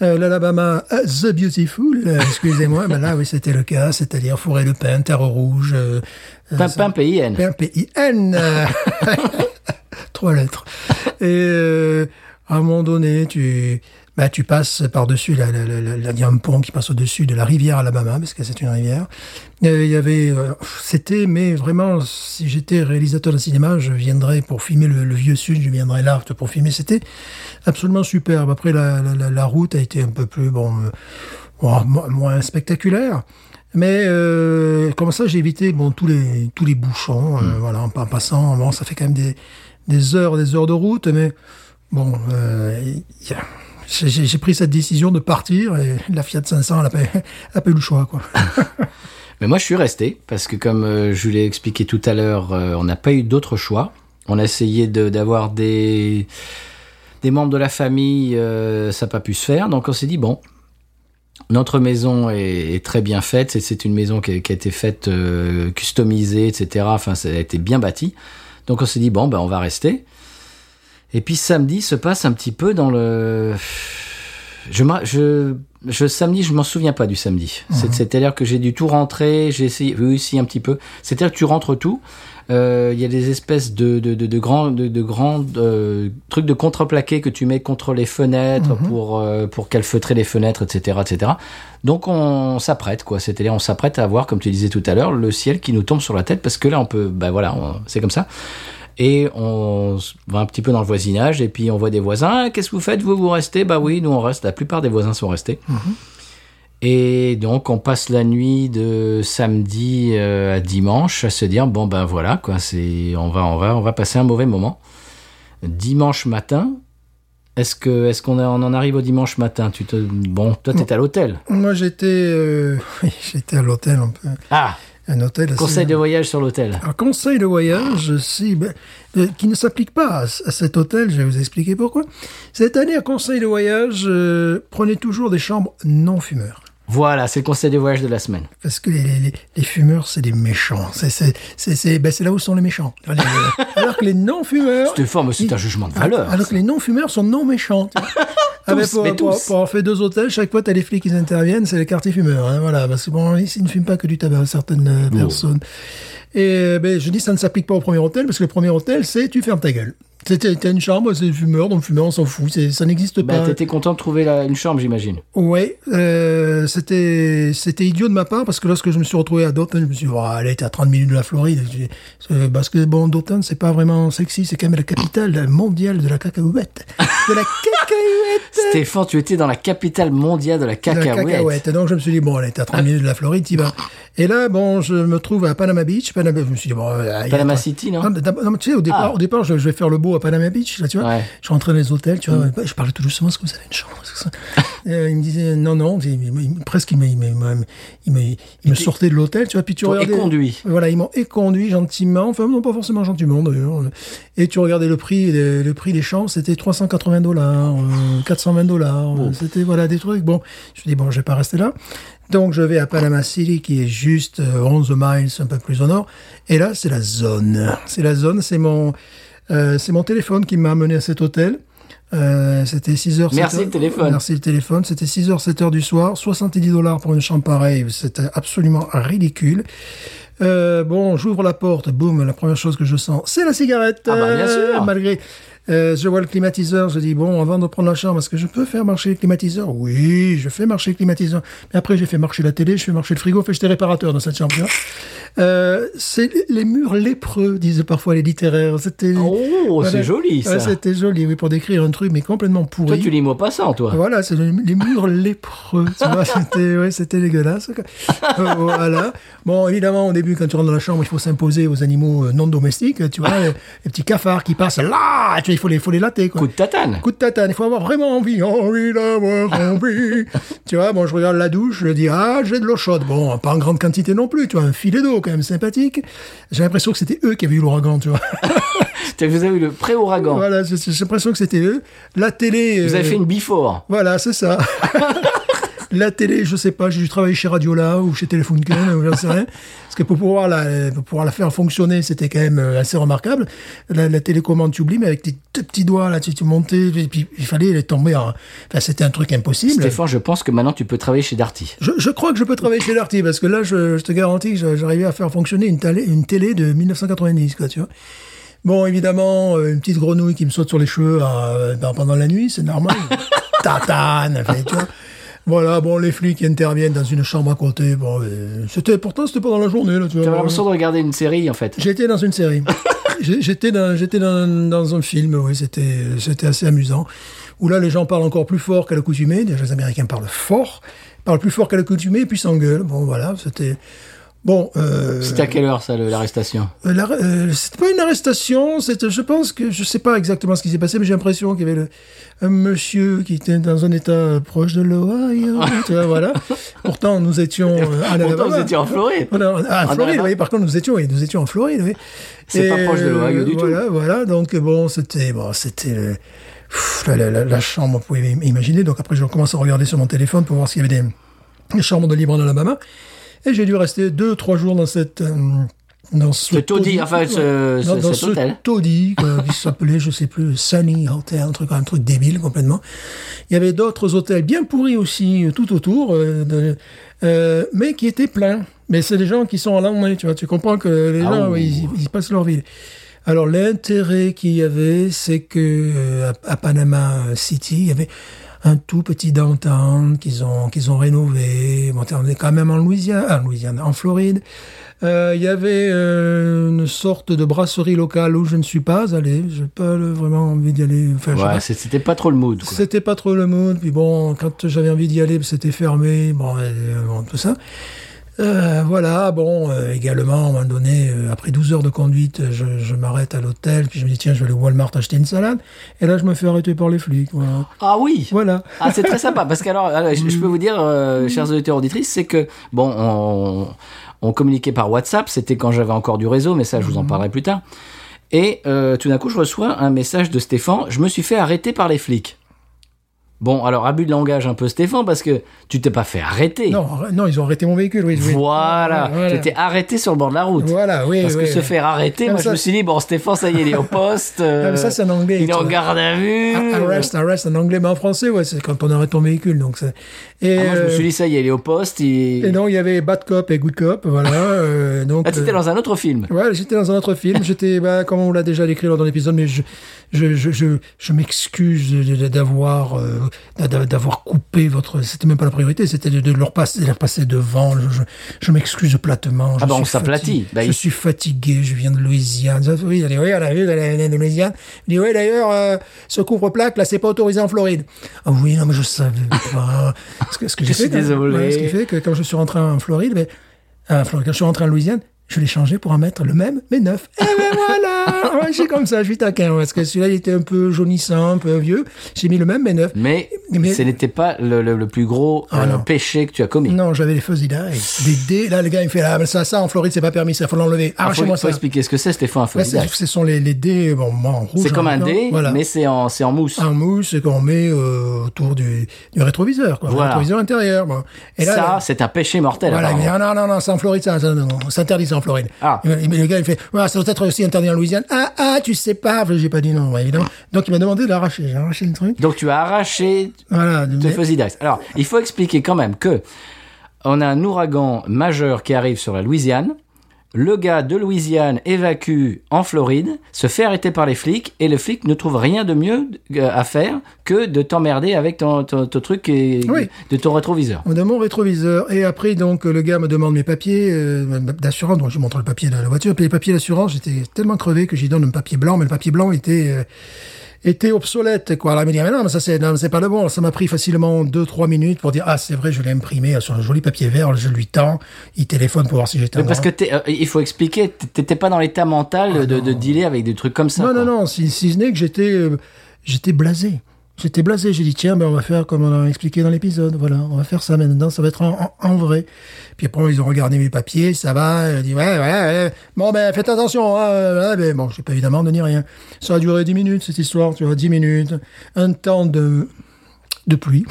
[SPEAKER 3] Euh, L'Alabama, euh, The Beautiful, euh, excusez-moi, *laughs* mais là, oui, c'était le cas, c'est-à-dire forêt de pin, terre rouge, euh, euh,
[SPEAKER 1] Pimpin PIN.
[SPEAKER 3] P-I-N. euh, *laughs* Trois lettres. Et euh, à un moment donné, tu, bah, tu passes par-dessus, la, la, la, la- la- il y a un pont qui passe au-dessus de la rivière Alabama, parce que c'est une rivière. Euh, Il y avait, euh, c'était, mais vraiment, si j'étais réalisateur de cinéma, je viendrais pour filmer le, le vieux sud, je viendrais là pour filmer. C'était absolument superbe. Après, la, la, la, la route a été un peu plus, bon, euh, bon, mo- moins spectaculaire. Mais euh, comme ça, j'ai évité bon tous les tous les bouchons. euh, voilà, en, pa- passant, bon, ça fait quand même des des heures, des heures de route. Mais bon, euh, y- y a- j'ai- j'ai j'ai pris cette décision de partir et la Fiat 500, elle a pas, *laughs* elle a pas eu le choix quoi.
[SPEAKER 1] Mais moi, je suis resté parce que, comme euh, je vous l'ai expliqué tout à l'heure, euh, on n'a pas eu d'autre choix. On a essayé de- d'avoir des des membres de la famille, euh, ça n'a pas pu se faire. Donc, on s'est dit bon. Notre maison est, est très bien faite. C'est- C'est une maison qui a, qui a été faite, euh, customisée, etc. Enfin, ça a été bien bâti. Donc, on s'est dit bon, ben, on va rester. Et puis samedi se passe un petit peu dans le. Je, me- je, je samedi, je m'en souviens pas du samedi. C'est- C'est-à-dire que j'ai dû tout rentrer, j'ai essayé, oui, si un petit peu. C'est-à-dire que tu rentres tout. Euh, Il y a des espèces de de de, de grands de, de grands euh, trucs de contreplaqué que tu mets contre les fenêtres pour euh, pour calfeutrer les fenêtres, etc., etc. Donc on s'apprête quoi. C'est-à-dire on s'apprête à voir, comme tu disais tout à l'heure, le ciel qui nous tombe sur la tête parce que là on peut, bah voilà, on- c'est comme ça et on s- va un petit peu dans le voisinage et puis on voit des voisins Ah, qu'est-ce que vous faites vous vous restez bah oui nous on reste la plupart des voisins sont restés et donc on passe la nuit de samedi euh, à dimanche à se dire bon ben voilà quoi c'est on va on va on va passer un mauvais moment dimanche matin Est-ce que est-ce qu'on a- on en arrive au dimanche matin Tu te bon, toi t'es à l'hôtel.
[SPEAKER 3] Moi, j'étais euh, *laughs* j'étais à l'hôtel un peu.
[SPEAKER 1] Ah,
[SPEAKER 3] Un hôtel assez-
[SPEAKER 1] conseil de voyage sur l'hôtel.
[SPEAKER 3] Un conseil de voyage, si, ben, euh, qui ne s'applique pas à, c- à cet hôtel, je vais vous expliquer pourquoi. Cette année, un conseil de voyage, euh, prenez toujours des chambres non fumeurs.
[SPEAKER 1] Voilà, c'est le conseil de voyage de la semaine.
[SPEAKER 3] Parce que les, les- les- les fumeurs, c'est des méchants. C'est c'est- c'est- c'est- ben, c'est là où sont les méchants. Les-
[SPEAKER 1] *laughs*
[SPEAKER 3] les- Alors que les non-fumeurs...
[SPEAKER 1] Cette forme, c'est
[SPEAKER 3] ils-
[SPEAKER 1] un jugement de valeur.
[SPEAKER 3] Alors que les non-fumeurs sont non-méchants.
[SPEAKER 1] *laughs*
[SPEAKER 3] tu vois. Ah, ben, pour,
[SPEAKER 1] mais
[SPEAKER 3] pour-
[SPEAKER 1] tous.
[SPEAKER 3] pour avoir fait deux hôtels, chaque fois, t'as les flics qui interviennent, c'est les quartiers fumeurs. hein, voilà, parce que bon, ici, ils ne fument pas que du tabac, certaines euh, personnes. Et euh, ben, je dis, ça ne s'applique pas au premier hôtel, parce que le premier hôtel, c'est tu fermes ta gueule. C'est- T'as t'as une chambre, c'est fumeur, donc fumeur, on s'en fout, c'est- ça n'existe
[SPEAKER 1] Bah,
[SPEAKER 3] pas.
[SPEAKER 1] t'étais content de trouver la- une chambre, j'imagine.
[SPEAKER 3] Ouais, euh, c'était c'était idiot de ma part parce que lorsque je me suis retrouvé à Downton, je me suis dit, oh, allez, t'es à 30 minutes de la Floride. J'ai- euh, Parce que bon, Downton, c'est pas vraiment sexy, c'est quand même la capitale mondiale de la cacahuète.
[SPEAKER 1] *laughs*
[SPEAKER 3] De la cacahuète
[SPEAKER 1] Stéphane, tu étais dans la capitale mondiale de la
[SPEAKER 3] De la
[SPEAKER 1] cacahuète.
[SPEAKER 3] cacahuète. Et donc je me suis dit, bon, allez, t'es à 30 minutes de la Floride, t'y vas. Et là, bon, je me trouve à Panama Beach. Panama, je me suis dit, bon, euh, allez,
[SPEAKER 1] Panama
[SPEAKER 3] attends.
[SPEAKER 1] City, non
[SPEAKER 3] Non, mais d'abord- non, mais tu sais, au départ,
[SPEAKER 1] Ah.
[SPEAKER 3] au départ je, je vais faire le beau à Panama Beach, là, tu vois.
[SPEAKER 1] Ouais. Mm.
[SPEAKER 3] Je rentrais dans les hôtels, tu vois. Je parlais tout doucement, est-ce que vous avez une chambre Est-ce que ça- *laughs* Euh, Il me disait, non, non. Il- il- il- presque, il me, il me- il me- il me- il me sortait de l'hôtel, tu vois. Puis tu
[SPEAKER 1] T'ont
[SPEAKER 3] regardais.
[SPEAKER 1] éconduit.
[SPEAKER 3] Voilà, ils m'ont éconduit gentiment. Enfin, non, pas forcément gentiment, d'ailleurs. Et tu regardais le prix, le, le prix des chambres, c'était 380 dollars, euh, 420 dollars. C'était, voilà, des trucs. Bon, je me dis, bon, je vais pas rester là. Donc, je vais à Panama City, qui est juste euh, 11 miles, un peu plus au nord. Et là, c'est la zone. C'est la zone, c'est mon, euh, c'est mon téléphone qui m'a amené à cet hôtel. Euh, c'était 6 heures.
[SPEAKER 1] Merci
[SPEAKER 3] 7 heures.
[SPEAKER 1] le téléphone.
[SPEAKER 3] Merci le téléphone. C'était 6 heures, 7 heures du soir. 70 dollars pour une chambre pareille. C'était absolument ridicule. Euh, bon, j'ouvre la porte, boum, la première chose que je sens, c'est la cigarette.
[SPEAKER 1] Ah bah, bien sûr.
[SPEAKER 3] malgré, euh, je vois le climatiseur, je dis bon, avant de prendre la chambre, est-ce que je peux faire marcher le climatiseur Oui, je fais marcher le climatiseur. Mais après, j'ai fait marcher la télé, je fais marcher le frigo, fait j'étais réparateur dans cette chambre. tu vois. Euh, c'est les murs lépreux, disent parfois les littéraires. C'était.
[SPEAKER 1] Oh, c'est
[SPEAKER 3] Voilà.
[SPEAKER 1] joli ça.
[SPEAKER 3] Ouais, C'était joli, oui, pour décrire un truc mais complètement pourri.
[SPEAKER 1] Toi, tu lis mot passant, toi.
[SPEAKER 3] Voilà, c'est les les murs lépreux.
[SPEAKER 1] *laughs*
[SPEAKER 3] tu vois, c'était, ouais, c'était dégueulasse. quoi. Euh, voilà. Bon, évidemment, au début, quand tu rentres dans la chambre, il faut s'imposer aux animaux euh, non domestiques.
[SPEAKER 1] *laughs*
[SPEAKER 3] Tu vois, les, les petits cafards qui passent là, tu vois, il faut les, il faut les latter. Quoi.
[SPEAKER 1] Coup de tatane.
[SPEAKER 3] Coup de tatane, il faut avoir vraiment envie, envie
[SPEAKER 1] *laughs*
[SPEAKER 3] d'avoir envie. tu vois, bon, je regarde la douche, je dis, ah, j'ai de l'eau chaude. Bon, pas en grande quantité non plus, tu vois, un filet d'eau quand même sympathique. J'ai l'impression que c'était eux qui avaient eu l'ouragan, tu vois. *laughs*
[SPEAKER 1] C'était- Vous avez eu le pré-ouragan.
[SPEAKER 3] voilà, j'ai j'ai l'impression que c'était eux. La télé.
[SPEAKER 1] Vous
[SPEAKER 3] euh,
[SPEAKER 1] avez fait une before.
[SPEAKER 3] voilà, c'est ça. *laughs* La télé, je sais pas, j'ai dû travailler chez Radiola ou chez Telefunken ou j'en sais rien. Parce que pour pouvoir la, pour pouvoir la faire fonctionner, c'était quand même euh, assez remarquable. La, la télécommande, tu oublies, mais avec tes deux petits doigts, là, tu, tu montais, et puis il fallait les tomber en... Enfin, c'était un truc impossible.
[SPEAKER 1] Stéphane, je pense que maintenant tu peux travailler chez Darty.
[SPEAKER 3] Je, je crois que je peux travailler chez Darty, parce que là, je, je te garantis que j'a- j'arrivais à faire fonctionner une télé, une télé de 1990, quoi, tu vois. Bon, évidemment, euh, une petite grenouille qui me saute sur les cheveux euh, ben, pendant la nuit, c'est normal. Tatane, enfin, tu vois. Voilà, bon, les flics qui interviennent dans une chambre à côté, bon, euh, c'était, pourtant, c'était pendant la journée, là, tu vois.
[SPEAKER 1] T'avais l'impression de regarder une série en fait.
[SPEAKER 3] J'étais dans une série. J'ai- J'étais dans, j'étais dans, dans un film, oui, c'était, c'était assez amusant. Où là, les gens parlent encore plus fort qu'à l'accoutumée. Déjà, les Américains parlent fort, parlent plus fort qu'à l'accoutumée, et puis s'engueulent. Bon, voilà, c'était. Bon, euh,
[SPEAKER 1] C'était à quelle heure ça, le- l'arrestation
[SPEAKER 3] euh, la- euh, c'était pas une arrestation, c'était, je pense que, je sais pas exactement ce qui s'est passé, mais j'ai l'impression qu'il y avait le, un monsieur qui était dans un état proche de l'Ohio, tu vois, voilà. Pourtant, nous étions euh, à
[SPEAKER 1] Pourtant, vous
[SPEAKER 3] l'Alabama.
[SPEAKER 1] étiez en Floride.
[SPEAKER 3] On a- ah,
[SPEAKER 1] En
[SPEAKER 3] en Floride,
[SPEAKER 1] Alabama.
[SPEAKER 3] oui. Par contre, nous étions, oui, nous étions en Floride, oui.
[SPEAKER 1] C'est
[SPEAKER 3] Et,
[SPEAKER 1] pas proche de l'Ohio
[SPEAKER 3] euh,
[SPEAKER 1] du tout.
[SPEAKER 3] voilà, Voilà, donc bon, c'était, bon, c'était euh, pff, la, la- la- la chambre, vous pouvez im- imaginer. Donc après, je commence à regarder sur mon téléphone pour voir s'il y avait des, des chambres de libre en Alabama. Et j'ai dû rester deux, trois jours dans cette, euh, dans ce
[SPEAKER 1] Ce taudis, enfin, ce-
[SPEAKER 3] dans,
[SPEAKER 1] ce-
[SPEAKER 3] dans
[SPEAKER 1] cet hôtel.
[SPEAKER 3] taudis, quoi, qui s'appelait, je sais plus, Sunny Hotel, un truc, un truc débile complètement. Il y avait d'autres hôtels bien pourris aussi euh, tout autour, euh, de- euh, mais qui étaient pleins. Mais c'est des gens qui sont à l'année, tu vois. Tu comprends que les
[SPEAKER 1] Ah,
[SPEAKER 3] gens,
[SPEAKER 1] ouh.
[SPEAKER 3] ouais, ils, ils passent leur vie. Alors l'intérêt qu'il y avait, c'est que euh, à, à Panama City, il y avait un tout petit downtown qu'ils ont qu'ils ont rénové. Bon, on est quand même en Louisiane, ah, en Louisiane, en Floride. Euh, Il y avait euh, une sorte de brasserie locale où je ne suis pas allé. J'ai pas euh, vraiment envie d'y aller. Enfin, je sais
[SPEAKER 1] Ouais,
[SPEAKER 3] pas.
[SPEAKER 1] c'est- c'était pas trop le mood. Quoi.
[SPEAKER 3] C'était pas trop le monde. Puis bon, quand j'avais envie d'y aller, c'était fermé. Bon, euh, bon, tout ça. Euh, voilà, bon, euh, également, à un moment donné, euh, après 12 heures de conduite, euh, je, je m'arrête à l'hôtel, puis je me dis, tiens, je vais aller au Walmart acheter une salade. Et là, je me fais arrêter par les flics. Voilà.
[SPEAKER 1] Ah oui
[SPEAKER 3] Voilà.
[SPEAKER 1] Ah, c'est très sympa parce qu'alors, alors, je, je peux vous dire, euh, chers auditeurs auditrices, c'est que bon, on, on communiquait par WhatsApp. C'était quand j'avais encore du réseau, mais ça, je
[SPEAKER 3] Mhm.
[SPEAKER 1] vous en parlerai plus tard. Et euh, tout d'un coup, je reçois un message de Stéphane. Je me suis fait arrêter par les flics. Bon, alors abus de langage un peu, Stéphane, parce que tu t'es pas fait arrêter.
[SPEAKER 3] Non, arr- non, ils ont arrêté mon véhicule, oui. oui.
[SPEAKER 1] Voilà,
[SPEAKER 3] Voilà.
[SPEAKER 1] t'étais arrêté sur le bord de la route.
[SPEAKER 3] Voilà, oui.
[SPEAKER 1] Parce
[SPEAKER 3] oui,
[SPEAKER 1] que se
[SPEAKER 3] oui.
[SPEAKER 1] faire arrêter,
[SPEAKER 3] Comme
[SPEAKER 1] moi je
[SPEAKER 3] ça,
[SPEAKER 1] me suis euh, dit, bon, Stéphane, ça y est, il est
[SPEAKER 3] *laughs*
[SPEAKER 1] au poste.
[SPEAKER 3] Ah, mais ça, c'est en anglais.
[SPEAKER 1] il est
[SPEAKER 3] tu
[SPEAKER 1] en
[SPEAKER 3] vois.
[SPEAKER 1] garde à vue.
[SPEAKER 3] Ah, Arrest, arrest en anglais, mais en français, ouais, c'est quand on arrête ton véhicule. Donc c'est- et,
[SPEAKER 1] Ah, moi, je me
[SPEAKER 3] euh,
[SPEAKER 1] suis dit, ça y est, il est au poste. il-
[SPEAKER 3] et non, il y avait bad cop et good cop, voilà. euh, donc,
[SPEAKER 1] *laughs* Ah, t'étais
[SPEAKER 3] euh,
[SPEAKER 1] dans un autre film.
[SPEAKER 3] Ouais, j'étais dans un autre film. J'étais, bah, comme on l'a déjà décrit lors d'un épisode, mais je, je, je, je, je m'excuse de- de- d'avoir, euh, d'a- d'avoir coupé votre. C'était même pas la priorité. C'était de, de leur passer, de leur passer devant. Je, je, je m'excuse platement. Je
[SPEAKER 1] Ah bah,
[SPEAKER 3] suis
[SPEAKER 1] on s'aplatit.
[SPEAKER 3] fatigué.
[SPEAKER 1] Bah,
[SPEAKER 3] je
[SPEAKER 1] il-
[SPEAKER 3] suis fatigué. Je viens de Louisiane. Ça, Oui, elle dit, oui, on a vu, elle est de Louisiane. Il dit, oui, d'ailleurs, euh, ce couvre-plaque là, c'est pas autorisé en Floride. Ah oui, non, mais je savais pas. Ce que, ce que
[SPEAKER 1] *laughs* Je
[SPEAKER 3] j'ai fait,
[SPEAKER 1] suis
[SPEAKER 3] quand-
[SPEAKER 1] désolé.
[SPEAKER 3] ouais, ce qui fait que quand je suis rentré en Floride, mais ah, Floride. Quand je suis rentré en Louisiane, je l'ai changé pour en mettre le même, mais neuf. Eh ben
[SPEAKER 1] *laughs*
[SPEAKER 3] voilà ouais, Je suis comme ça, je suis taquin. Parce que celui-là, il était un peu jaunissant, un peu vieux. J'ai mis le même, mais neuf.
[SPEAKER 1] Mais,
[SPEAKER 3] Mais-
[SPEAKER 1] ce n'était pas le, le- le plus gros
[SPEAKER 3] Ah,
[SPEAKER 1] euh,
[SPEAKER 3] non.
[SPEAKER 1] péché que tu as commis.
[SPEAKER 3] Non, j'avais les feux Des dés. Là, le gars, il me fait, ah, ça, ça, en Floride, c'est pas permis, ça, faut l'enlever.
[SPEAKER 1] Ah, faut,
[SPEAKER 3] Arrachez-moi
[SPEAKER 1] faut
[SPEAKER 3] ça.
[SPEAKER 1] expliquer ce que c'est, Stéphane, un faux
[SPEAKER 3] Là, c'est-
[SPEAKER 1] visage.
[SPEAKER 3] ce sont les, les dés, bon, moi, en rouge.
[SPEAKER 1] C'est comme
[SPEAKER 3] en
[SPEAKER 1] un
[SPEAKER 3] blanc.
[SPEAKER 1] dé,
[SPEAKER 3] Voilà. Ah,
[SPEAKER 1] mais c'est en, c'est en mousse.
[SPEAKER 3] Un mousse qu'on met euh, autour du, du rétroviseur, quoi.
[SPEAKER 1] Voilà.
[SPEAKER 3] Le rétroviseur intérieur. bon. Et là,
[SPEAKER 1] ça,
[SPEAKER 3] là,
[SPEAKER 1] c'est un péché mortel.
[SPEAKER 3] Voilà, il me dit,
[SPEAKER 1] apparemment.
[SPEAKER 3] ah, non, non, non, c'est en Floride, ça, ça, non, on s'interdit ça en Floride.
[SPEAKER 1] Ah.
[SPEAKER 3] Et le- mais le gars, il fait, ouais, ça doit être aussi interdit en Louisiane. Ah, ah, tu sais pas. J'ai pas dit non, ouais, évidemment. Donc, il m'a demandé de l'arracher. J'ai arraché le truc.
[SPEAKER 1] Donc tu as arraché
[SPEAKER 3] Voilà.
[SPEAKER 1] te
[SPEAKER 3] mais-
[SPEAKER 1] fais Dax. Alors, il faut expliquer quand même que on a un ouragan majeur qui arrive sur la Louisiane. Le gars de Louisiane évacue en Floride, se fait arrêter par les flics et le flic ne trouve rien de mieux euh, à faire que de t'emmerder avec ton, ton- ton truc et
[SPEAKER 3] Oui.
[SPEAKER 1] de ton rétroviseur.
[SPEAKER 3] On a mon rétroviseur. Et après, donc, le gars me demande mes papiers euh, d'assurance. Donc, je lui montre le papier de la voiture. Puis, les papiers d'assurance, j'étais tellement crevé que j'y donne un papier blanc. Mais le papier blanc était, euh, était obsolète, quoi. Alors, il me dit, Ah, mais non, mais ça, c'est, non, c'est pas le bon. Alors, ça m'a pris facilement deux, trois minutes pour dire, ah, c'est vrai, je l'ai imprimé sur un joli papier vert. Je lui tends. Il téléphone pour voir si j'étais
[SPEAKER 1] Mais
[SPEAKER 3] en
[SPEAKER 1] parce
[SPEAKER 3] ordre.
[SPEAKER 1] que t'es- euh, il faut expliquer, t'étais pas dans l'état mental de, de dealer avec des trucs comme ça.
[SPEAKER 3] Ah Non,
[SPEAKER 1] quoi.
[SPEAKER 3] non, non, si, si ce n'est que j'étais, euh, j'étais blasé. J'étais blasé, j'ai dit tiens, ben, on va faire comme on a expliqué dans l'épisode, voilà, on va faire ça maintenant, ça va être en, en- en vrai. Puis après, ils ont regardé mes papiers, ça va, ils ont dit ouais, ouais, ouais, bon ben faites attention, hein, euh, ouais, ben, bon, j'ai pas évidemment de ni rien. Ça a duré 10 minutes cette histoire, tu vois, 10 minutes, un temps de, de pluie.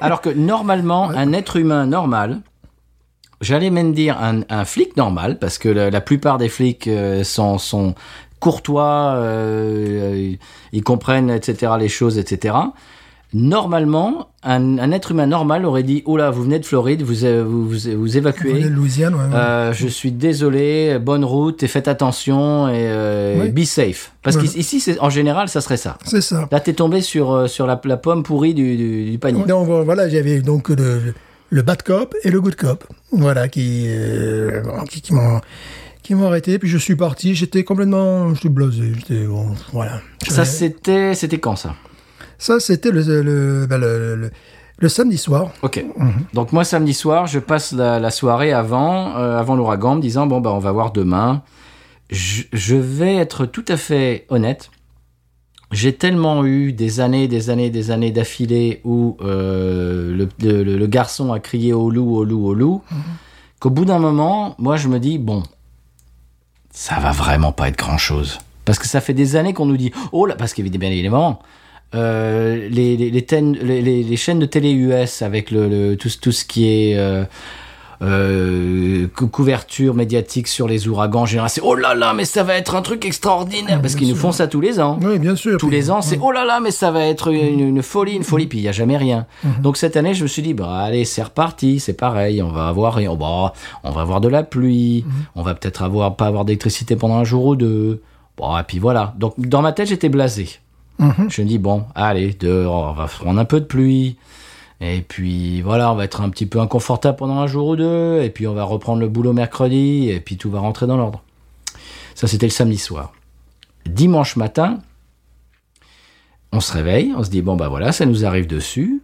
[SPEAKER 1] Alors que normalement, un être humain normal, j'allais même dire un, un flic normal, parce que la, la plupart des flics euh, sont, sont courtois, euh, ils- ils comprennent, etc., les choses, etc. Normalement, un, un être humain normal aurait dit Oh là, vous venez de Floride, vous, euh, vous, vous, vous
[SPEAKER 3] On est
[SPEAKER 1] évacuez.
[SPEAKER 3] de *laughs* Louisiane, ouais, ouais.
[SPEAKER 1] Euh, je suis désolé, bonne route et faites attention et euh,
[SPEAKER 3] Oui.
[SPEAKER 1] be safe. Parce
[SPEAKER 3] Voilà.
[SPEAKER 1] qu'ici, c'est- en général, ça serait ça.
[SPEAKER 3] c'est ça.
[SPEAKER 1] Là, t'es tombé sur, euh, sur la, la pomme pourrie du, du, du panier.
[SPEAKER 3] Non, bon, voilà, j'avais donc le, le bad cop et le good cop, voilà, qui, euh, bon, qui, qui m'ont qui m'ont arrêté. Puis je suis parti, j'étais complètement, je suis blasé, j'étais bon, voilà.
[SPEAKER 1] Ça,
[SPEAKER 3] Euh,
[SPEAKER 1] c'était, c'était quand ça
[SPEAKER 3] ça c'était le le, ben, le, le- le samedi soir.
[SPEAKER 1] Ok. Donc moi samedi soir, je passe la, la soirée avant, euh, avant l'ouragan, me disant bon bah on va voir demain. Je, je vais être tout à fait honnête. J'ai tellement eu des années, des années, des années d'affilée où euh, le, le- le- le garçon a crié au loup, au loup, au loup,
[SPEAKER 3] Mhm.
[SPEAKER 1] qu'au bout d'un moment, moi je me dis bon, ça va vraiment pas être grand chose. Parce que ça fait des années qu'on nous dit oh là, parce qu'évidemment, évidemment, euh, les, les, les, ten- les- les- les chaînes de télé US avec le, le- tout, ce- tout ce qui est euh, euh, cou- couverture médiatique sur les ouragans en général, c'est oh là là, mais ça va être un truc extraordinaire parce
[SPEAKER 3] bien
[SPEAKER 1] qu'ils nous
[SPEAKER 3] sûr.
[SPEAKER 1] font ça tous les ans.
[SPEAKER 3] Oui, bien sûr.
[SPEAKER 1] Tous
[SPEAKER 3] Puis-
[SPEAKER 1] les ans, c'est oh là là, mais ça va être une, une folie, une folie, puis il n'y a jamais rien. Donc cette année, je me suis dit, bah allez, c'est reparti, c'est pareil, on va avoir, et on, bah, on va avoir de la pluie, on va peut-être avoir pas avoir d'électricité pendant un jour ou deux. Bon, et puis voilà. Donc dans ma tête, j'étais blasé.
[SPEAKER 3] Mhm.
[SPEAKER 1] Je me dis, bon, allez, dehors, on va prendre un peu de pluie. Et puis voilà, on va être un petit peu inconfortable pendant un jour ou deux. Et puis on va reprendre le boulot mercredi. Et puis tout va rentrer dans l'ordre. Ça, c'était le samedi soir. Dimanche matin, on se réveille, on se dit, bon, bah voilà, ça nous arrive dessus.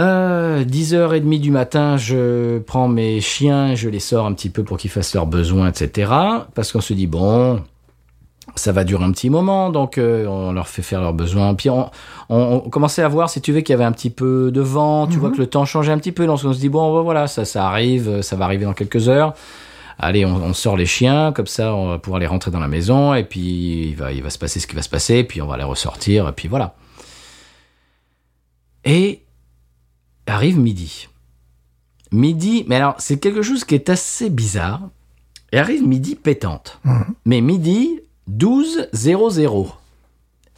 [SPEAKER 1] Euh, 10h30 du matin, je prends mes chiens, je les sors un petit peu pour qu'ils fassent leurs besoins, etc. Parce qu'on se dit, bon, ça va durer un petit moment, donc euh, on leur fait faire leurs besoins. Puis on, on- on commençait à voir, si tu veux, qu'il y avait un petit peu de vent, tu vois que le temps changeait un petit peu, donc on se dit, bon, voilà, ça, ça arrive, euh, ça va arriver dans quelques heures. Allez, on, on sort les chiens, comme ça on va pouvoir les rentrer dans la maison, et puis il va, il va se passer ce qui va se passer, puis on va les ressortir, et puis voilà. Et arrive midi. Midi, mais alors c'est quelque chose qui est assez bizarre. Et arrive midi pétante.
[SPEAKER 3] Mhm.
[SPEAKER 1] Mais midi 12.00.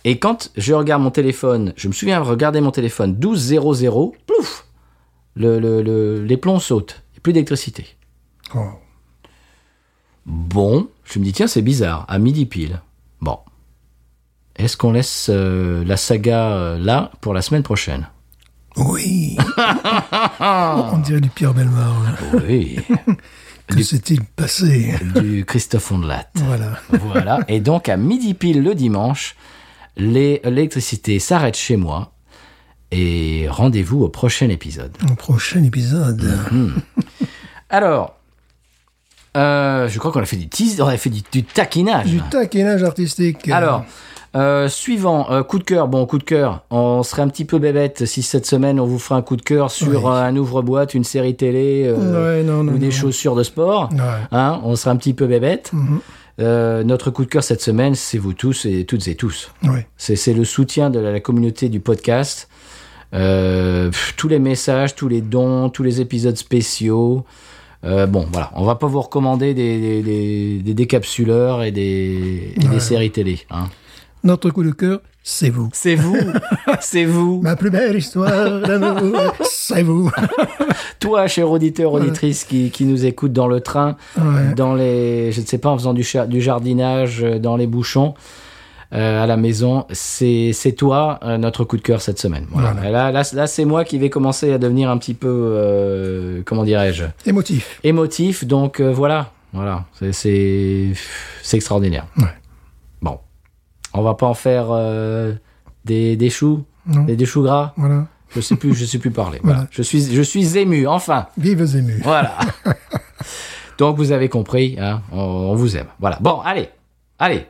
[SPEAKER 1] Et quand je regarde mon téléphone, je me souviens regarder mon téléphone 12.00, plouf le, le- le- Les plombs sautent. Il n'y a plus d'électricité.
[SPEAKER 3] Oh.
[SPEAKER 1] Bon, je me dis, tiens, c'est bizarre, à midi pile. Bon. Est-ce qu'on laisse euh, la saga euh, là pour la semaine prochaine *laughs*
[SPEAKER 3] Oui. On dirait du Pierre Belmar. là.
[SPEAKER 1] Oui, *laughs* Oh.
[SPEAKER 3] Que s'est-il passé
[SPEAKER 1] du Christophe Ondelat.
[SPEAKER 3] Voilà.
[SPEAKER 1] Voilà. Et donc, à midi pile le dimanche, les- l'électricité s'arrête chez moi. Et rendez-vous au prochain épisode.
[SPEAKER 3] Au prochain épisode.
[SPEAKER 1] Mm. Alors, euh, je crois qu'on a fait du, tease- on a fait du, du taquinage.
[SPEAKER 3] Du taquinage artistique.
[SPEAKER 1] Alors, euh, suivant, euh, coup de cœur. Bon, coup de cœur, on serait un petit peu bébête si cette semaine on vous fera un coup de cœur sur
[SPEAKER 3] Oui.
[SPEAKER 1] euh, un ouvre-boîte, une série télé euh,
[SPEAKER 3] Ouais, non, non,
[SPEAKER 1] ou des
[SPEAKER 3] non.
[SPEAKER 1] chaussures de sport.
[SPEAKER 3] Ouais. Mhm.
[SPEAKER 1] Hein, on serait un petit peu bébête. Euh, notre coup de cœur cette semaine, c'est vous tous et toutes et tous.
[SPEAKER 3] Oui.
[SPEAKER 1] C'est c'est le soutien de la, la communauté du podcast. Euh, pff, tous les messages, tous les dons, tous les épisodes spéciaux. Euh, bon, voilà, on va pas vous recommander des, des, des- des décapsuleurs et des, et des
[SPEAKER 3] Ouais.
[SPEAKER 1] séries télé. hein.
[SPEAKER 3] Notre coup de cœur, c'est vous.
[SPEAKER 1] C'est vous, c'est vous.
[SPEAKER 3] Ma plus belle histoire d'amour, c'est vous.
[SPEAKER 1] Toi, cher auditeur, auditrice qui, qui nous écoute dans le train,
[SPEAKER 3] Ouais.
[SPEAKER 1] dans les, je ne sais pas, en faisant du, cha- du jardinage, euh, dans les bouchons, euh, à la maison, c'est c'est toi euh, notre coup de cœur cette semaine. Voilà.
[SPEAKER 3] Voilà.
[SPEAKER 1] Et Là, là, là, c'est moi qui vais commencer à devenir un petit peu, euh, comment dirais-je,
[SPEAKER 3] Émotif.
[SPEAKER 1] émotif. Donc euh, voilà, voilà, C'est- c'est c'est extraordinaire.
[SPEAKER 3] Ouais.
[SPEAKER 1] Bon, on va pas en faire euh, des, des choux,
[SPEAKER 3] Non.
[SPEAKER 1] des, des choux gras.
[SPEAKER 3] Voilà.
[SPEAKER 1] Je sais plus, je sais plus parler.
[SPEAKER 3] Voilà.
[SPEAKER 1] Voilà. Je suis, je suis ému. Enfin,
[SPEAKER 3] Vives émus.
[SPEAKER 1] voilà. *laughs* Donc vous avez compris, hein, on, on vous aime. Voilà. Bon, allez, allez.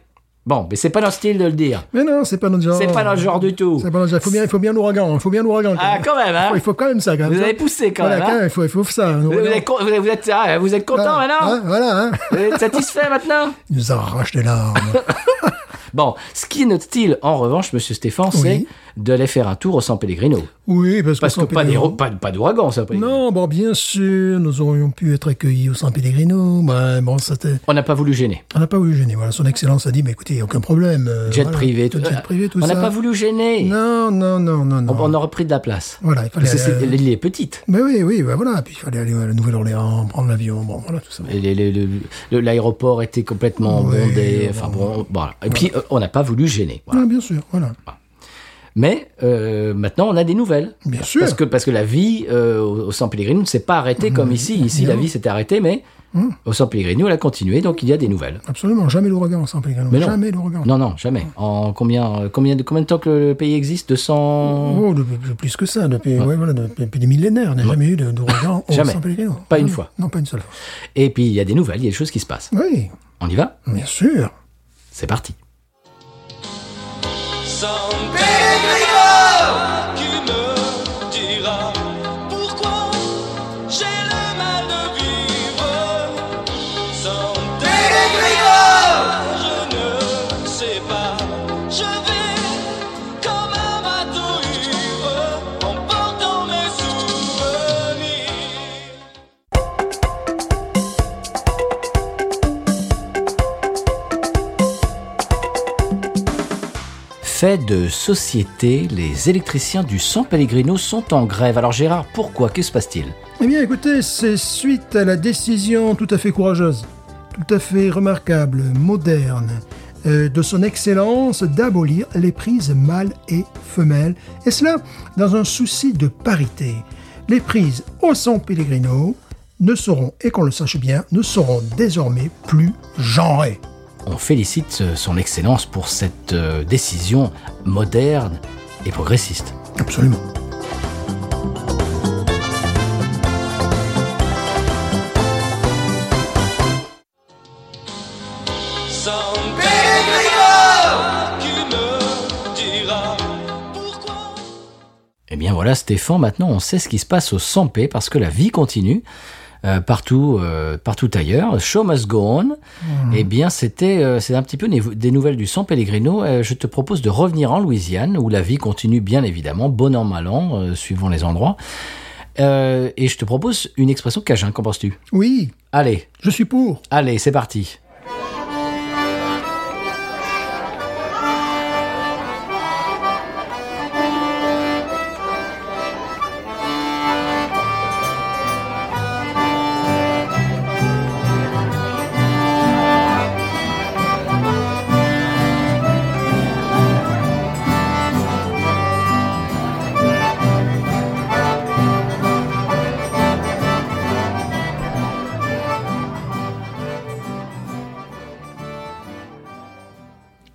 [SPEAKER 1] Bon, mais c'est pas notre style de le dire.
[SPEAKER 3] Mais non, c'est pas notre genre.
[SPEAKER 1] C'est pas notre genre du tout.
[SPEAKER 3] C'est pas notre genre. Faut bien, faut bien l'ouragan. hein. Faut bien l'ouragan. Oh,
[SPEAKER 1] Ah, quand même, hein.
[SPEAKER 3] *laughs* Il faut quand même ça, quand même.
[SPEAKER 1] Vous
[SPEAKER 3] ça.
[SPEAKER 1] avez poussé quand
[SPEAKER 3] Voilà,
[SPEAKER 1] même. hein.
[SPEAKER 3] il faut, il faut ça. un
[SPEAKER 1] Vous,
[SPEAKER 3] ouragan.
[SPEAKER 1] vous êtes, con- vous êtes, vous êtes- ah, vous êtes content
[SPEAKER 3] Voilà.
[SPEAKER 1] maintenant.
[SPEAKER 3] Hein, voilà, hein.
[SPEAKER 1] Vous êtes satisfait maintenant.
[SPEAKER 3] Il nous a arraché
[SPEAKER 1] *laughs*
[SPEAKER 3] larmes.
[SPEAKER 1] Bon, ce qui est notre style, en revanche, Monsieur Stéphane, c'est
[SPEAKER 3] Oui.
[SPEAKER 1] de aller faire un tour au San Pellegrino.
[SPEAKER 3] Oui, parce,
[SPEAKER 1] Parce que
[SPEAKER 3] sans
[SPEAKER 1] pas des,
[SPEAKER 3] Pellegrino-
[SPEAKER 1] ro- pas, pas d'ouragan, ça.
[SPEAKER 3] Non, bon, bien sûr, nous aurions pu être accueillis au San Pellegrino. Ben, bon, c'était.
[SPEAKER 1] On n'a pas voulu gêner.
[SPEAKER 3] On n'a pas voulu gêner. Voilà, son Excellence a dit, mais écoutez, il n'y a aucun problème. euh,
[SPEAKER 1] Jet
[SPEAKER 3] voilà,
[SPEAKER 1] privé, tout,
[SPEAKER 3] Jet privé, tout
[SPEAKER 1] On
[SPEAKER 3] ça.
[SPEAKER 1] n'a pas voulu gêner.
[SPEAKER 3] Non, non, non, non, non.
[SPEAKER 1] On, on aurait pris de la place.
[SPEAKER 3] Voilà, il fallait.
[SPEAKER 1] Parce que c'est-
[SPEAKER 3] aller- euh,
[SPEAKER 1] l'île est petite.
[SPEAKER 3] Mais oui, oui, ben voilà. Puis il fallait aller à la Nouvelle-Orléans, prendre l'avion, bon, voilà, tout ça.
[SPEAKER 1] Et les- les- le- le- L'aéroport était complètement
[SPEAKER 3] Oui,
[SPEAKER 1] bondé.
[SPEAKER 3] bon,
[SPEAKER 1] Enfin bon, voilà. Et puis euh, on n'a pas voulu gêner. voilà.
[SPEAKER 3] Ah, bien sûr, voilà.
[SPEAKER 1] Mais euh, maintenant on a des nouvelles.
[SPEAKER 3] Bien sûr. Mm.
[SPEAKER 1] Parce que parce que la vie euh, au au San Pellegrino ne s'est pas arrêtée comme ici. Ici la
[SPEAKER 3] Non.
[SPEAKER 1] vie s'est arrêtée, mais
[SPEAKER 3] Mm.
[SPEAKER 1] au San Pellegrino elle a continué, donc il y a des nouvelles.
[SPEAKER 3] Absolument, jamais l'ouragan au San Pellegrino.
[SPEAKER 1] Mais non.
[SPEAKER 3] jamais l'ouragan.
[SPEAKER 1] Non non jamais. En combien euh, combien de combien de temps que le, le pays existe 200
[SPEAKER 3] Oh, depuis- depuis plus que ça, depuis, ouais, voilà, depuis, depuis des millénaires, il n'y a jamais eu de-
[SPEAKER 1] *laughs*
[SPEAKER 3] d'ouragan au
[SPEAKER 1] Jamais.
[SPEAKER 3] San Pellegrino. Mm.
[SPEAKER 1] Pas une
[SPEAKER 3] Non,
[SPEAKER 1] fois.
[SPEAKER 3] Non, pas une seule fois.
[SPEAKER 1] Et puis il y a des nouvelles, il y a des choses qui se passent.
[SPEAKER 3] Oui,
[SPEAKER 1] On y va
[SPEAKER 3] bien sûr.
[SPEAKER 1] C'est parti.
[SPEAKER 2] San Pellegrino Qui me dira pourquoi j'ai le mal de vivre San Pellegrino Je ne sais pas, je vais comme un bateau ivre En portant mes souvenirs
[SPEAKER 1] Fait de société, les électriciens du San Pellegrino sont en grève. Alors Gérard, pourquoi Que se passe-t-il
[SPEAKER 3] Eh bien, écoutez, c'est suite à la décision tout à fait courageuse, tout à fait remarquable, moderne, euh, de son excellence d'abolir les prises mâles et femelles, et cela dans un souci de parité. Les prises au San Pellegrino ne seront, et qu'on le sache bien, ne seront désormais plus genrées.
[SPEAKER 1] On félicite euh, son excellence pour cette euh, décision moderne et progressiste.
[SPEAKER 3] Absolument.
[SPEAKER 1] Eh bien voilà, Stéphane, maintenant on sait ce qui se passe au 100p parce que la vie continue. euh, partout, euh, partout ailleurs, Show Must Go On. Eh bien, c'était, euh, c'est un petit peu névo- des nouvelles du San Pellegrino. Euh, je te propose de revenir en Louisiane, où la vie continue bien évidemment, bon an mal an, euh, suivant les endroits. Euh, et je te propose une expression cajun. Qu'en penses-tu
[SPEAKER 3] Oui,
[SPEAKER 1] Allez,
[SPEAKER 3] je suis pour.
[SPEAKER 1] allez, c'est parti.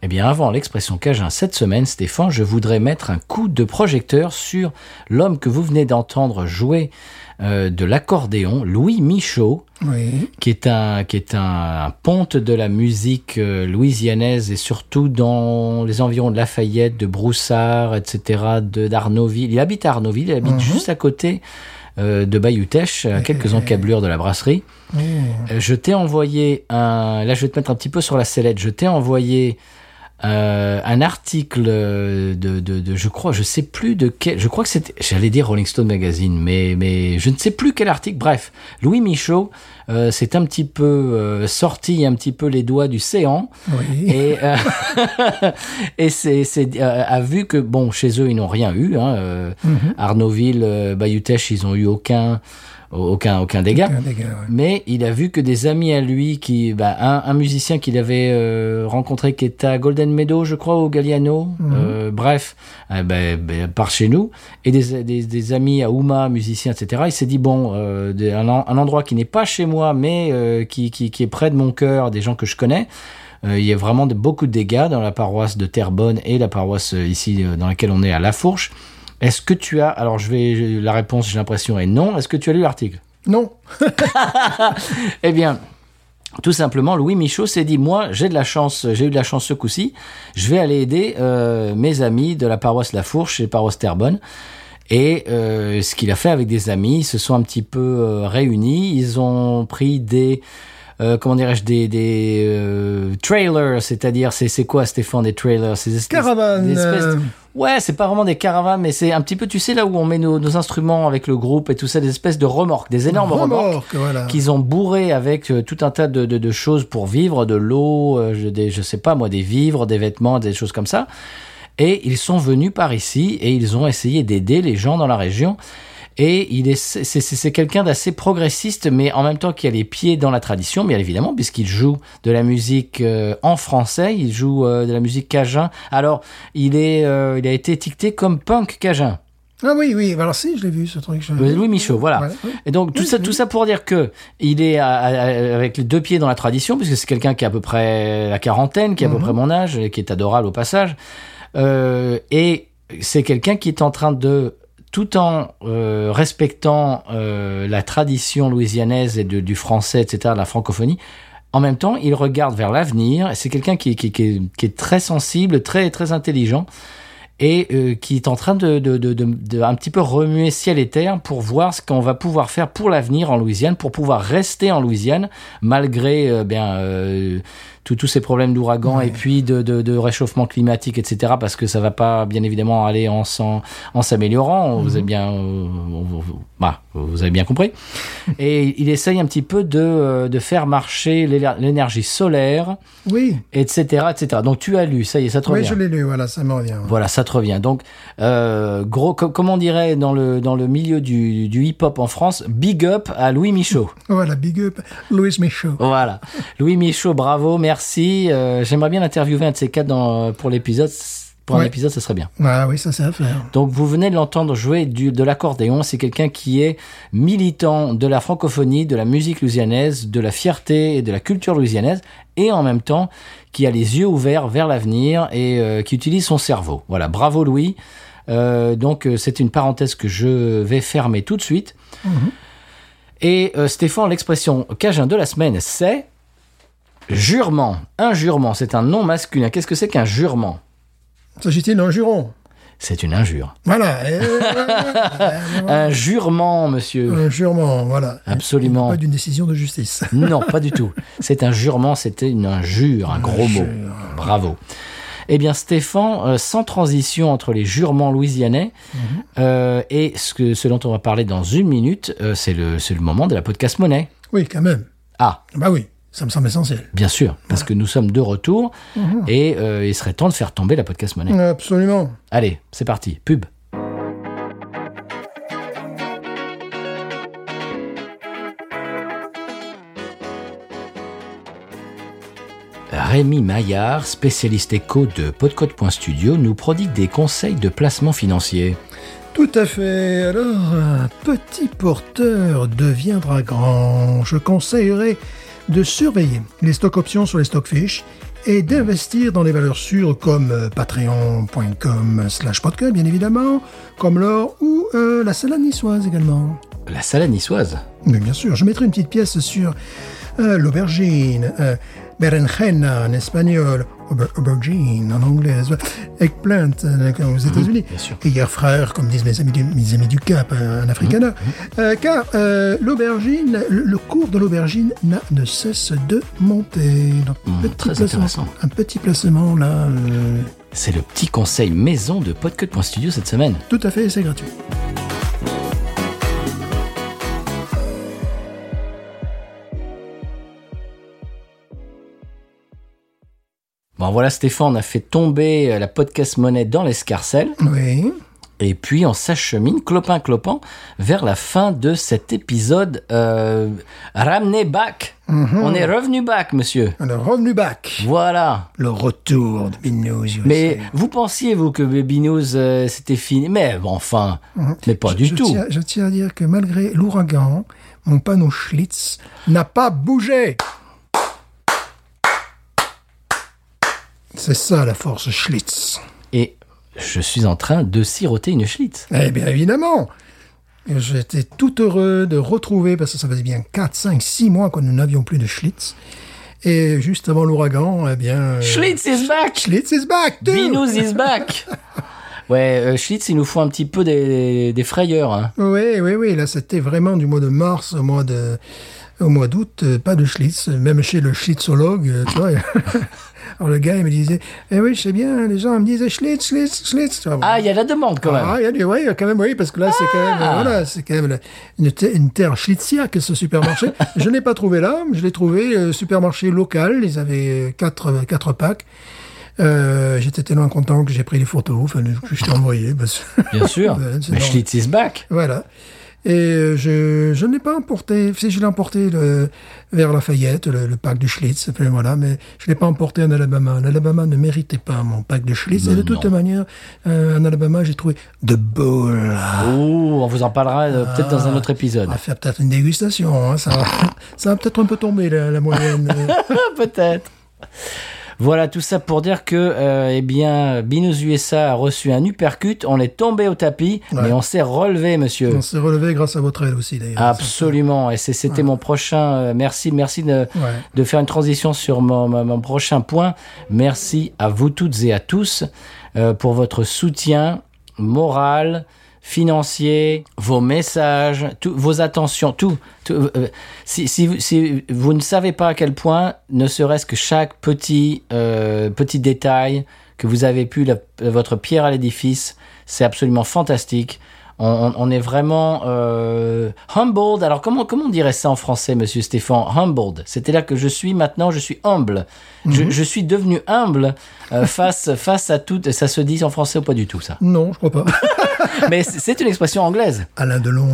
[SPEAKER 1] Eh bien, avant l'expression Cajun cette semaine, Stéphane, je voudrais mettre un coup de projecteur sur l'homme que vous venez d'entendre jouer euh, de l'accordéon, Louis Michaud,
[SPEAKER 3] Oui.
[SPEAKER 1] qui est un, qui est un, un ponte de la musique euh, louisianaise et surtout dans les environs de Lafayette, de Broussard, etc., de- d'Arnaudville. Il habite à Arnaudville, il habite juste à côté euh, de Bayutech, à quelques encablures de la brasserie. Euh, Je t'ai envoyé un. Là, je vais te mettre un petit peu sur la sellette. Je t'ai envoyé euh, un article euh, de, de, de- Je crois, je sais plus de quel. Je crois que c'était. J'allais dire Rolling Stone Magazine, mais, mais je ne sais plus quel article. Bref, Louis Michaud euh, s'est un petit peu euh, sorti un petit peu les doigts du séant
[SPEAKER 3] Oui.
[SPEAKER 1] et, euh, *laughs* et c'est, c'est, euh, a vu que, bon, chez eux, ils n'ont rien eu. Hein, euh,
[SPEAKER 3] Mmh.
[SPEAKER 1] Arnaudville, euh, Bayutech, ils n'ont eu aucun, aucun, aucun dégât.
[SPEAKER 3] Un dégât, ouais.
[SPEAKER 1] Mais il a vu que des amis à lui, qui, bah, un, un musicien qu'il avait euh, rencontré qui était à Golden Meadow, je crois, au Galliano, euh, bref, euh, bah, bah, par chez nous, et des, des, des amis à Ouma, musiciens, etc. Il s'est dit, bon, euh, des- un, en- un endroit qui n'est pas chez moi, mais euh, qui, qui, qui est près de mon cœur, des gens que je connais. Euh, il y a vraiment de- beaucoup de dégâts dans la paroisse de Terrebonne et la paroisse euh, ici euh, dans laquelle on est à La Fourche. Est-ce que tu as, alors je vais, la réponse j'ai l'impression est non, est-ce que tu as lu l'article
[SPEAKER 3] Non.
[SPEAKER 1] *laughs* eh bien, tout simplement, Louis Michaud s'est dit Moi, j'ai de la chance, j'ai eu de la chance ce coup-ci, je vais aller aider euh, mes amis de la paroisse La Fourche et paroisse Terrebonne. Et euh, ce qu'il a fait avec des amis, ils se sont un petit peu euh, réunis, ils ont pris des. euh, comment dirais-je des, des euh, trailers, c'est-à-dire c'est c'est quoi Stéphane des trailers C'est des espèces-
[SPEAKER 3] Caravane,
[SPEAKER 1] des espèces de-
[SPEAKER 3] euh.
[SPEAKER 1] Ouais, c'est pas vraiment des caravanes, mais c'est un petit peu, tu sais, là où on met nos, nos instruments avec le groupe et tout ça, des espèces de remorques, des énormes remorques
[SPEAKER 3] Remorque, voilà.
[SPEAKER 1] qu'ils ont bourré avec euh, tout un tas de, de- de choses pour vivre, de l'eau, euh, je- des, je sais pas moi, des vivres, des vêtements, des choses comme ça. Et ils sont venus par ici et ils ont essayé d'aider les gens dans la région. Et il est, c'est, c'est- c'est quelqu'un d'assez progressiste, mais en même temps qui a les pieds dans la tradition, bien évidemment, puisqu'il joue de la musique euh, en français, il joue euh, de la musique cajun. Alors, il est, euh, il a été étiqueté comme punk cajun.
[SPEAKER 3] Ah oui, oui. Alors si, je l'ai vu ce truc. je-
[SPEAKER 1] Euh, Louis Michaud, voilà.
[SPEAKER 3] Voilà, oui.
[SPEAKER 1] Et donc tout
[SPEAKER 3] Oui,
[SPEAKER 1] ça,
[SPEAKER 3] oui.
[SPEAKER 1] tout ça pour dire que il est à- à- à- avec les deux pieds dans la tradition, puisque c'est quelqu'un qui a à peu près la quarantaine, qui a à peu près mon âge, et qui est adorable au passage. Euh, et c'est quelqu'un qui est en train de tout en euh, respectant euh, la tradition louisianaise et de- du français, etc., de la francophonie, en même temps, il regarde vers l'avenir. C'est quelqu'un qui, qui, qui, est, qui est très sensible, très, très intelligent et euh, qui est en train de, de, de, de- de un petit peu remuer ciel et terre pour voir ce qu'on va pouvoir faire pour l'avenir en Louisiane, pour pouvoir rester en Louisiane malgré euh, bien euh, tous tous ces problèmes d'ouragan et puis de, de, de réchauffement climatique, etc. Parce que ça va pas bien évidemment aller en s'en- en s'améliorant. Vous avez bien, euh, on- on- bah, vous avez bien compris. et il essaye un petit peu de, euh, de faire marcher l'éler- l'énergie solaire,
[SPEAKER 3] Oui,
[SPEAKER 1] etc., etc. Donc tu as lu, ça y est, ça te
[SPEAKER 3] oui,
[SPEAKER 1] revient.
[SPEAKER 3] je l'ai lu. Voilà, ça me revient.
[SPEAKER 1] Voilà, ça te revient. Donc, euh, gros, co- comme on dirait dans le, dans le milieu du, du hip-hop en France, big up à Louis Michaud. *laughs*
[SPEAKER 3] Voilà, big up, Louis Michaud.
[SPEAKER 1] voilà. Louis Michaud, bravo, merci. Euh, J'aimerais bien l'interviewer un de ces quatre dans, pour l'épisode. Pour un
[SPEAKER 3] Ouais.
[SPEAKER 1] épisode, ça serait bien.
[SPEAKER 3] Ah oui, ça c'est à faire.
[SPEAKER 1] Donc, vous venez de l'entendre jouer du, de l'accordéon. C'est quelqu'un qui est militant de la francophonie, de la musique louisianaise, de la fierté et de la culture louisianaise, et en même temps qui a les yeux ouverts vers l'avenir et euh, qui utilise son cerveau. Voilà, bravo Louis. Euh, donc, euh, c'est une parenthèse que je vais fermer tout de suite. Et euh, Stéphane, l'expression cajun de la semaine, c'est jurement. Un jurement, c'est un nom masculin. Qu'est-ce que c'est qu'un jurement
[SPEAKER 3] S'agit-il d'un juron
[SPEAKER 1] c'est une injure.
[SPEAKER 3] Voilà. Et-
[SPEAKER 1] *laughs* Un jurement, monsieur.
[SPEAKER 3] Un jurement, voilà.
[SPEAKER 1] Absolument.
[SPEAKER 3] Pas d'une décision de justice.
[SPEAKER 1] Non, pas du tout. C'est un jurement, c'était une injure, un gros mot. Bravo. Eh bien, Stéphane, euh, sans transition entre les jurements louisianais euh, et ce, que, ce dont on va parler dans une minute, euh, c'est le, c'est le moment de la podcast monnaie.
[SPEAKER 3] Oui, quand même.
[SPEAKER 1] Ah,
[SPEAKER 3] Bah oui, ça me semble essentiel.
[SPEAKER 1] bien sûr, parce que nous sommes de retour et euh, il serait temps de faire tomber la podcast monnaie.
[SPEAKER 3] Absolument.
[SPEAKER 1] Allez, c'est parti, pub. Rémi Maillard, spécialiste éco de podcode.studio, nous prodigue des conseils de placement financier.
[SPEAKER 3] Tout à fait. Alors, un petit porteur deviendra grand. Je conseillerais de surveiller les stocks options sur les stocks fiches et d'investir dans les valeurs sûres comme euh, patreon.com slash podcast, bien évidemment, comme l'or ou euh, la salade niçoise également.
[SPEAKER 1] La salade niçoise
[SPEAKER 3] Mais bien sûr, je mettrai une petite pièce sur euh, l'aubergine, euh, berenjena en espagnol, auber- aubergine en anglais, eggplant euh, aux États-Unis,
[SPEAKER 1] Mhm, bien sûr. Mhm,
[SPEAKER 3] et hier frère, comme disent mes amis du, mes amis du Cap, euh, un africana. Euh, car euh, l'aubergine, le, le cours de l'aubergine n'a ne cesse de monter. Donc,
[SPEAKER 1] Mmh, très
[SPEAKER 3] placement,
[SPEAKER 1] intéressant.
[SPEAKER 3] Un petit placement là, euh,
[SPEAKER 1] C'est le petit conseil maison de podcut.studio cette semaine.
[SPEAKER 3] tout à fait, c'est gratuit.
[SPEAKER 1] Bon voilà Stéphane, on a fait tomber euh, la podcast monnaie dans l'escarcelle.
[SPEAKER 3] Oui.
[SPEAKER 1] Et puis on s'achemine, clopin clopin, vers la fin de cet épisode euh, ramené back.
[SPEAKER 3] Mhm.
[SPEAKER 1] On est revenu back, monsieur.
[SPEAKER 3] Alors, revenu back.
[SPEAKER 1] Voilà.
[SPEAKER 3] Le retour de Binous.
[SPEAKER 1] Mais vous pensiez, vous, que Baby News, euh, c'était fini Mais bon, enfin, mais pas
[SPEAKER 3] Mhm. Je-
[SPEAKER 1] du
[SPEAKER 3] je
[SPEAKER 1] tout.
[SPEAKER 3] tiens- je tiens à dire que malgré l'ouragan, mon panneau Schlitz n'a pas bougé. C'est ça la force Schlitz.
[SPEAKER 1] Et je suis en train de siroter une schlitz.
[SPEAKER 3] Eh bien évidemment J'étais tout heureux de retrouver, parce que ça faisait bien 4, 5, 6 mois que nous n'avions plus de Schlitz. Et juste avant l'ouragan, eh bien... euh,
[SPEAKER 1] Schlitz is back
[SPEAKER 3] Schlitz is back, dude
[SPEAKER 1] Baby News is
[SPEAKER 3] *laughs*
[SPEAKER 1] back Ouais, euh, Schlitz, il nous faut un petit peu des, des frayeurs. hein.
[SPEAKER 3] Oui, oui, oui. Là, c'était vraiment du mois de mars au mois de au mois d'août, euh, pas de Schlitz. Même chez le schlitzologue, euh, tu vois. *laughs* Alors le gars, il me disait, eh oui, je sais bien. Les gens ils me disaient Schlitz, Schlitz, Schlitz. Tu vois, bon.
[SPEAKER 1] Ah, il y a la demande quand même. Ah.
[SPEAKER 3] Ah, il y a du, oui, quand même, oui, parce que là, c'est quand même, euh, voilà, c'est quand même la- une, te- une terre schlitziaque,
[SPEAKER 1] *laughs*
[SPEAKER 3] ce supermarché. je ne l'ai pas trouvé là, mais je l'ai trouvé euh, supermarché local. Ils avaient euh, quatre, quatre packs. Euh, j'étais tellement content que j'ai pris les photos, enfin, que je t'ai envoyé. Parce...
[SPEAKER 1] Bien sûr.
[SPEAKER 3] *laughs* Ouais, c'est
[SPEAKER 1] mais
[SPEAKER 3] normal.
[SPEAKER 1] Schlitz is back
[SPEAKER 3] Voilà. Et euh, je, je ne l'ai pas emporté. Si je l'ai emporté le, vers Lafayette, le, le pack de Schlitz, enfin, voilà, mais je ne l'ai pas emporté en Alabama. L'Alabama ne méritait pas mon pack de Schlitz. Et de toute manière, euh, en Alabama, j'ai trouvé The Bull.
[SPEAKER 1] Ouh, on vous en parlera euh, peut-être dans un autre épisode.
[SPEAKER 3] On va faire peut-être une dégustation. hein, ça, va- *laughs* ça va peut-être un peu tomber la, la moyenne. euh.
[SPEAKER 1] *laughs* Peut-être. Voilà tout ça pour dire que euh, eh bien Binous USA a reçu un uppercut, on est tombé au tapis, mais on s'est relevé *laughs* monsieur.
[SPEAKER 3] euh, On s'est relevé grâce à votre aide aussi, d'ailleurs.
[SPEAKER 1] Absolument, et c'est- c'était mon prochain. euh, merci, merci de,
[SPEAKER 3] Ouais.
[SPEAKER 1] de faire une transition sur mon, mon- mon prochain point. Merci à vous toutes et à tous euh, pour votre soutien moral, financier, vos messages, tout- vos attentions, tout. tout, euh, si, si vous- si vous ne savez pas à quel point, ne serait-ce que chaque petit, euh, petit détail que vous avez pu, la- votre pierre à l'édifice, c'est absolument fantastique. On, on- on est vraiment euh, humbled. Alors comment comment on dirait ça en français, Monsieur Stéphane Humbled. C'était là que je suis maintenant. Je suis humble. je, je suis devenu humble euh, *laughs* face face à tout. Ça se dit en français ou pas du tout ça
[SPEAKER 3] Non, je crois pas. *laughs*
[SPEAKER 1] Mais c'est c'est une expression anglaise.
[SPEAKER 3] Alain Delon.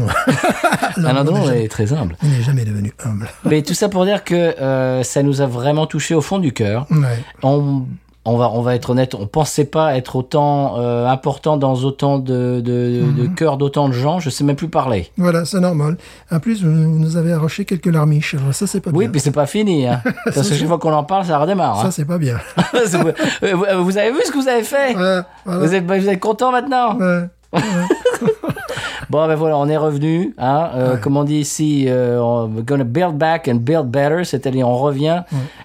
[SPEAKER 3] Alain,
[SPEAKER 1] Alain Delon
[SPEAKER 3] n'est jamais-
[SPEAKER 1] est très humble.
[SPEAKER 3] il n'est jamais devenu humble.
[SPEAKER 1] Mais tout ça pour dire que euh, ça nous a vraiment touché au fond du cœur.
[SPEAKER 3] Ouais.
[SPEAKER 1] on, on va, on va être honnête, on pensait pas être autant euh, important dans autant de, de, de cœurs d'autant de gens. Je sais même plus parler.
[SPEAKER 3] Voilà, c'est normal. En plus, vous vous nous avez arraché quelques larmiches. Alors, ça, c'est pas
[SPEAKER 1] Oui,
[SPEAKER 3] bien.
[SPEAKER 1] puis c'est pas fini.
[SPEAKER 3] *laughs*
[SPEAKER 1] Hein. Parce que chaque fois qu'on en parle, ça redémarre.
[SPEAKER 3] Ça,
[SPEAKER 1] hein.
[SPEAKER 3] c'est
[SPEAKER 1] *laughs*
[SPEAKER 3] pas bien.
[SPEAKER 1] C'est- vous, euh, vous avez vu ce que vous avez fait
[SPEAKER 3] Ouais, voilà.
[SPEAKER 1] vous, êtes, bah, vous êtes content maintenant
[SPEAKER 3] Ouais.
[SPEAKER 1] Bon, ben voilà, on est revenu. Hein, euh, Comme on dit ici, euh, on- we're gonna build back and build better. C'est-à-dire, on revient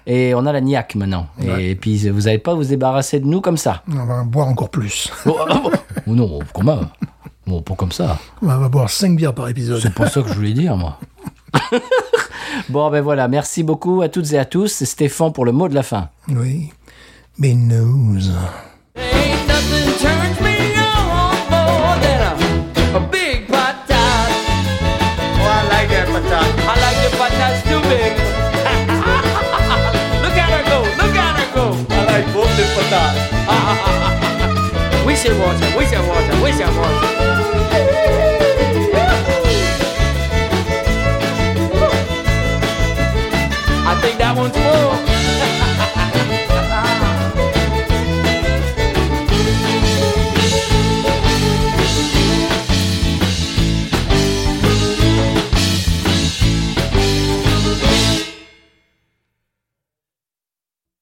[SPEAKER 1] et on a la euh,
[SPEAKER 3] *laughs*
[SPEAKER 1] niaque maintenant. Et, puis, vous n'allez pas vous débarrasser de nous comme ça.
[SPEAKER 3] On va en boire encore plus.
[SPEAKER 1] Bon, ah bon, Ou non, quand même. Bon, pas comme ça.
[SPEAKER 3] On va boire 5 bières par épisode.
[SPEAKER 1] C'est pour ça que je voulais dire, moi. *laughs* bon, ben voilà. Merci beaucoup à toutes et à tous. C'est Stéphane pour le mot de la fin.
[SPEAKER 3] Oui. Mais news.
[SPEAKER 5] Ain't nothing turns me on more than a, a big patat. Oh, I like that patat. I like the patats too big. *laughs* look at her go, look at her go. I like both the patats. uh, *laughs* we should watch it, we should watch it, we should watch it. I think that one's full.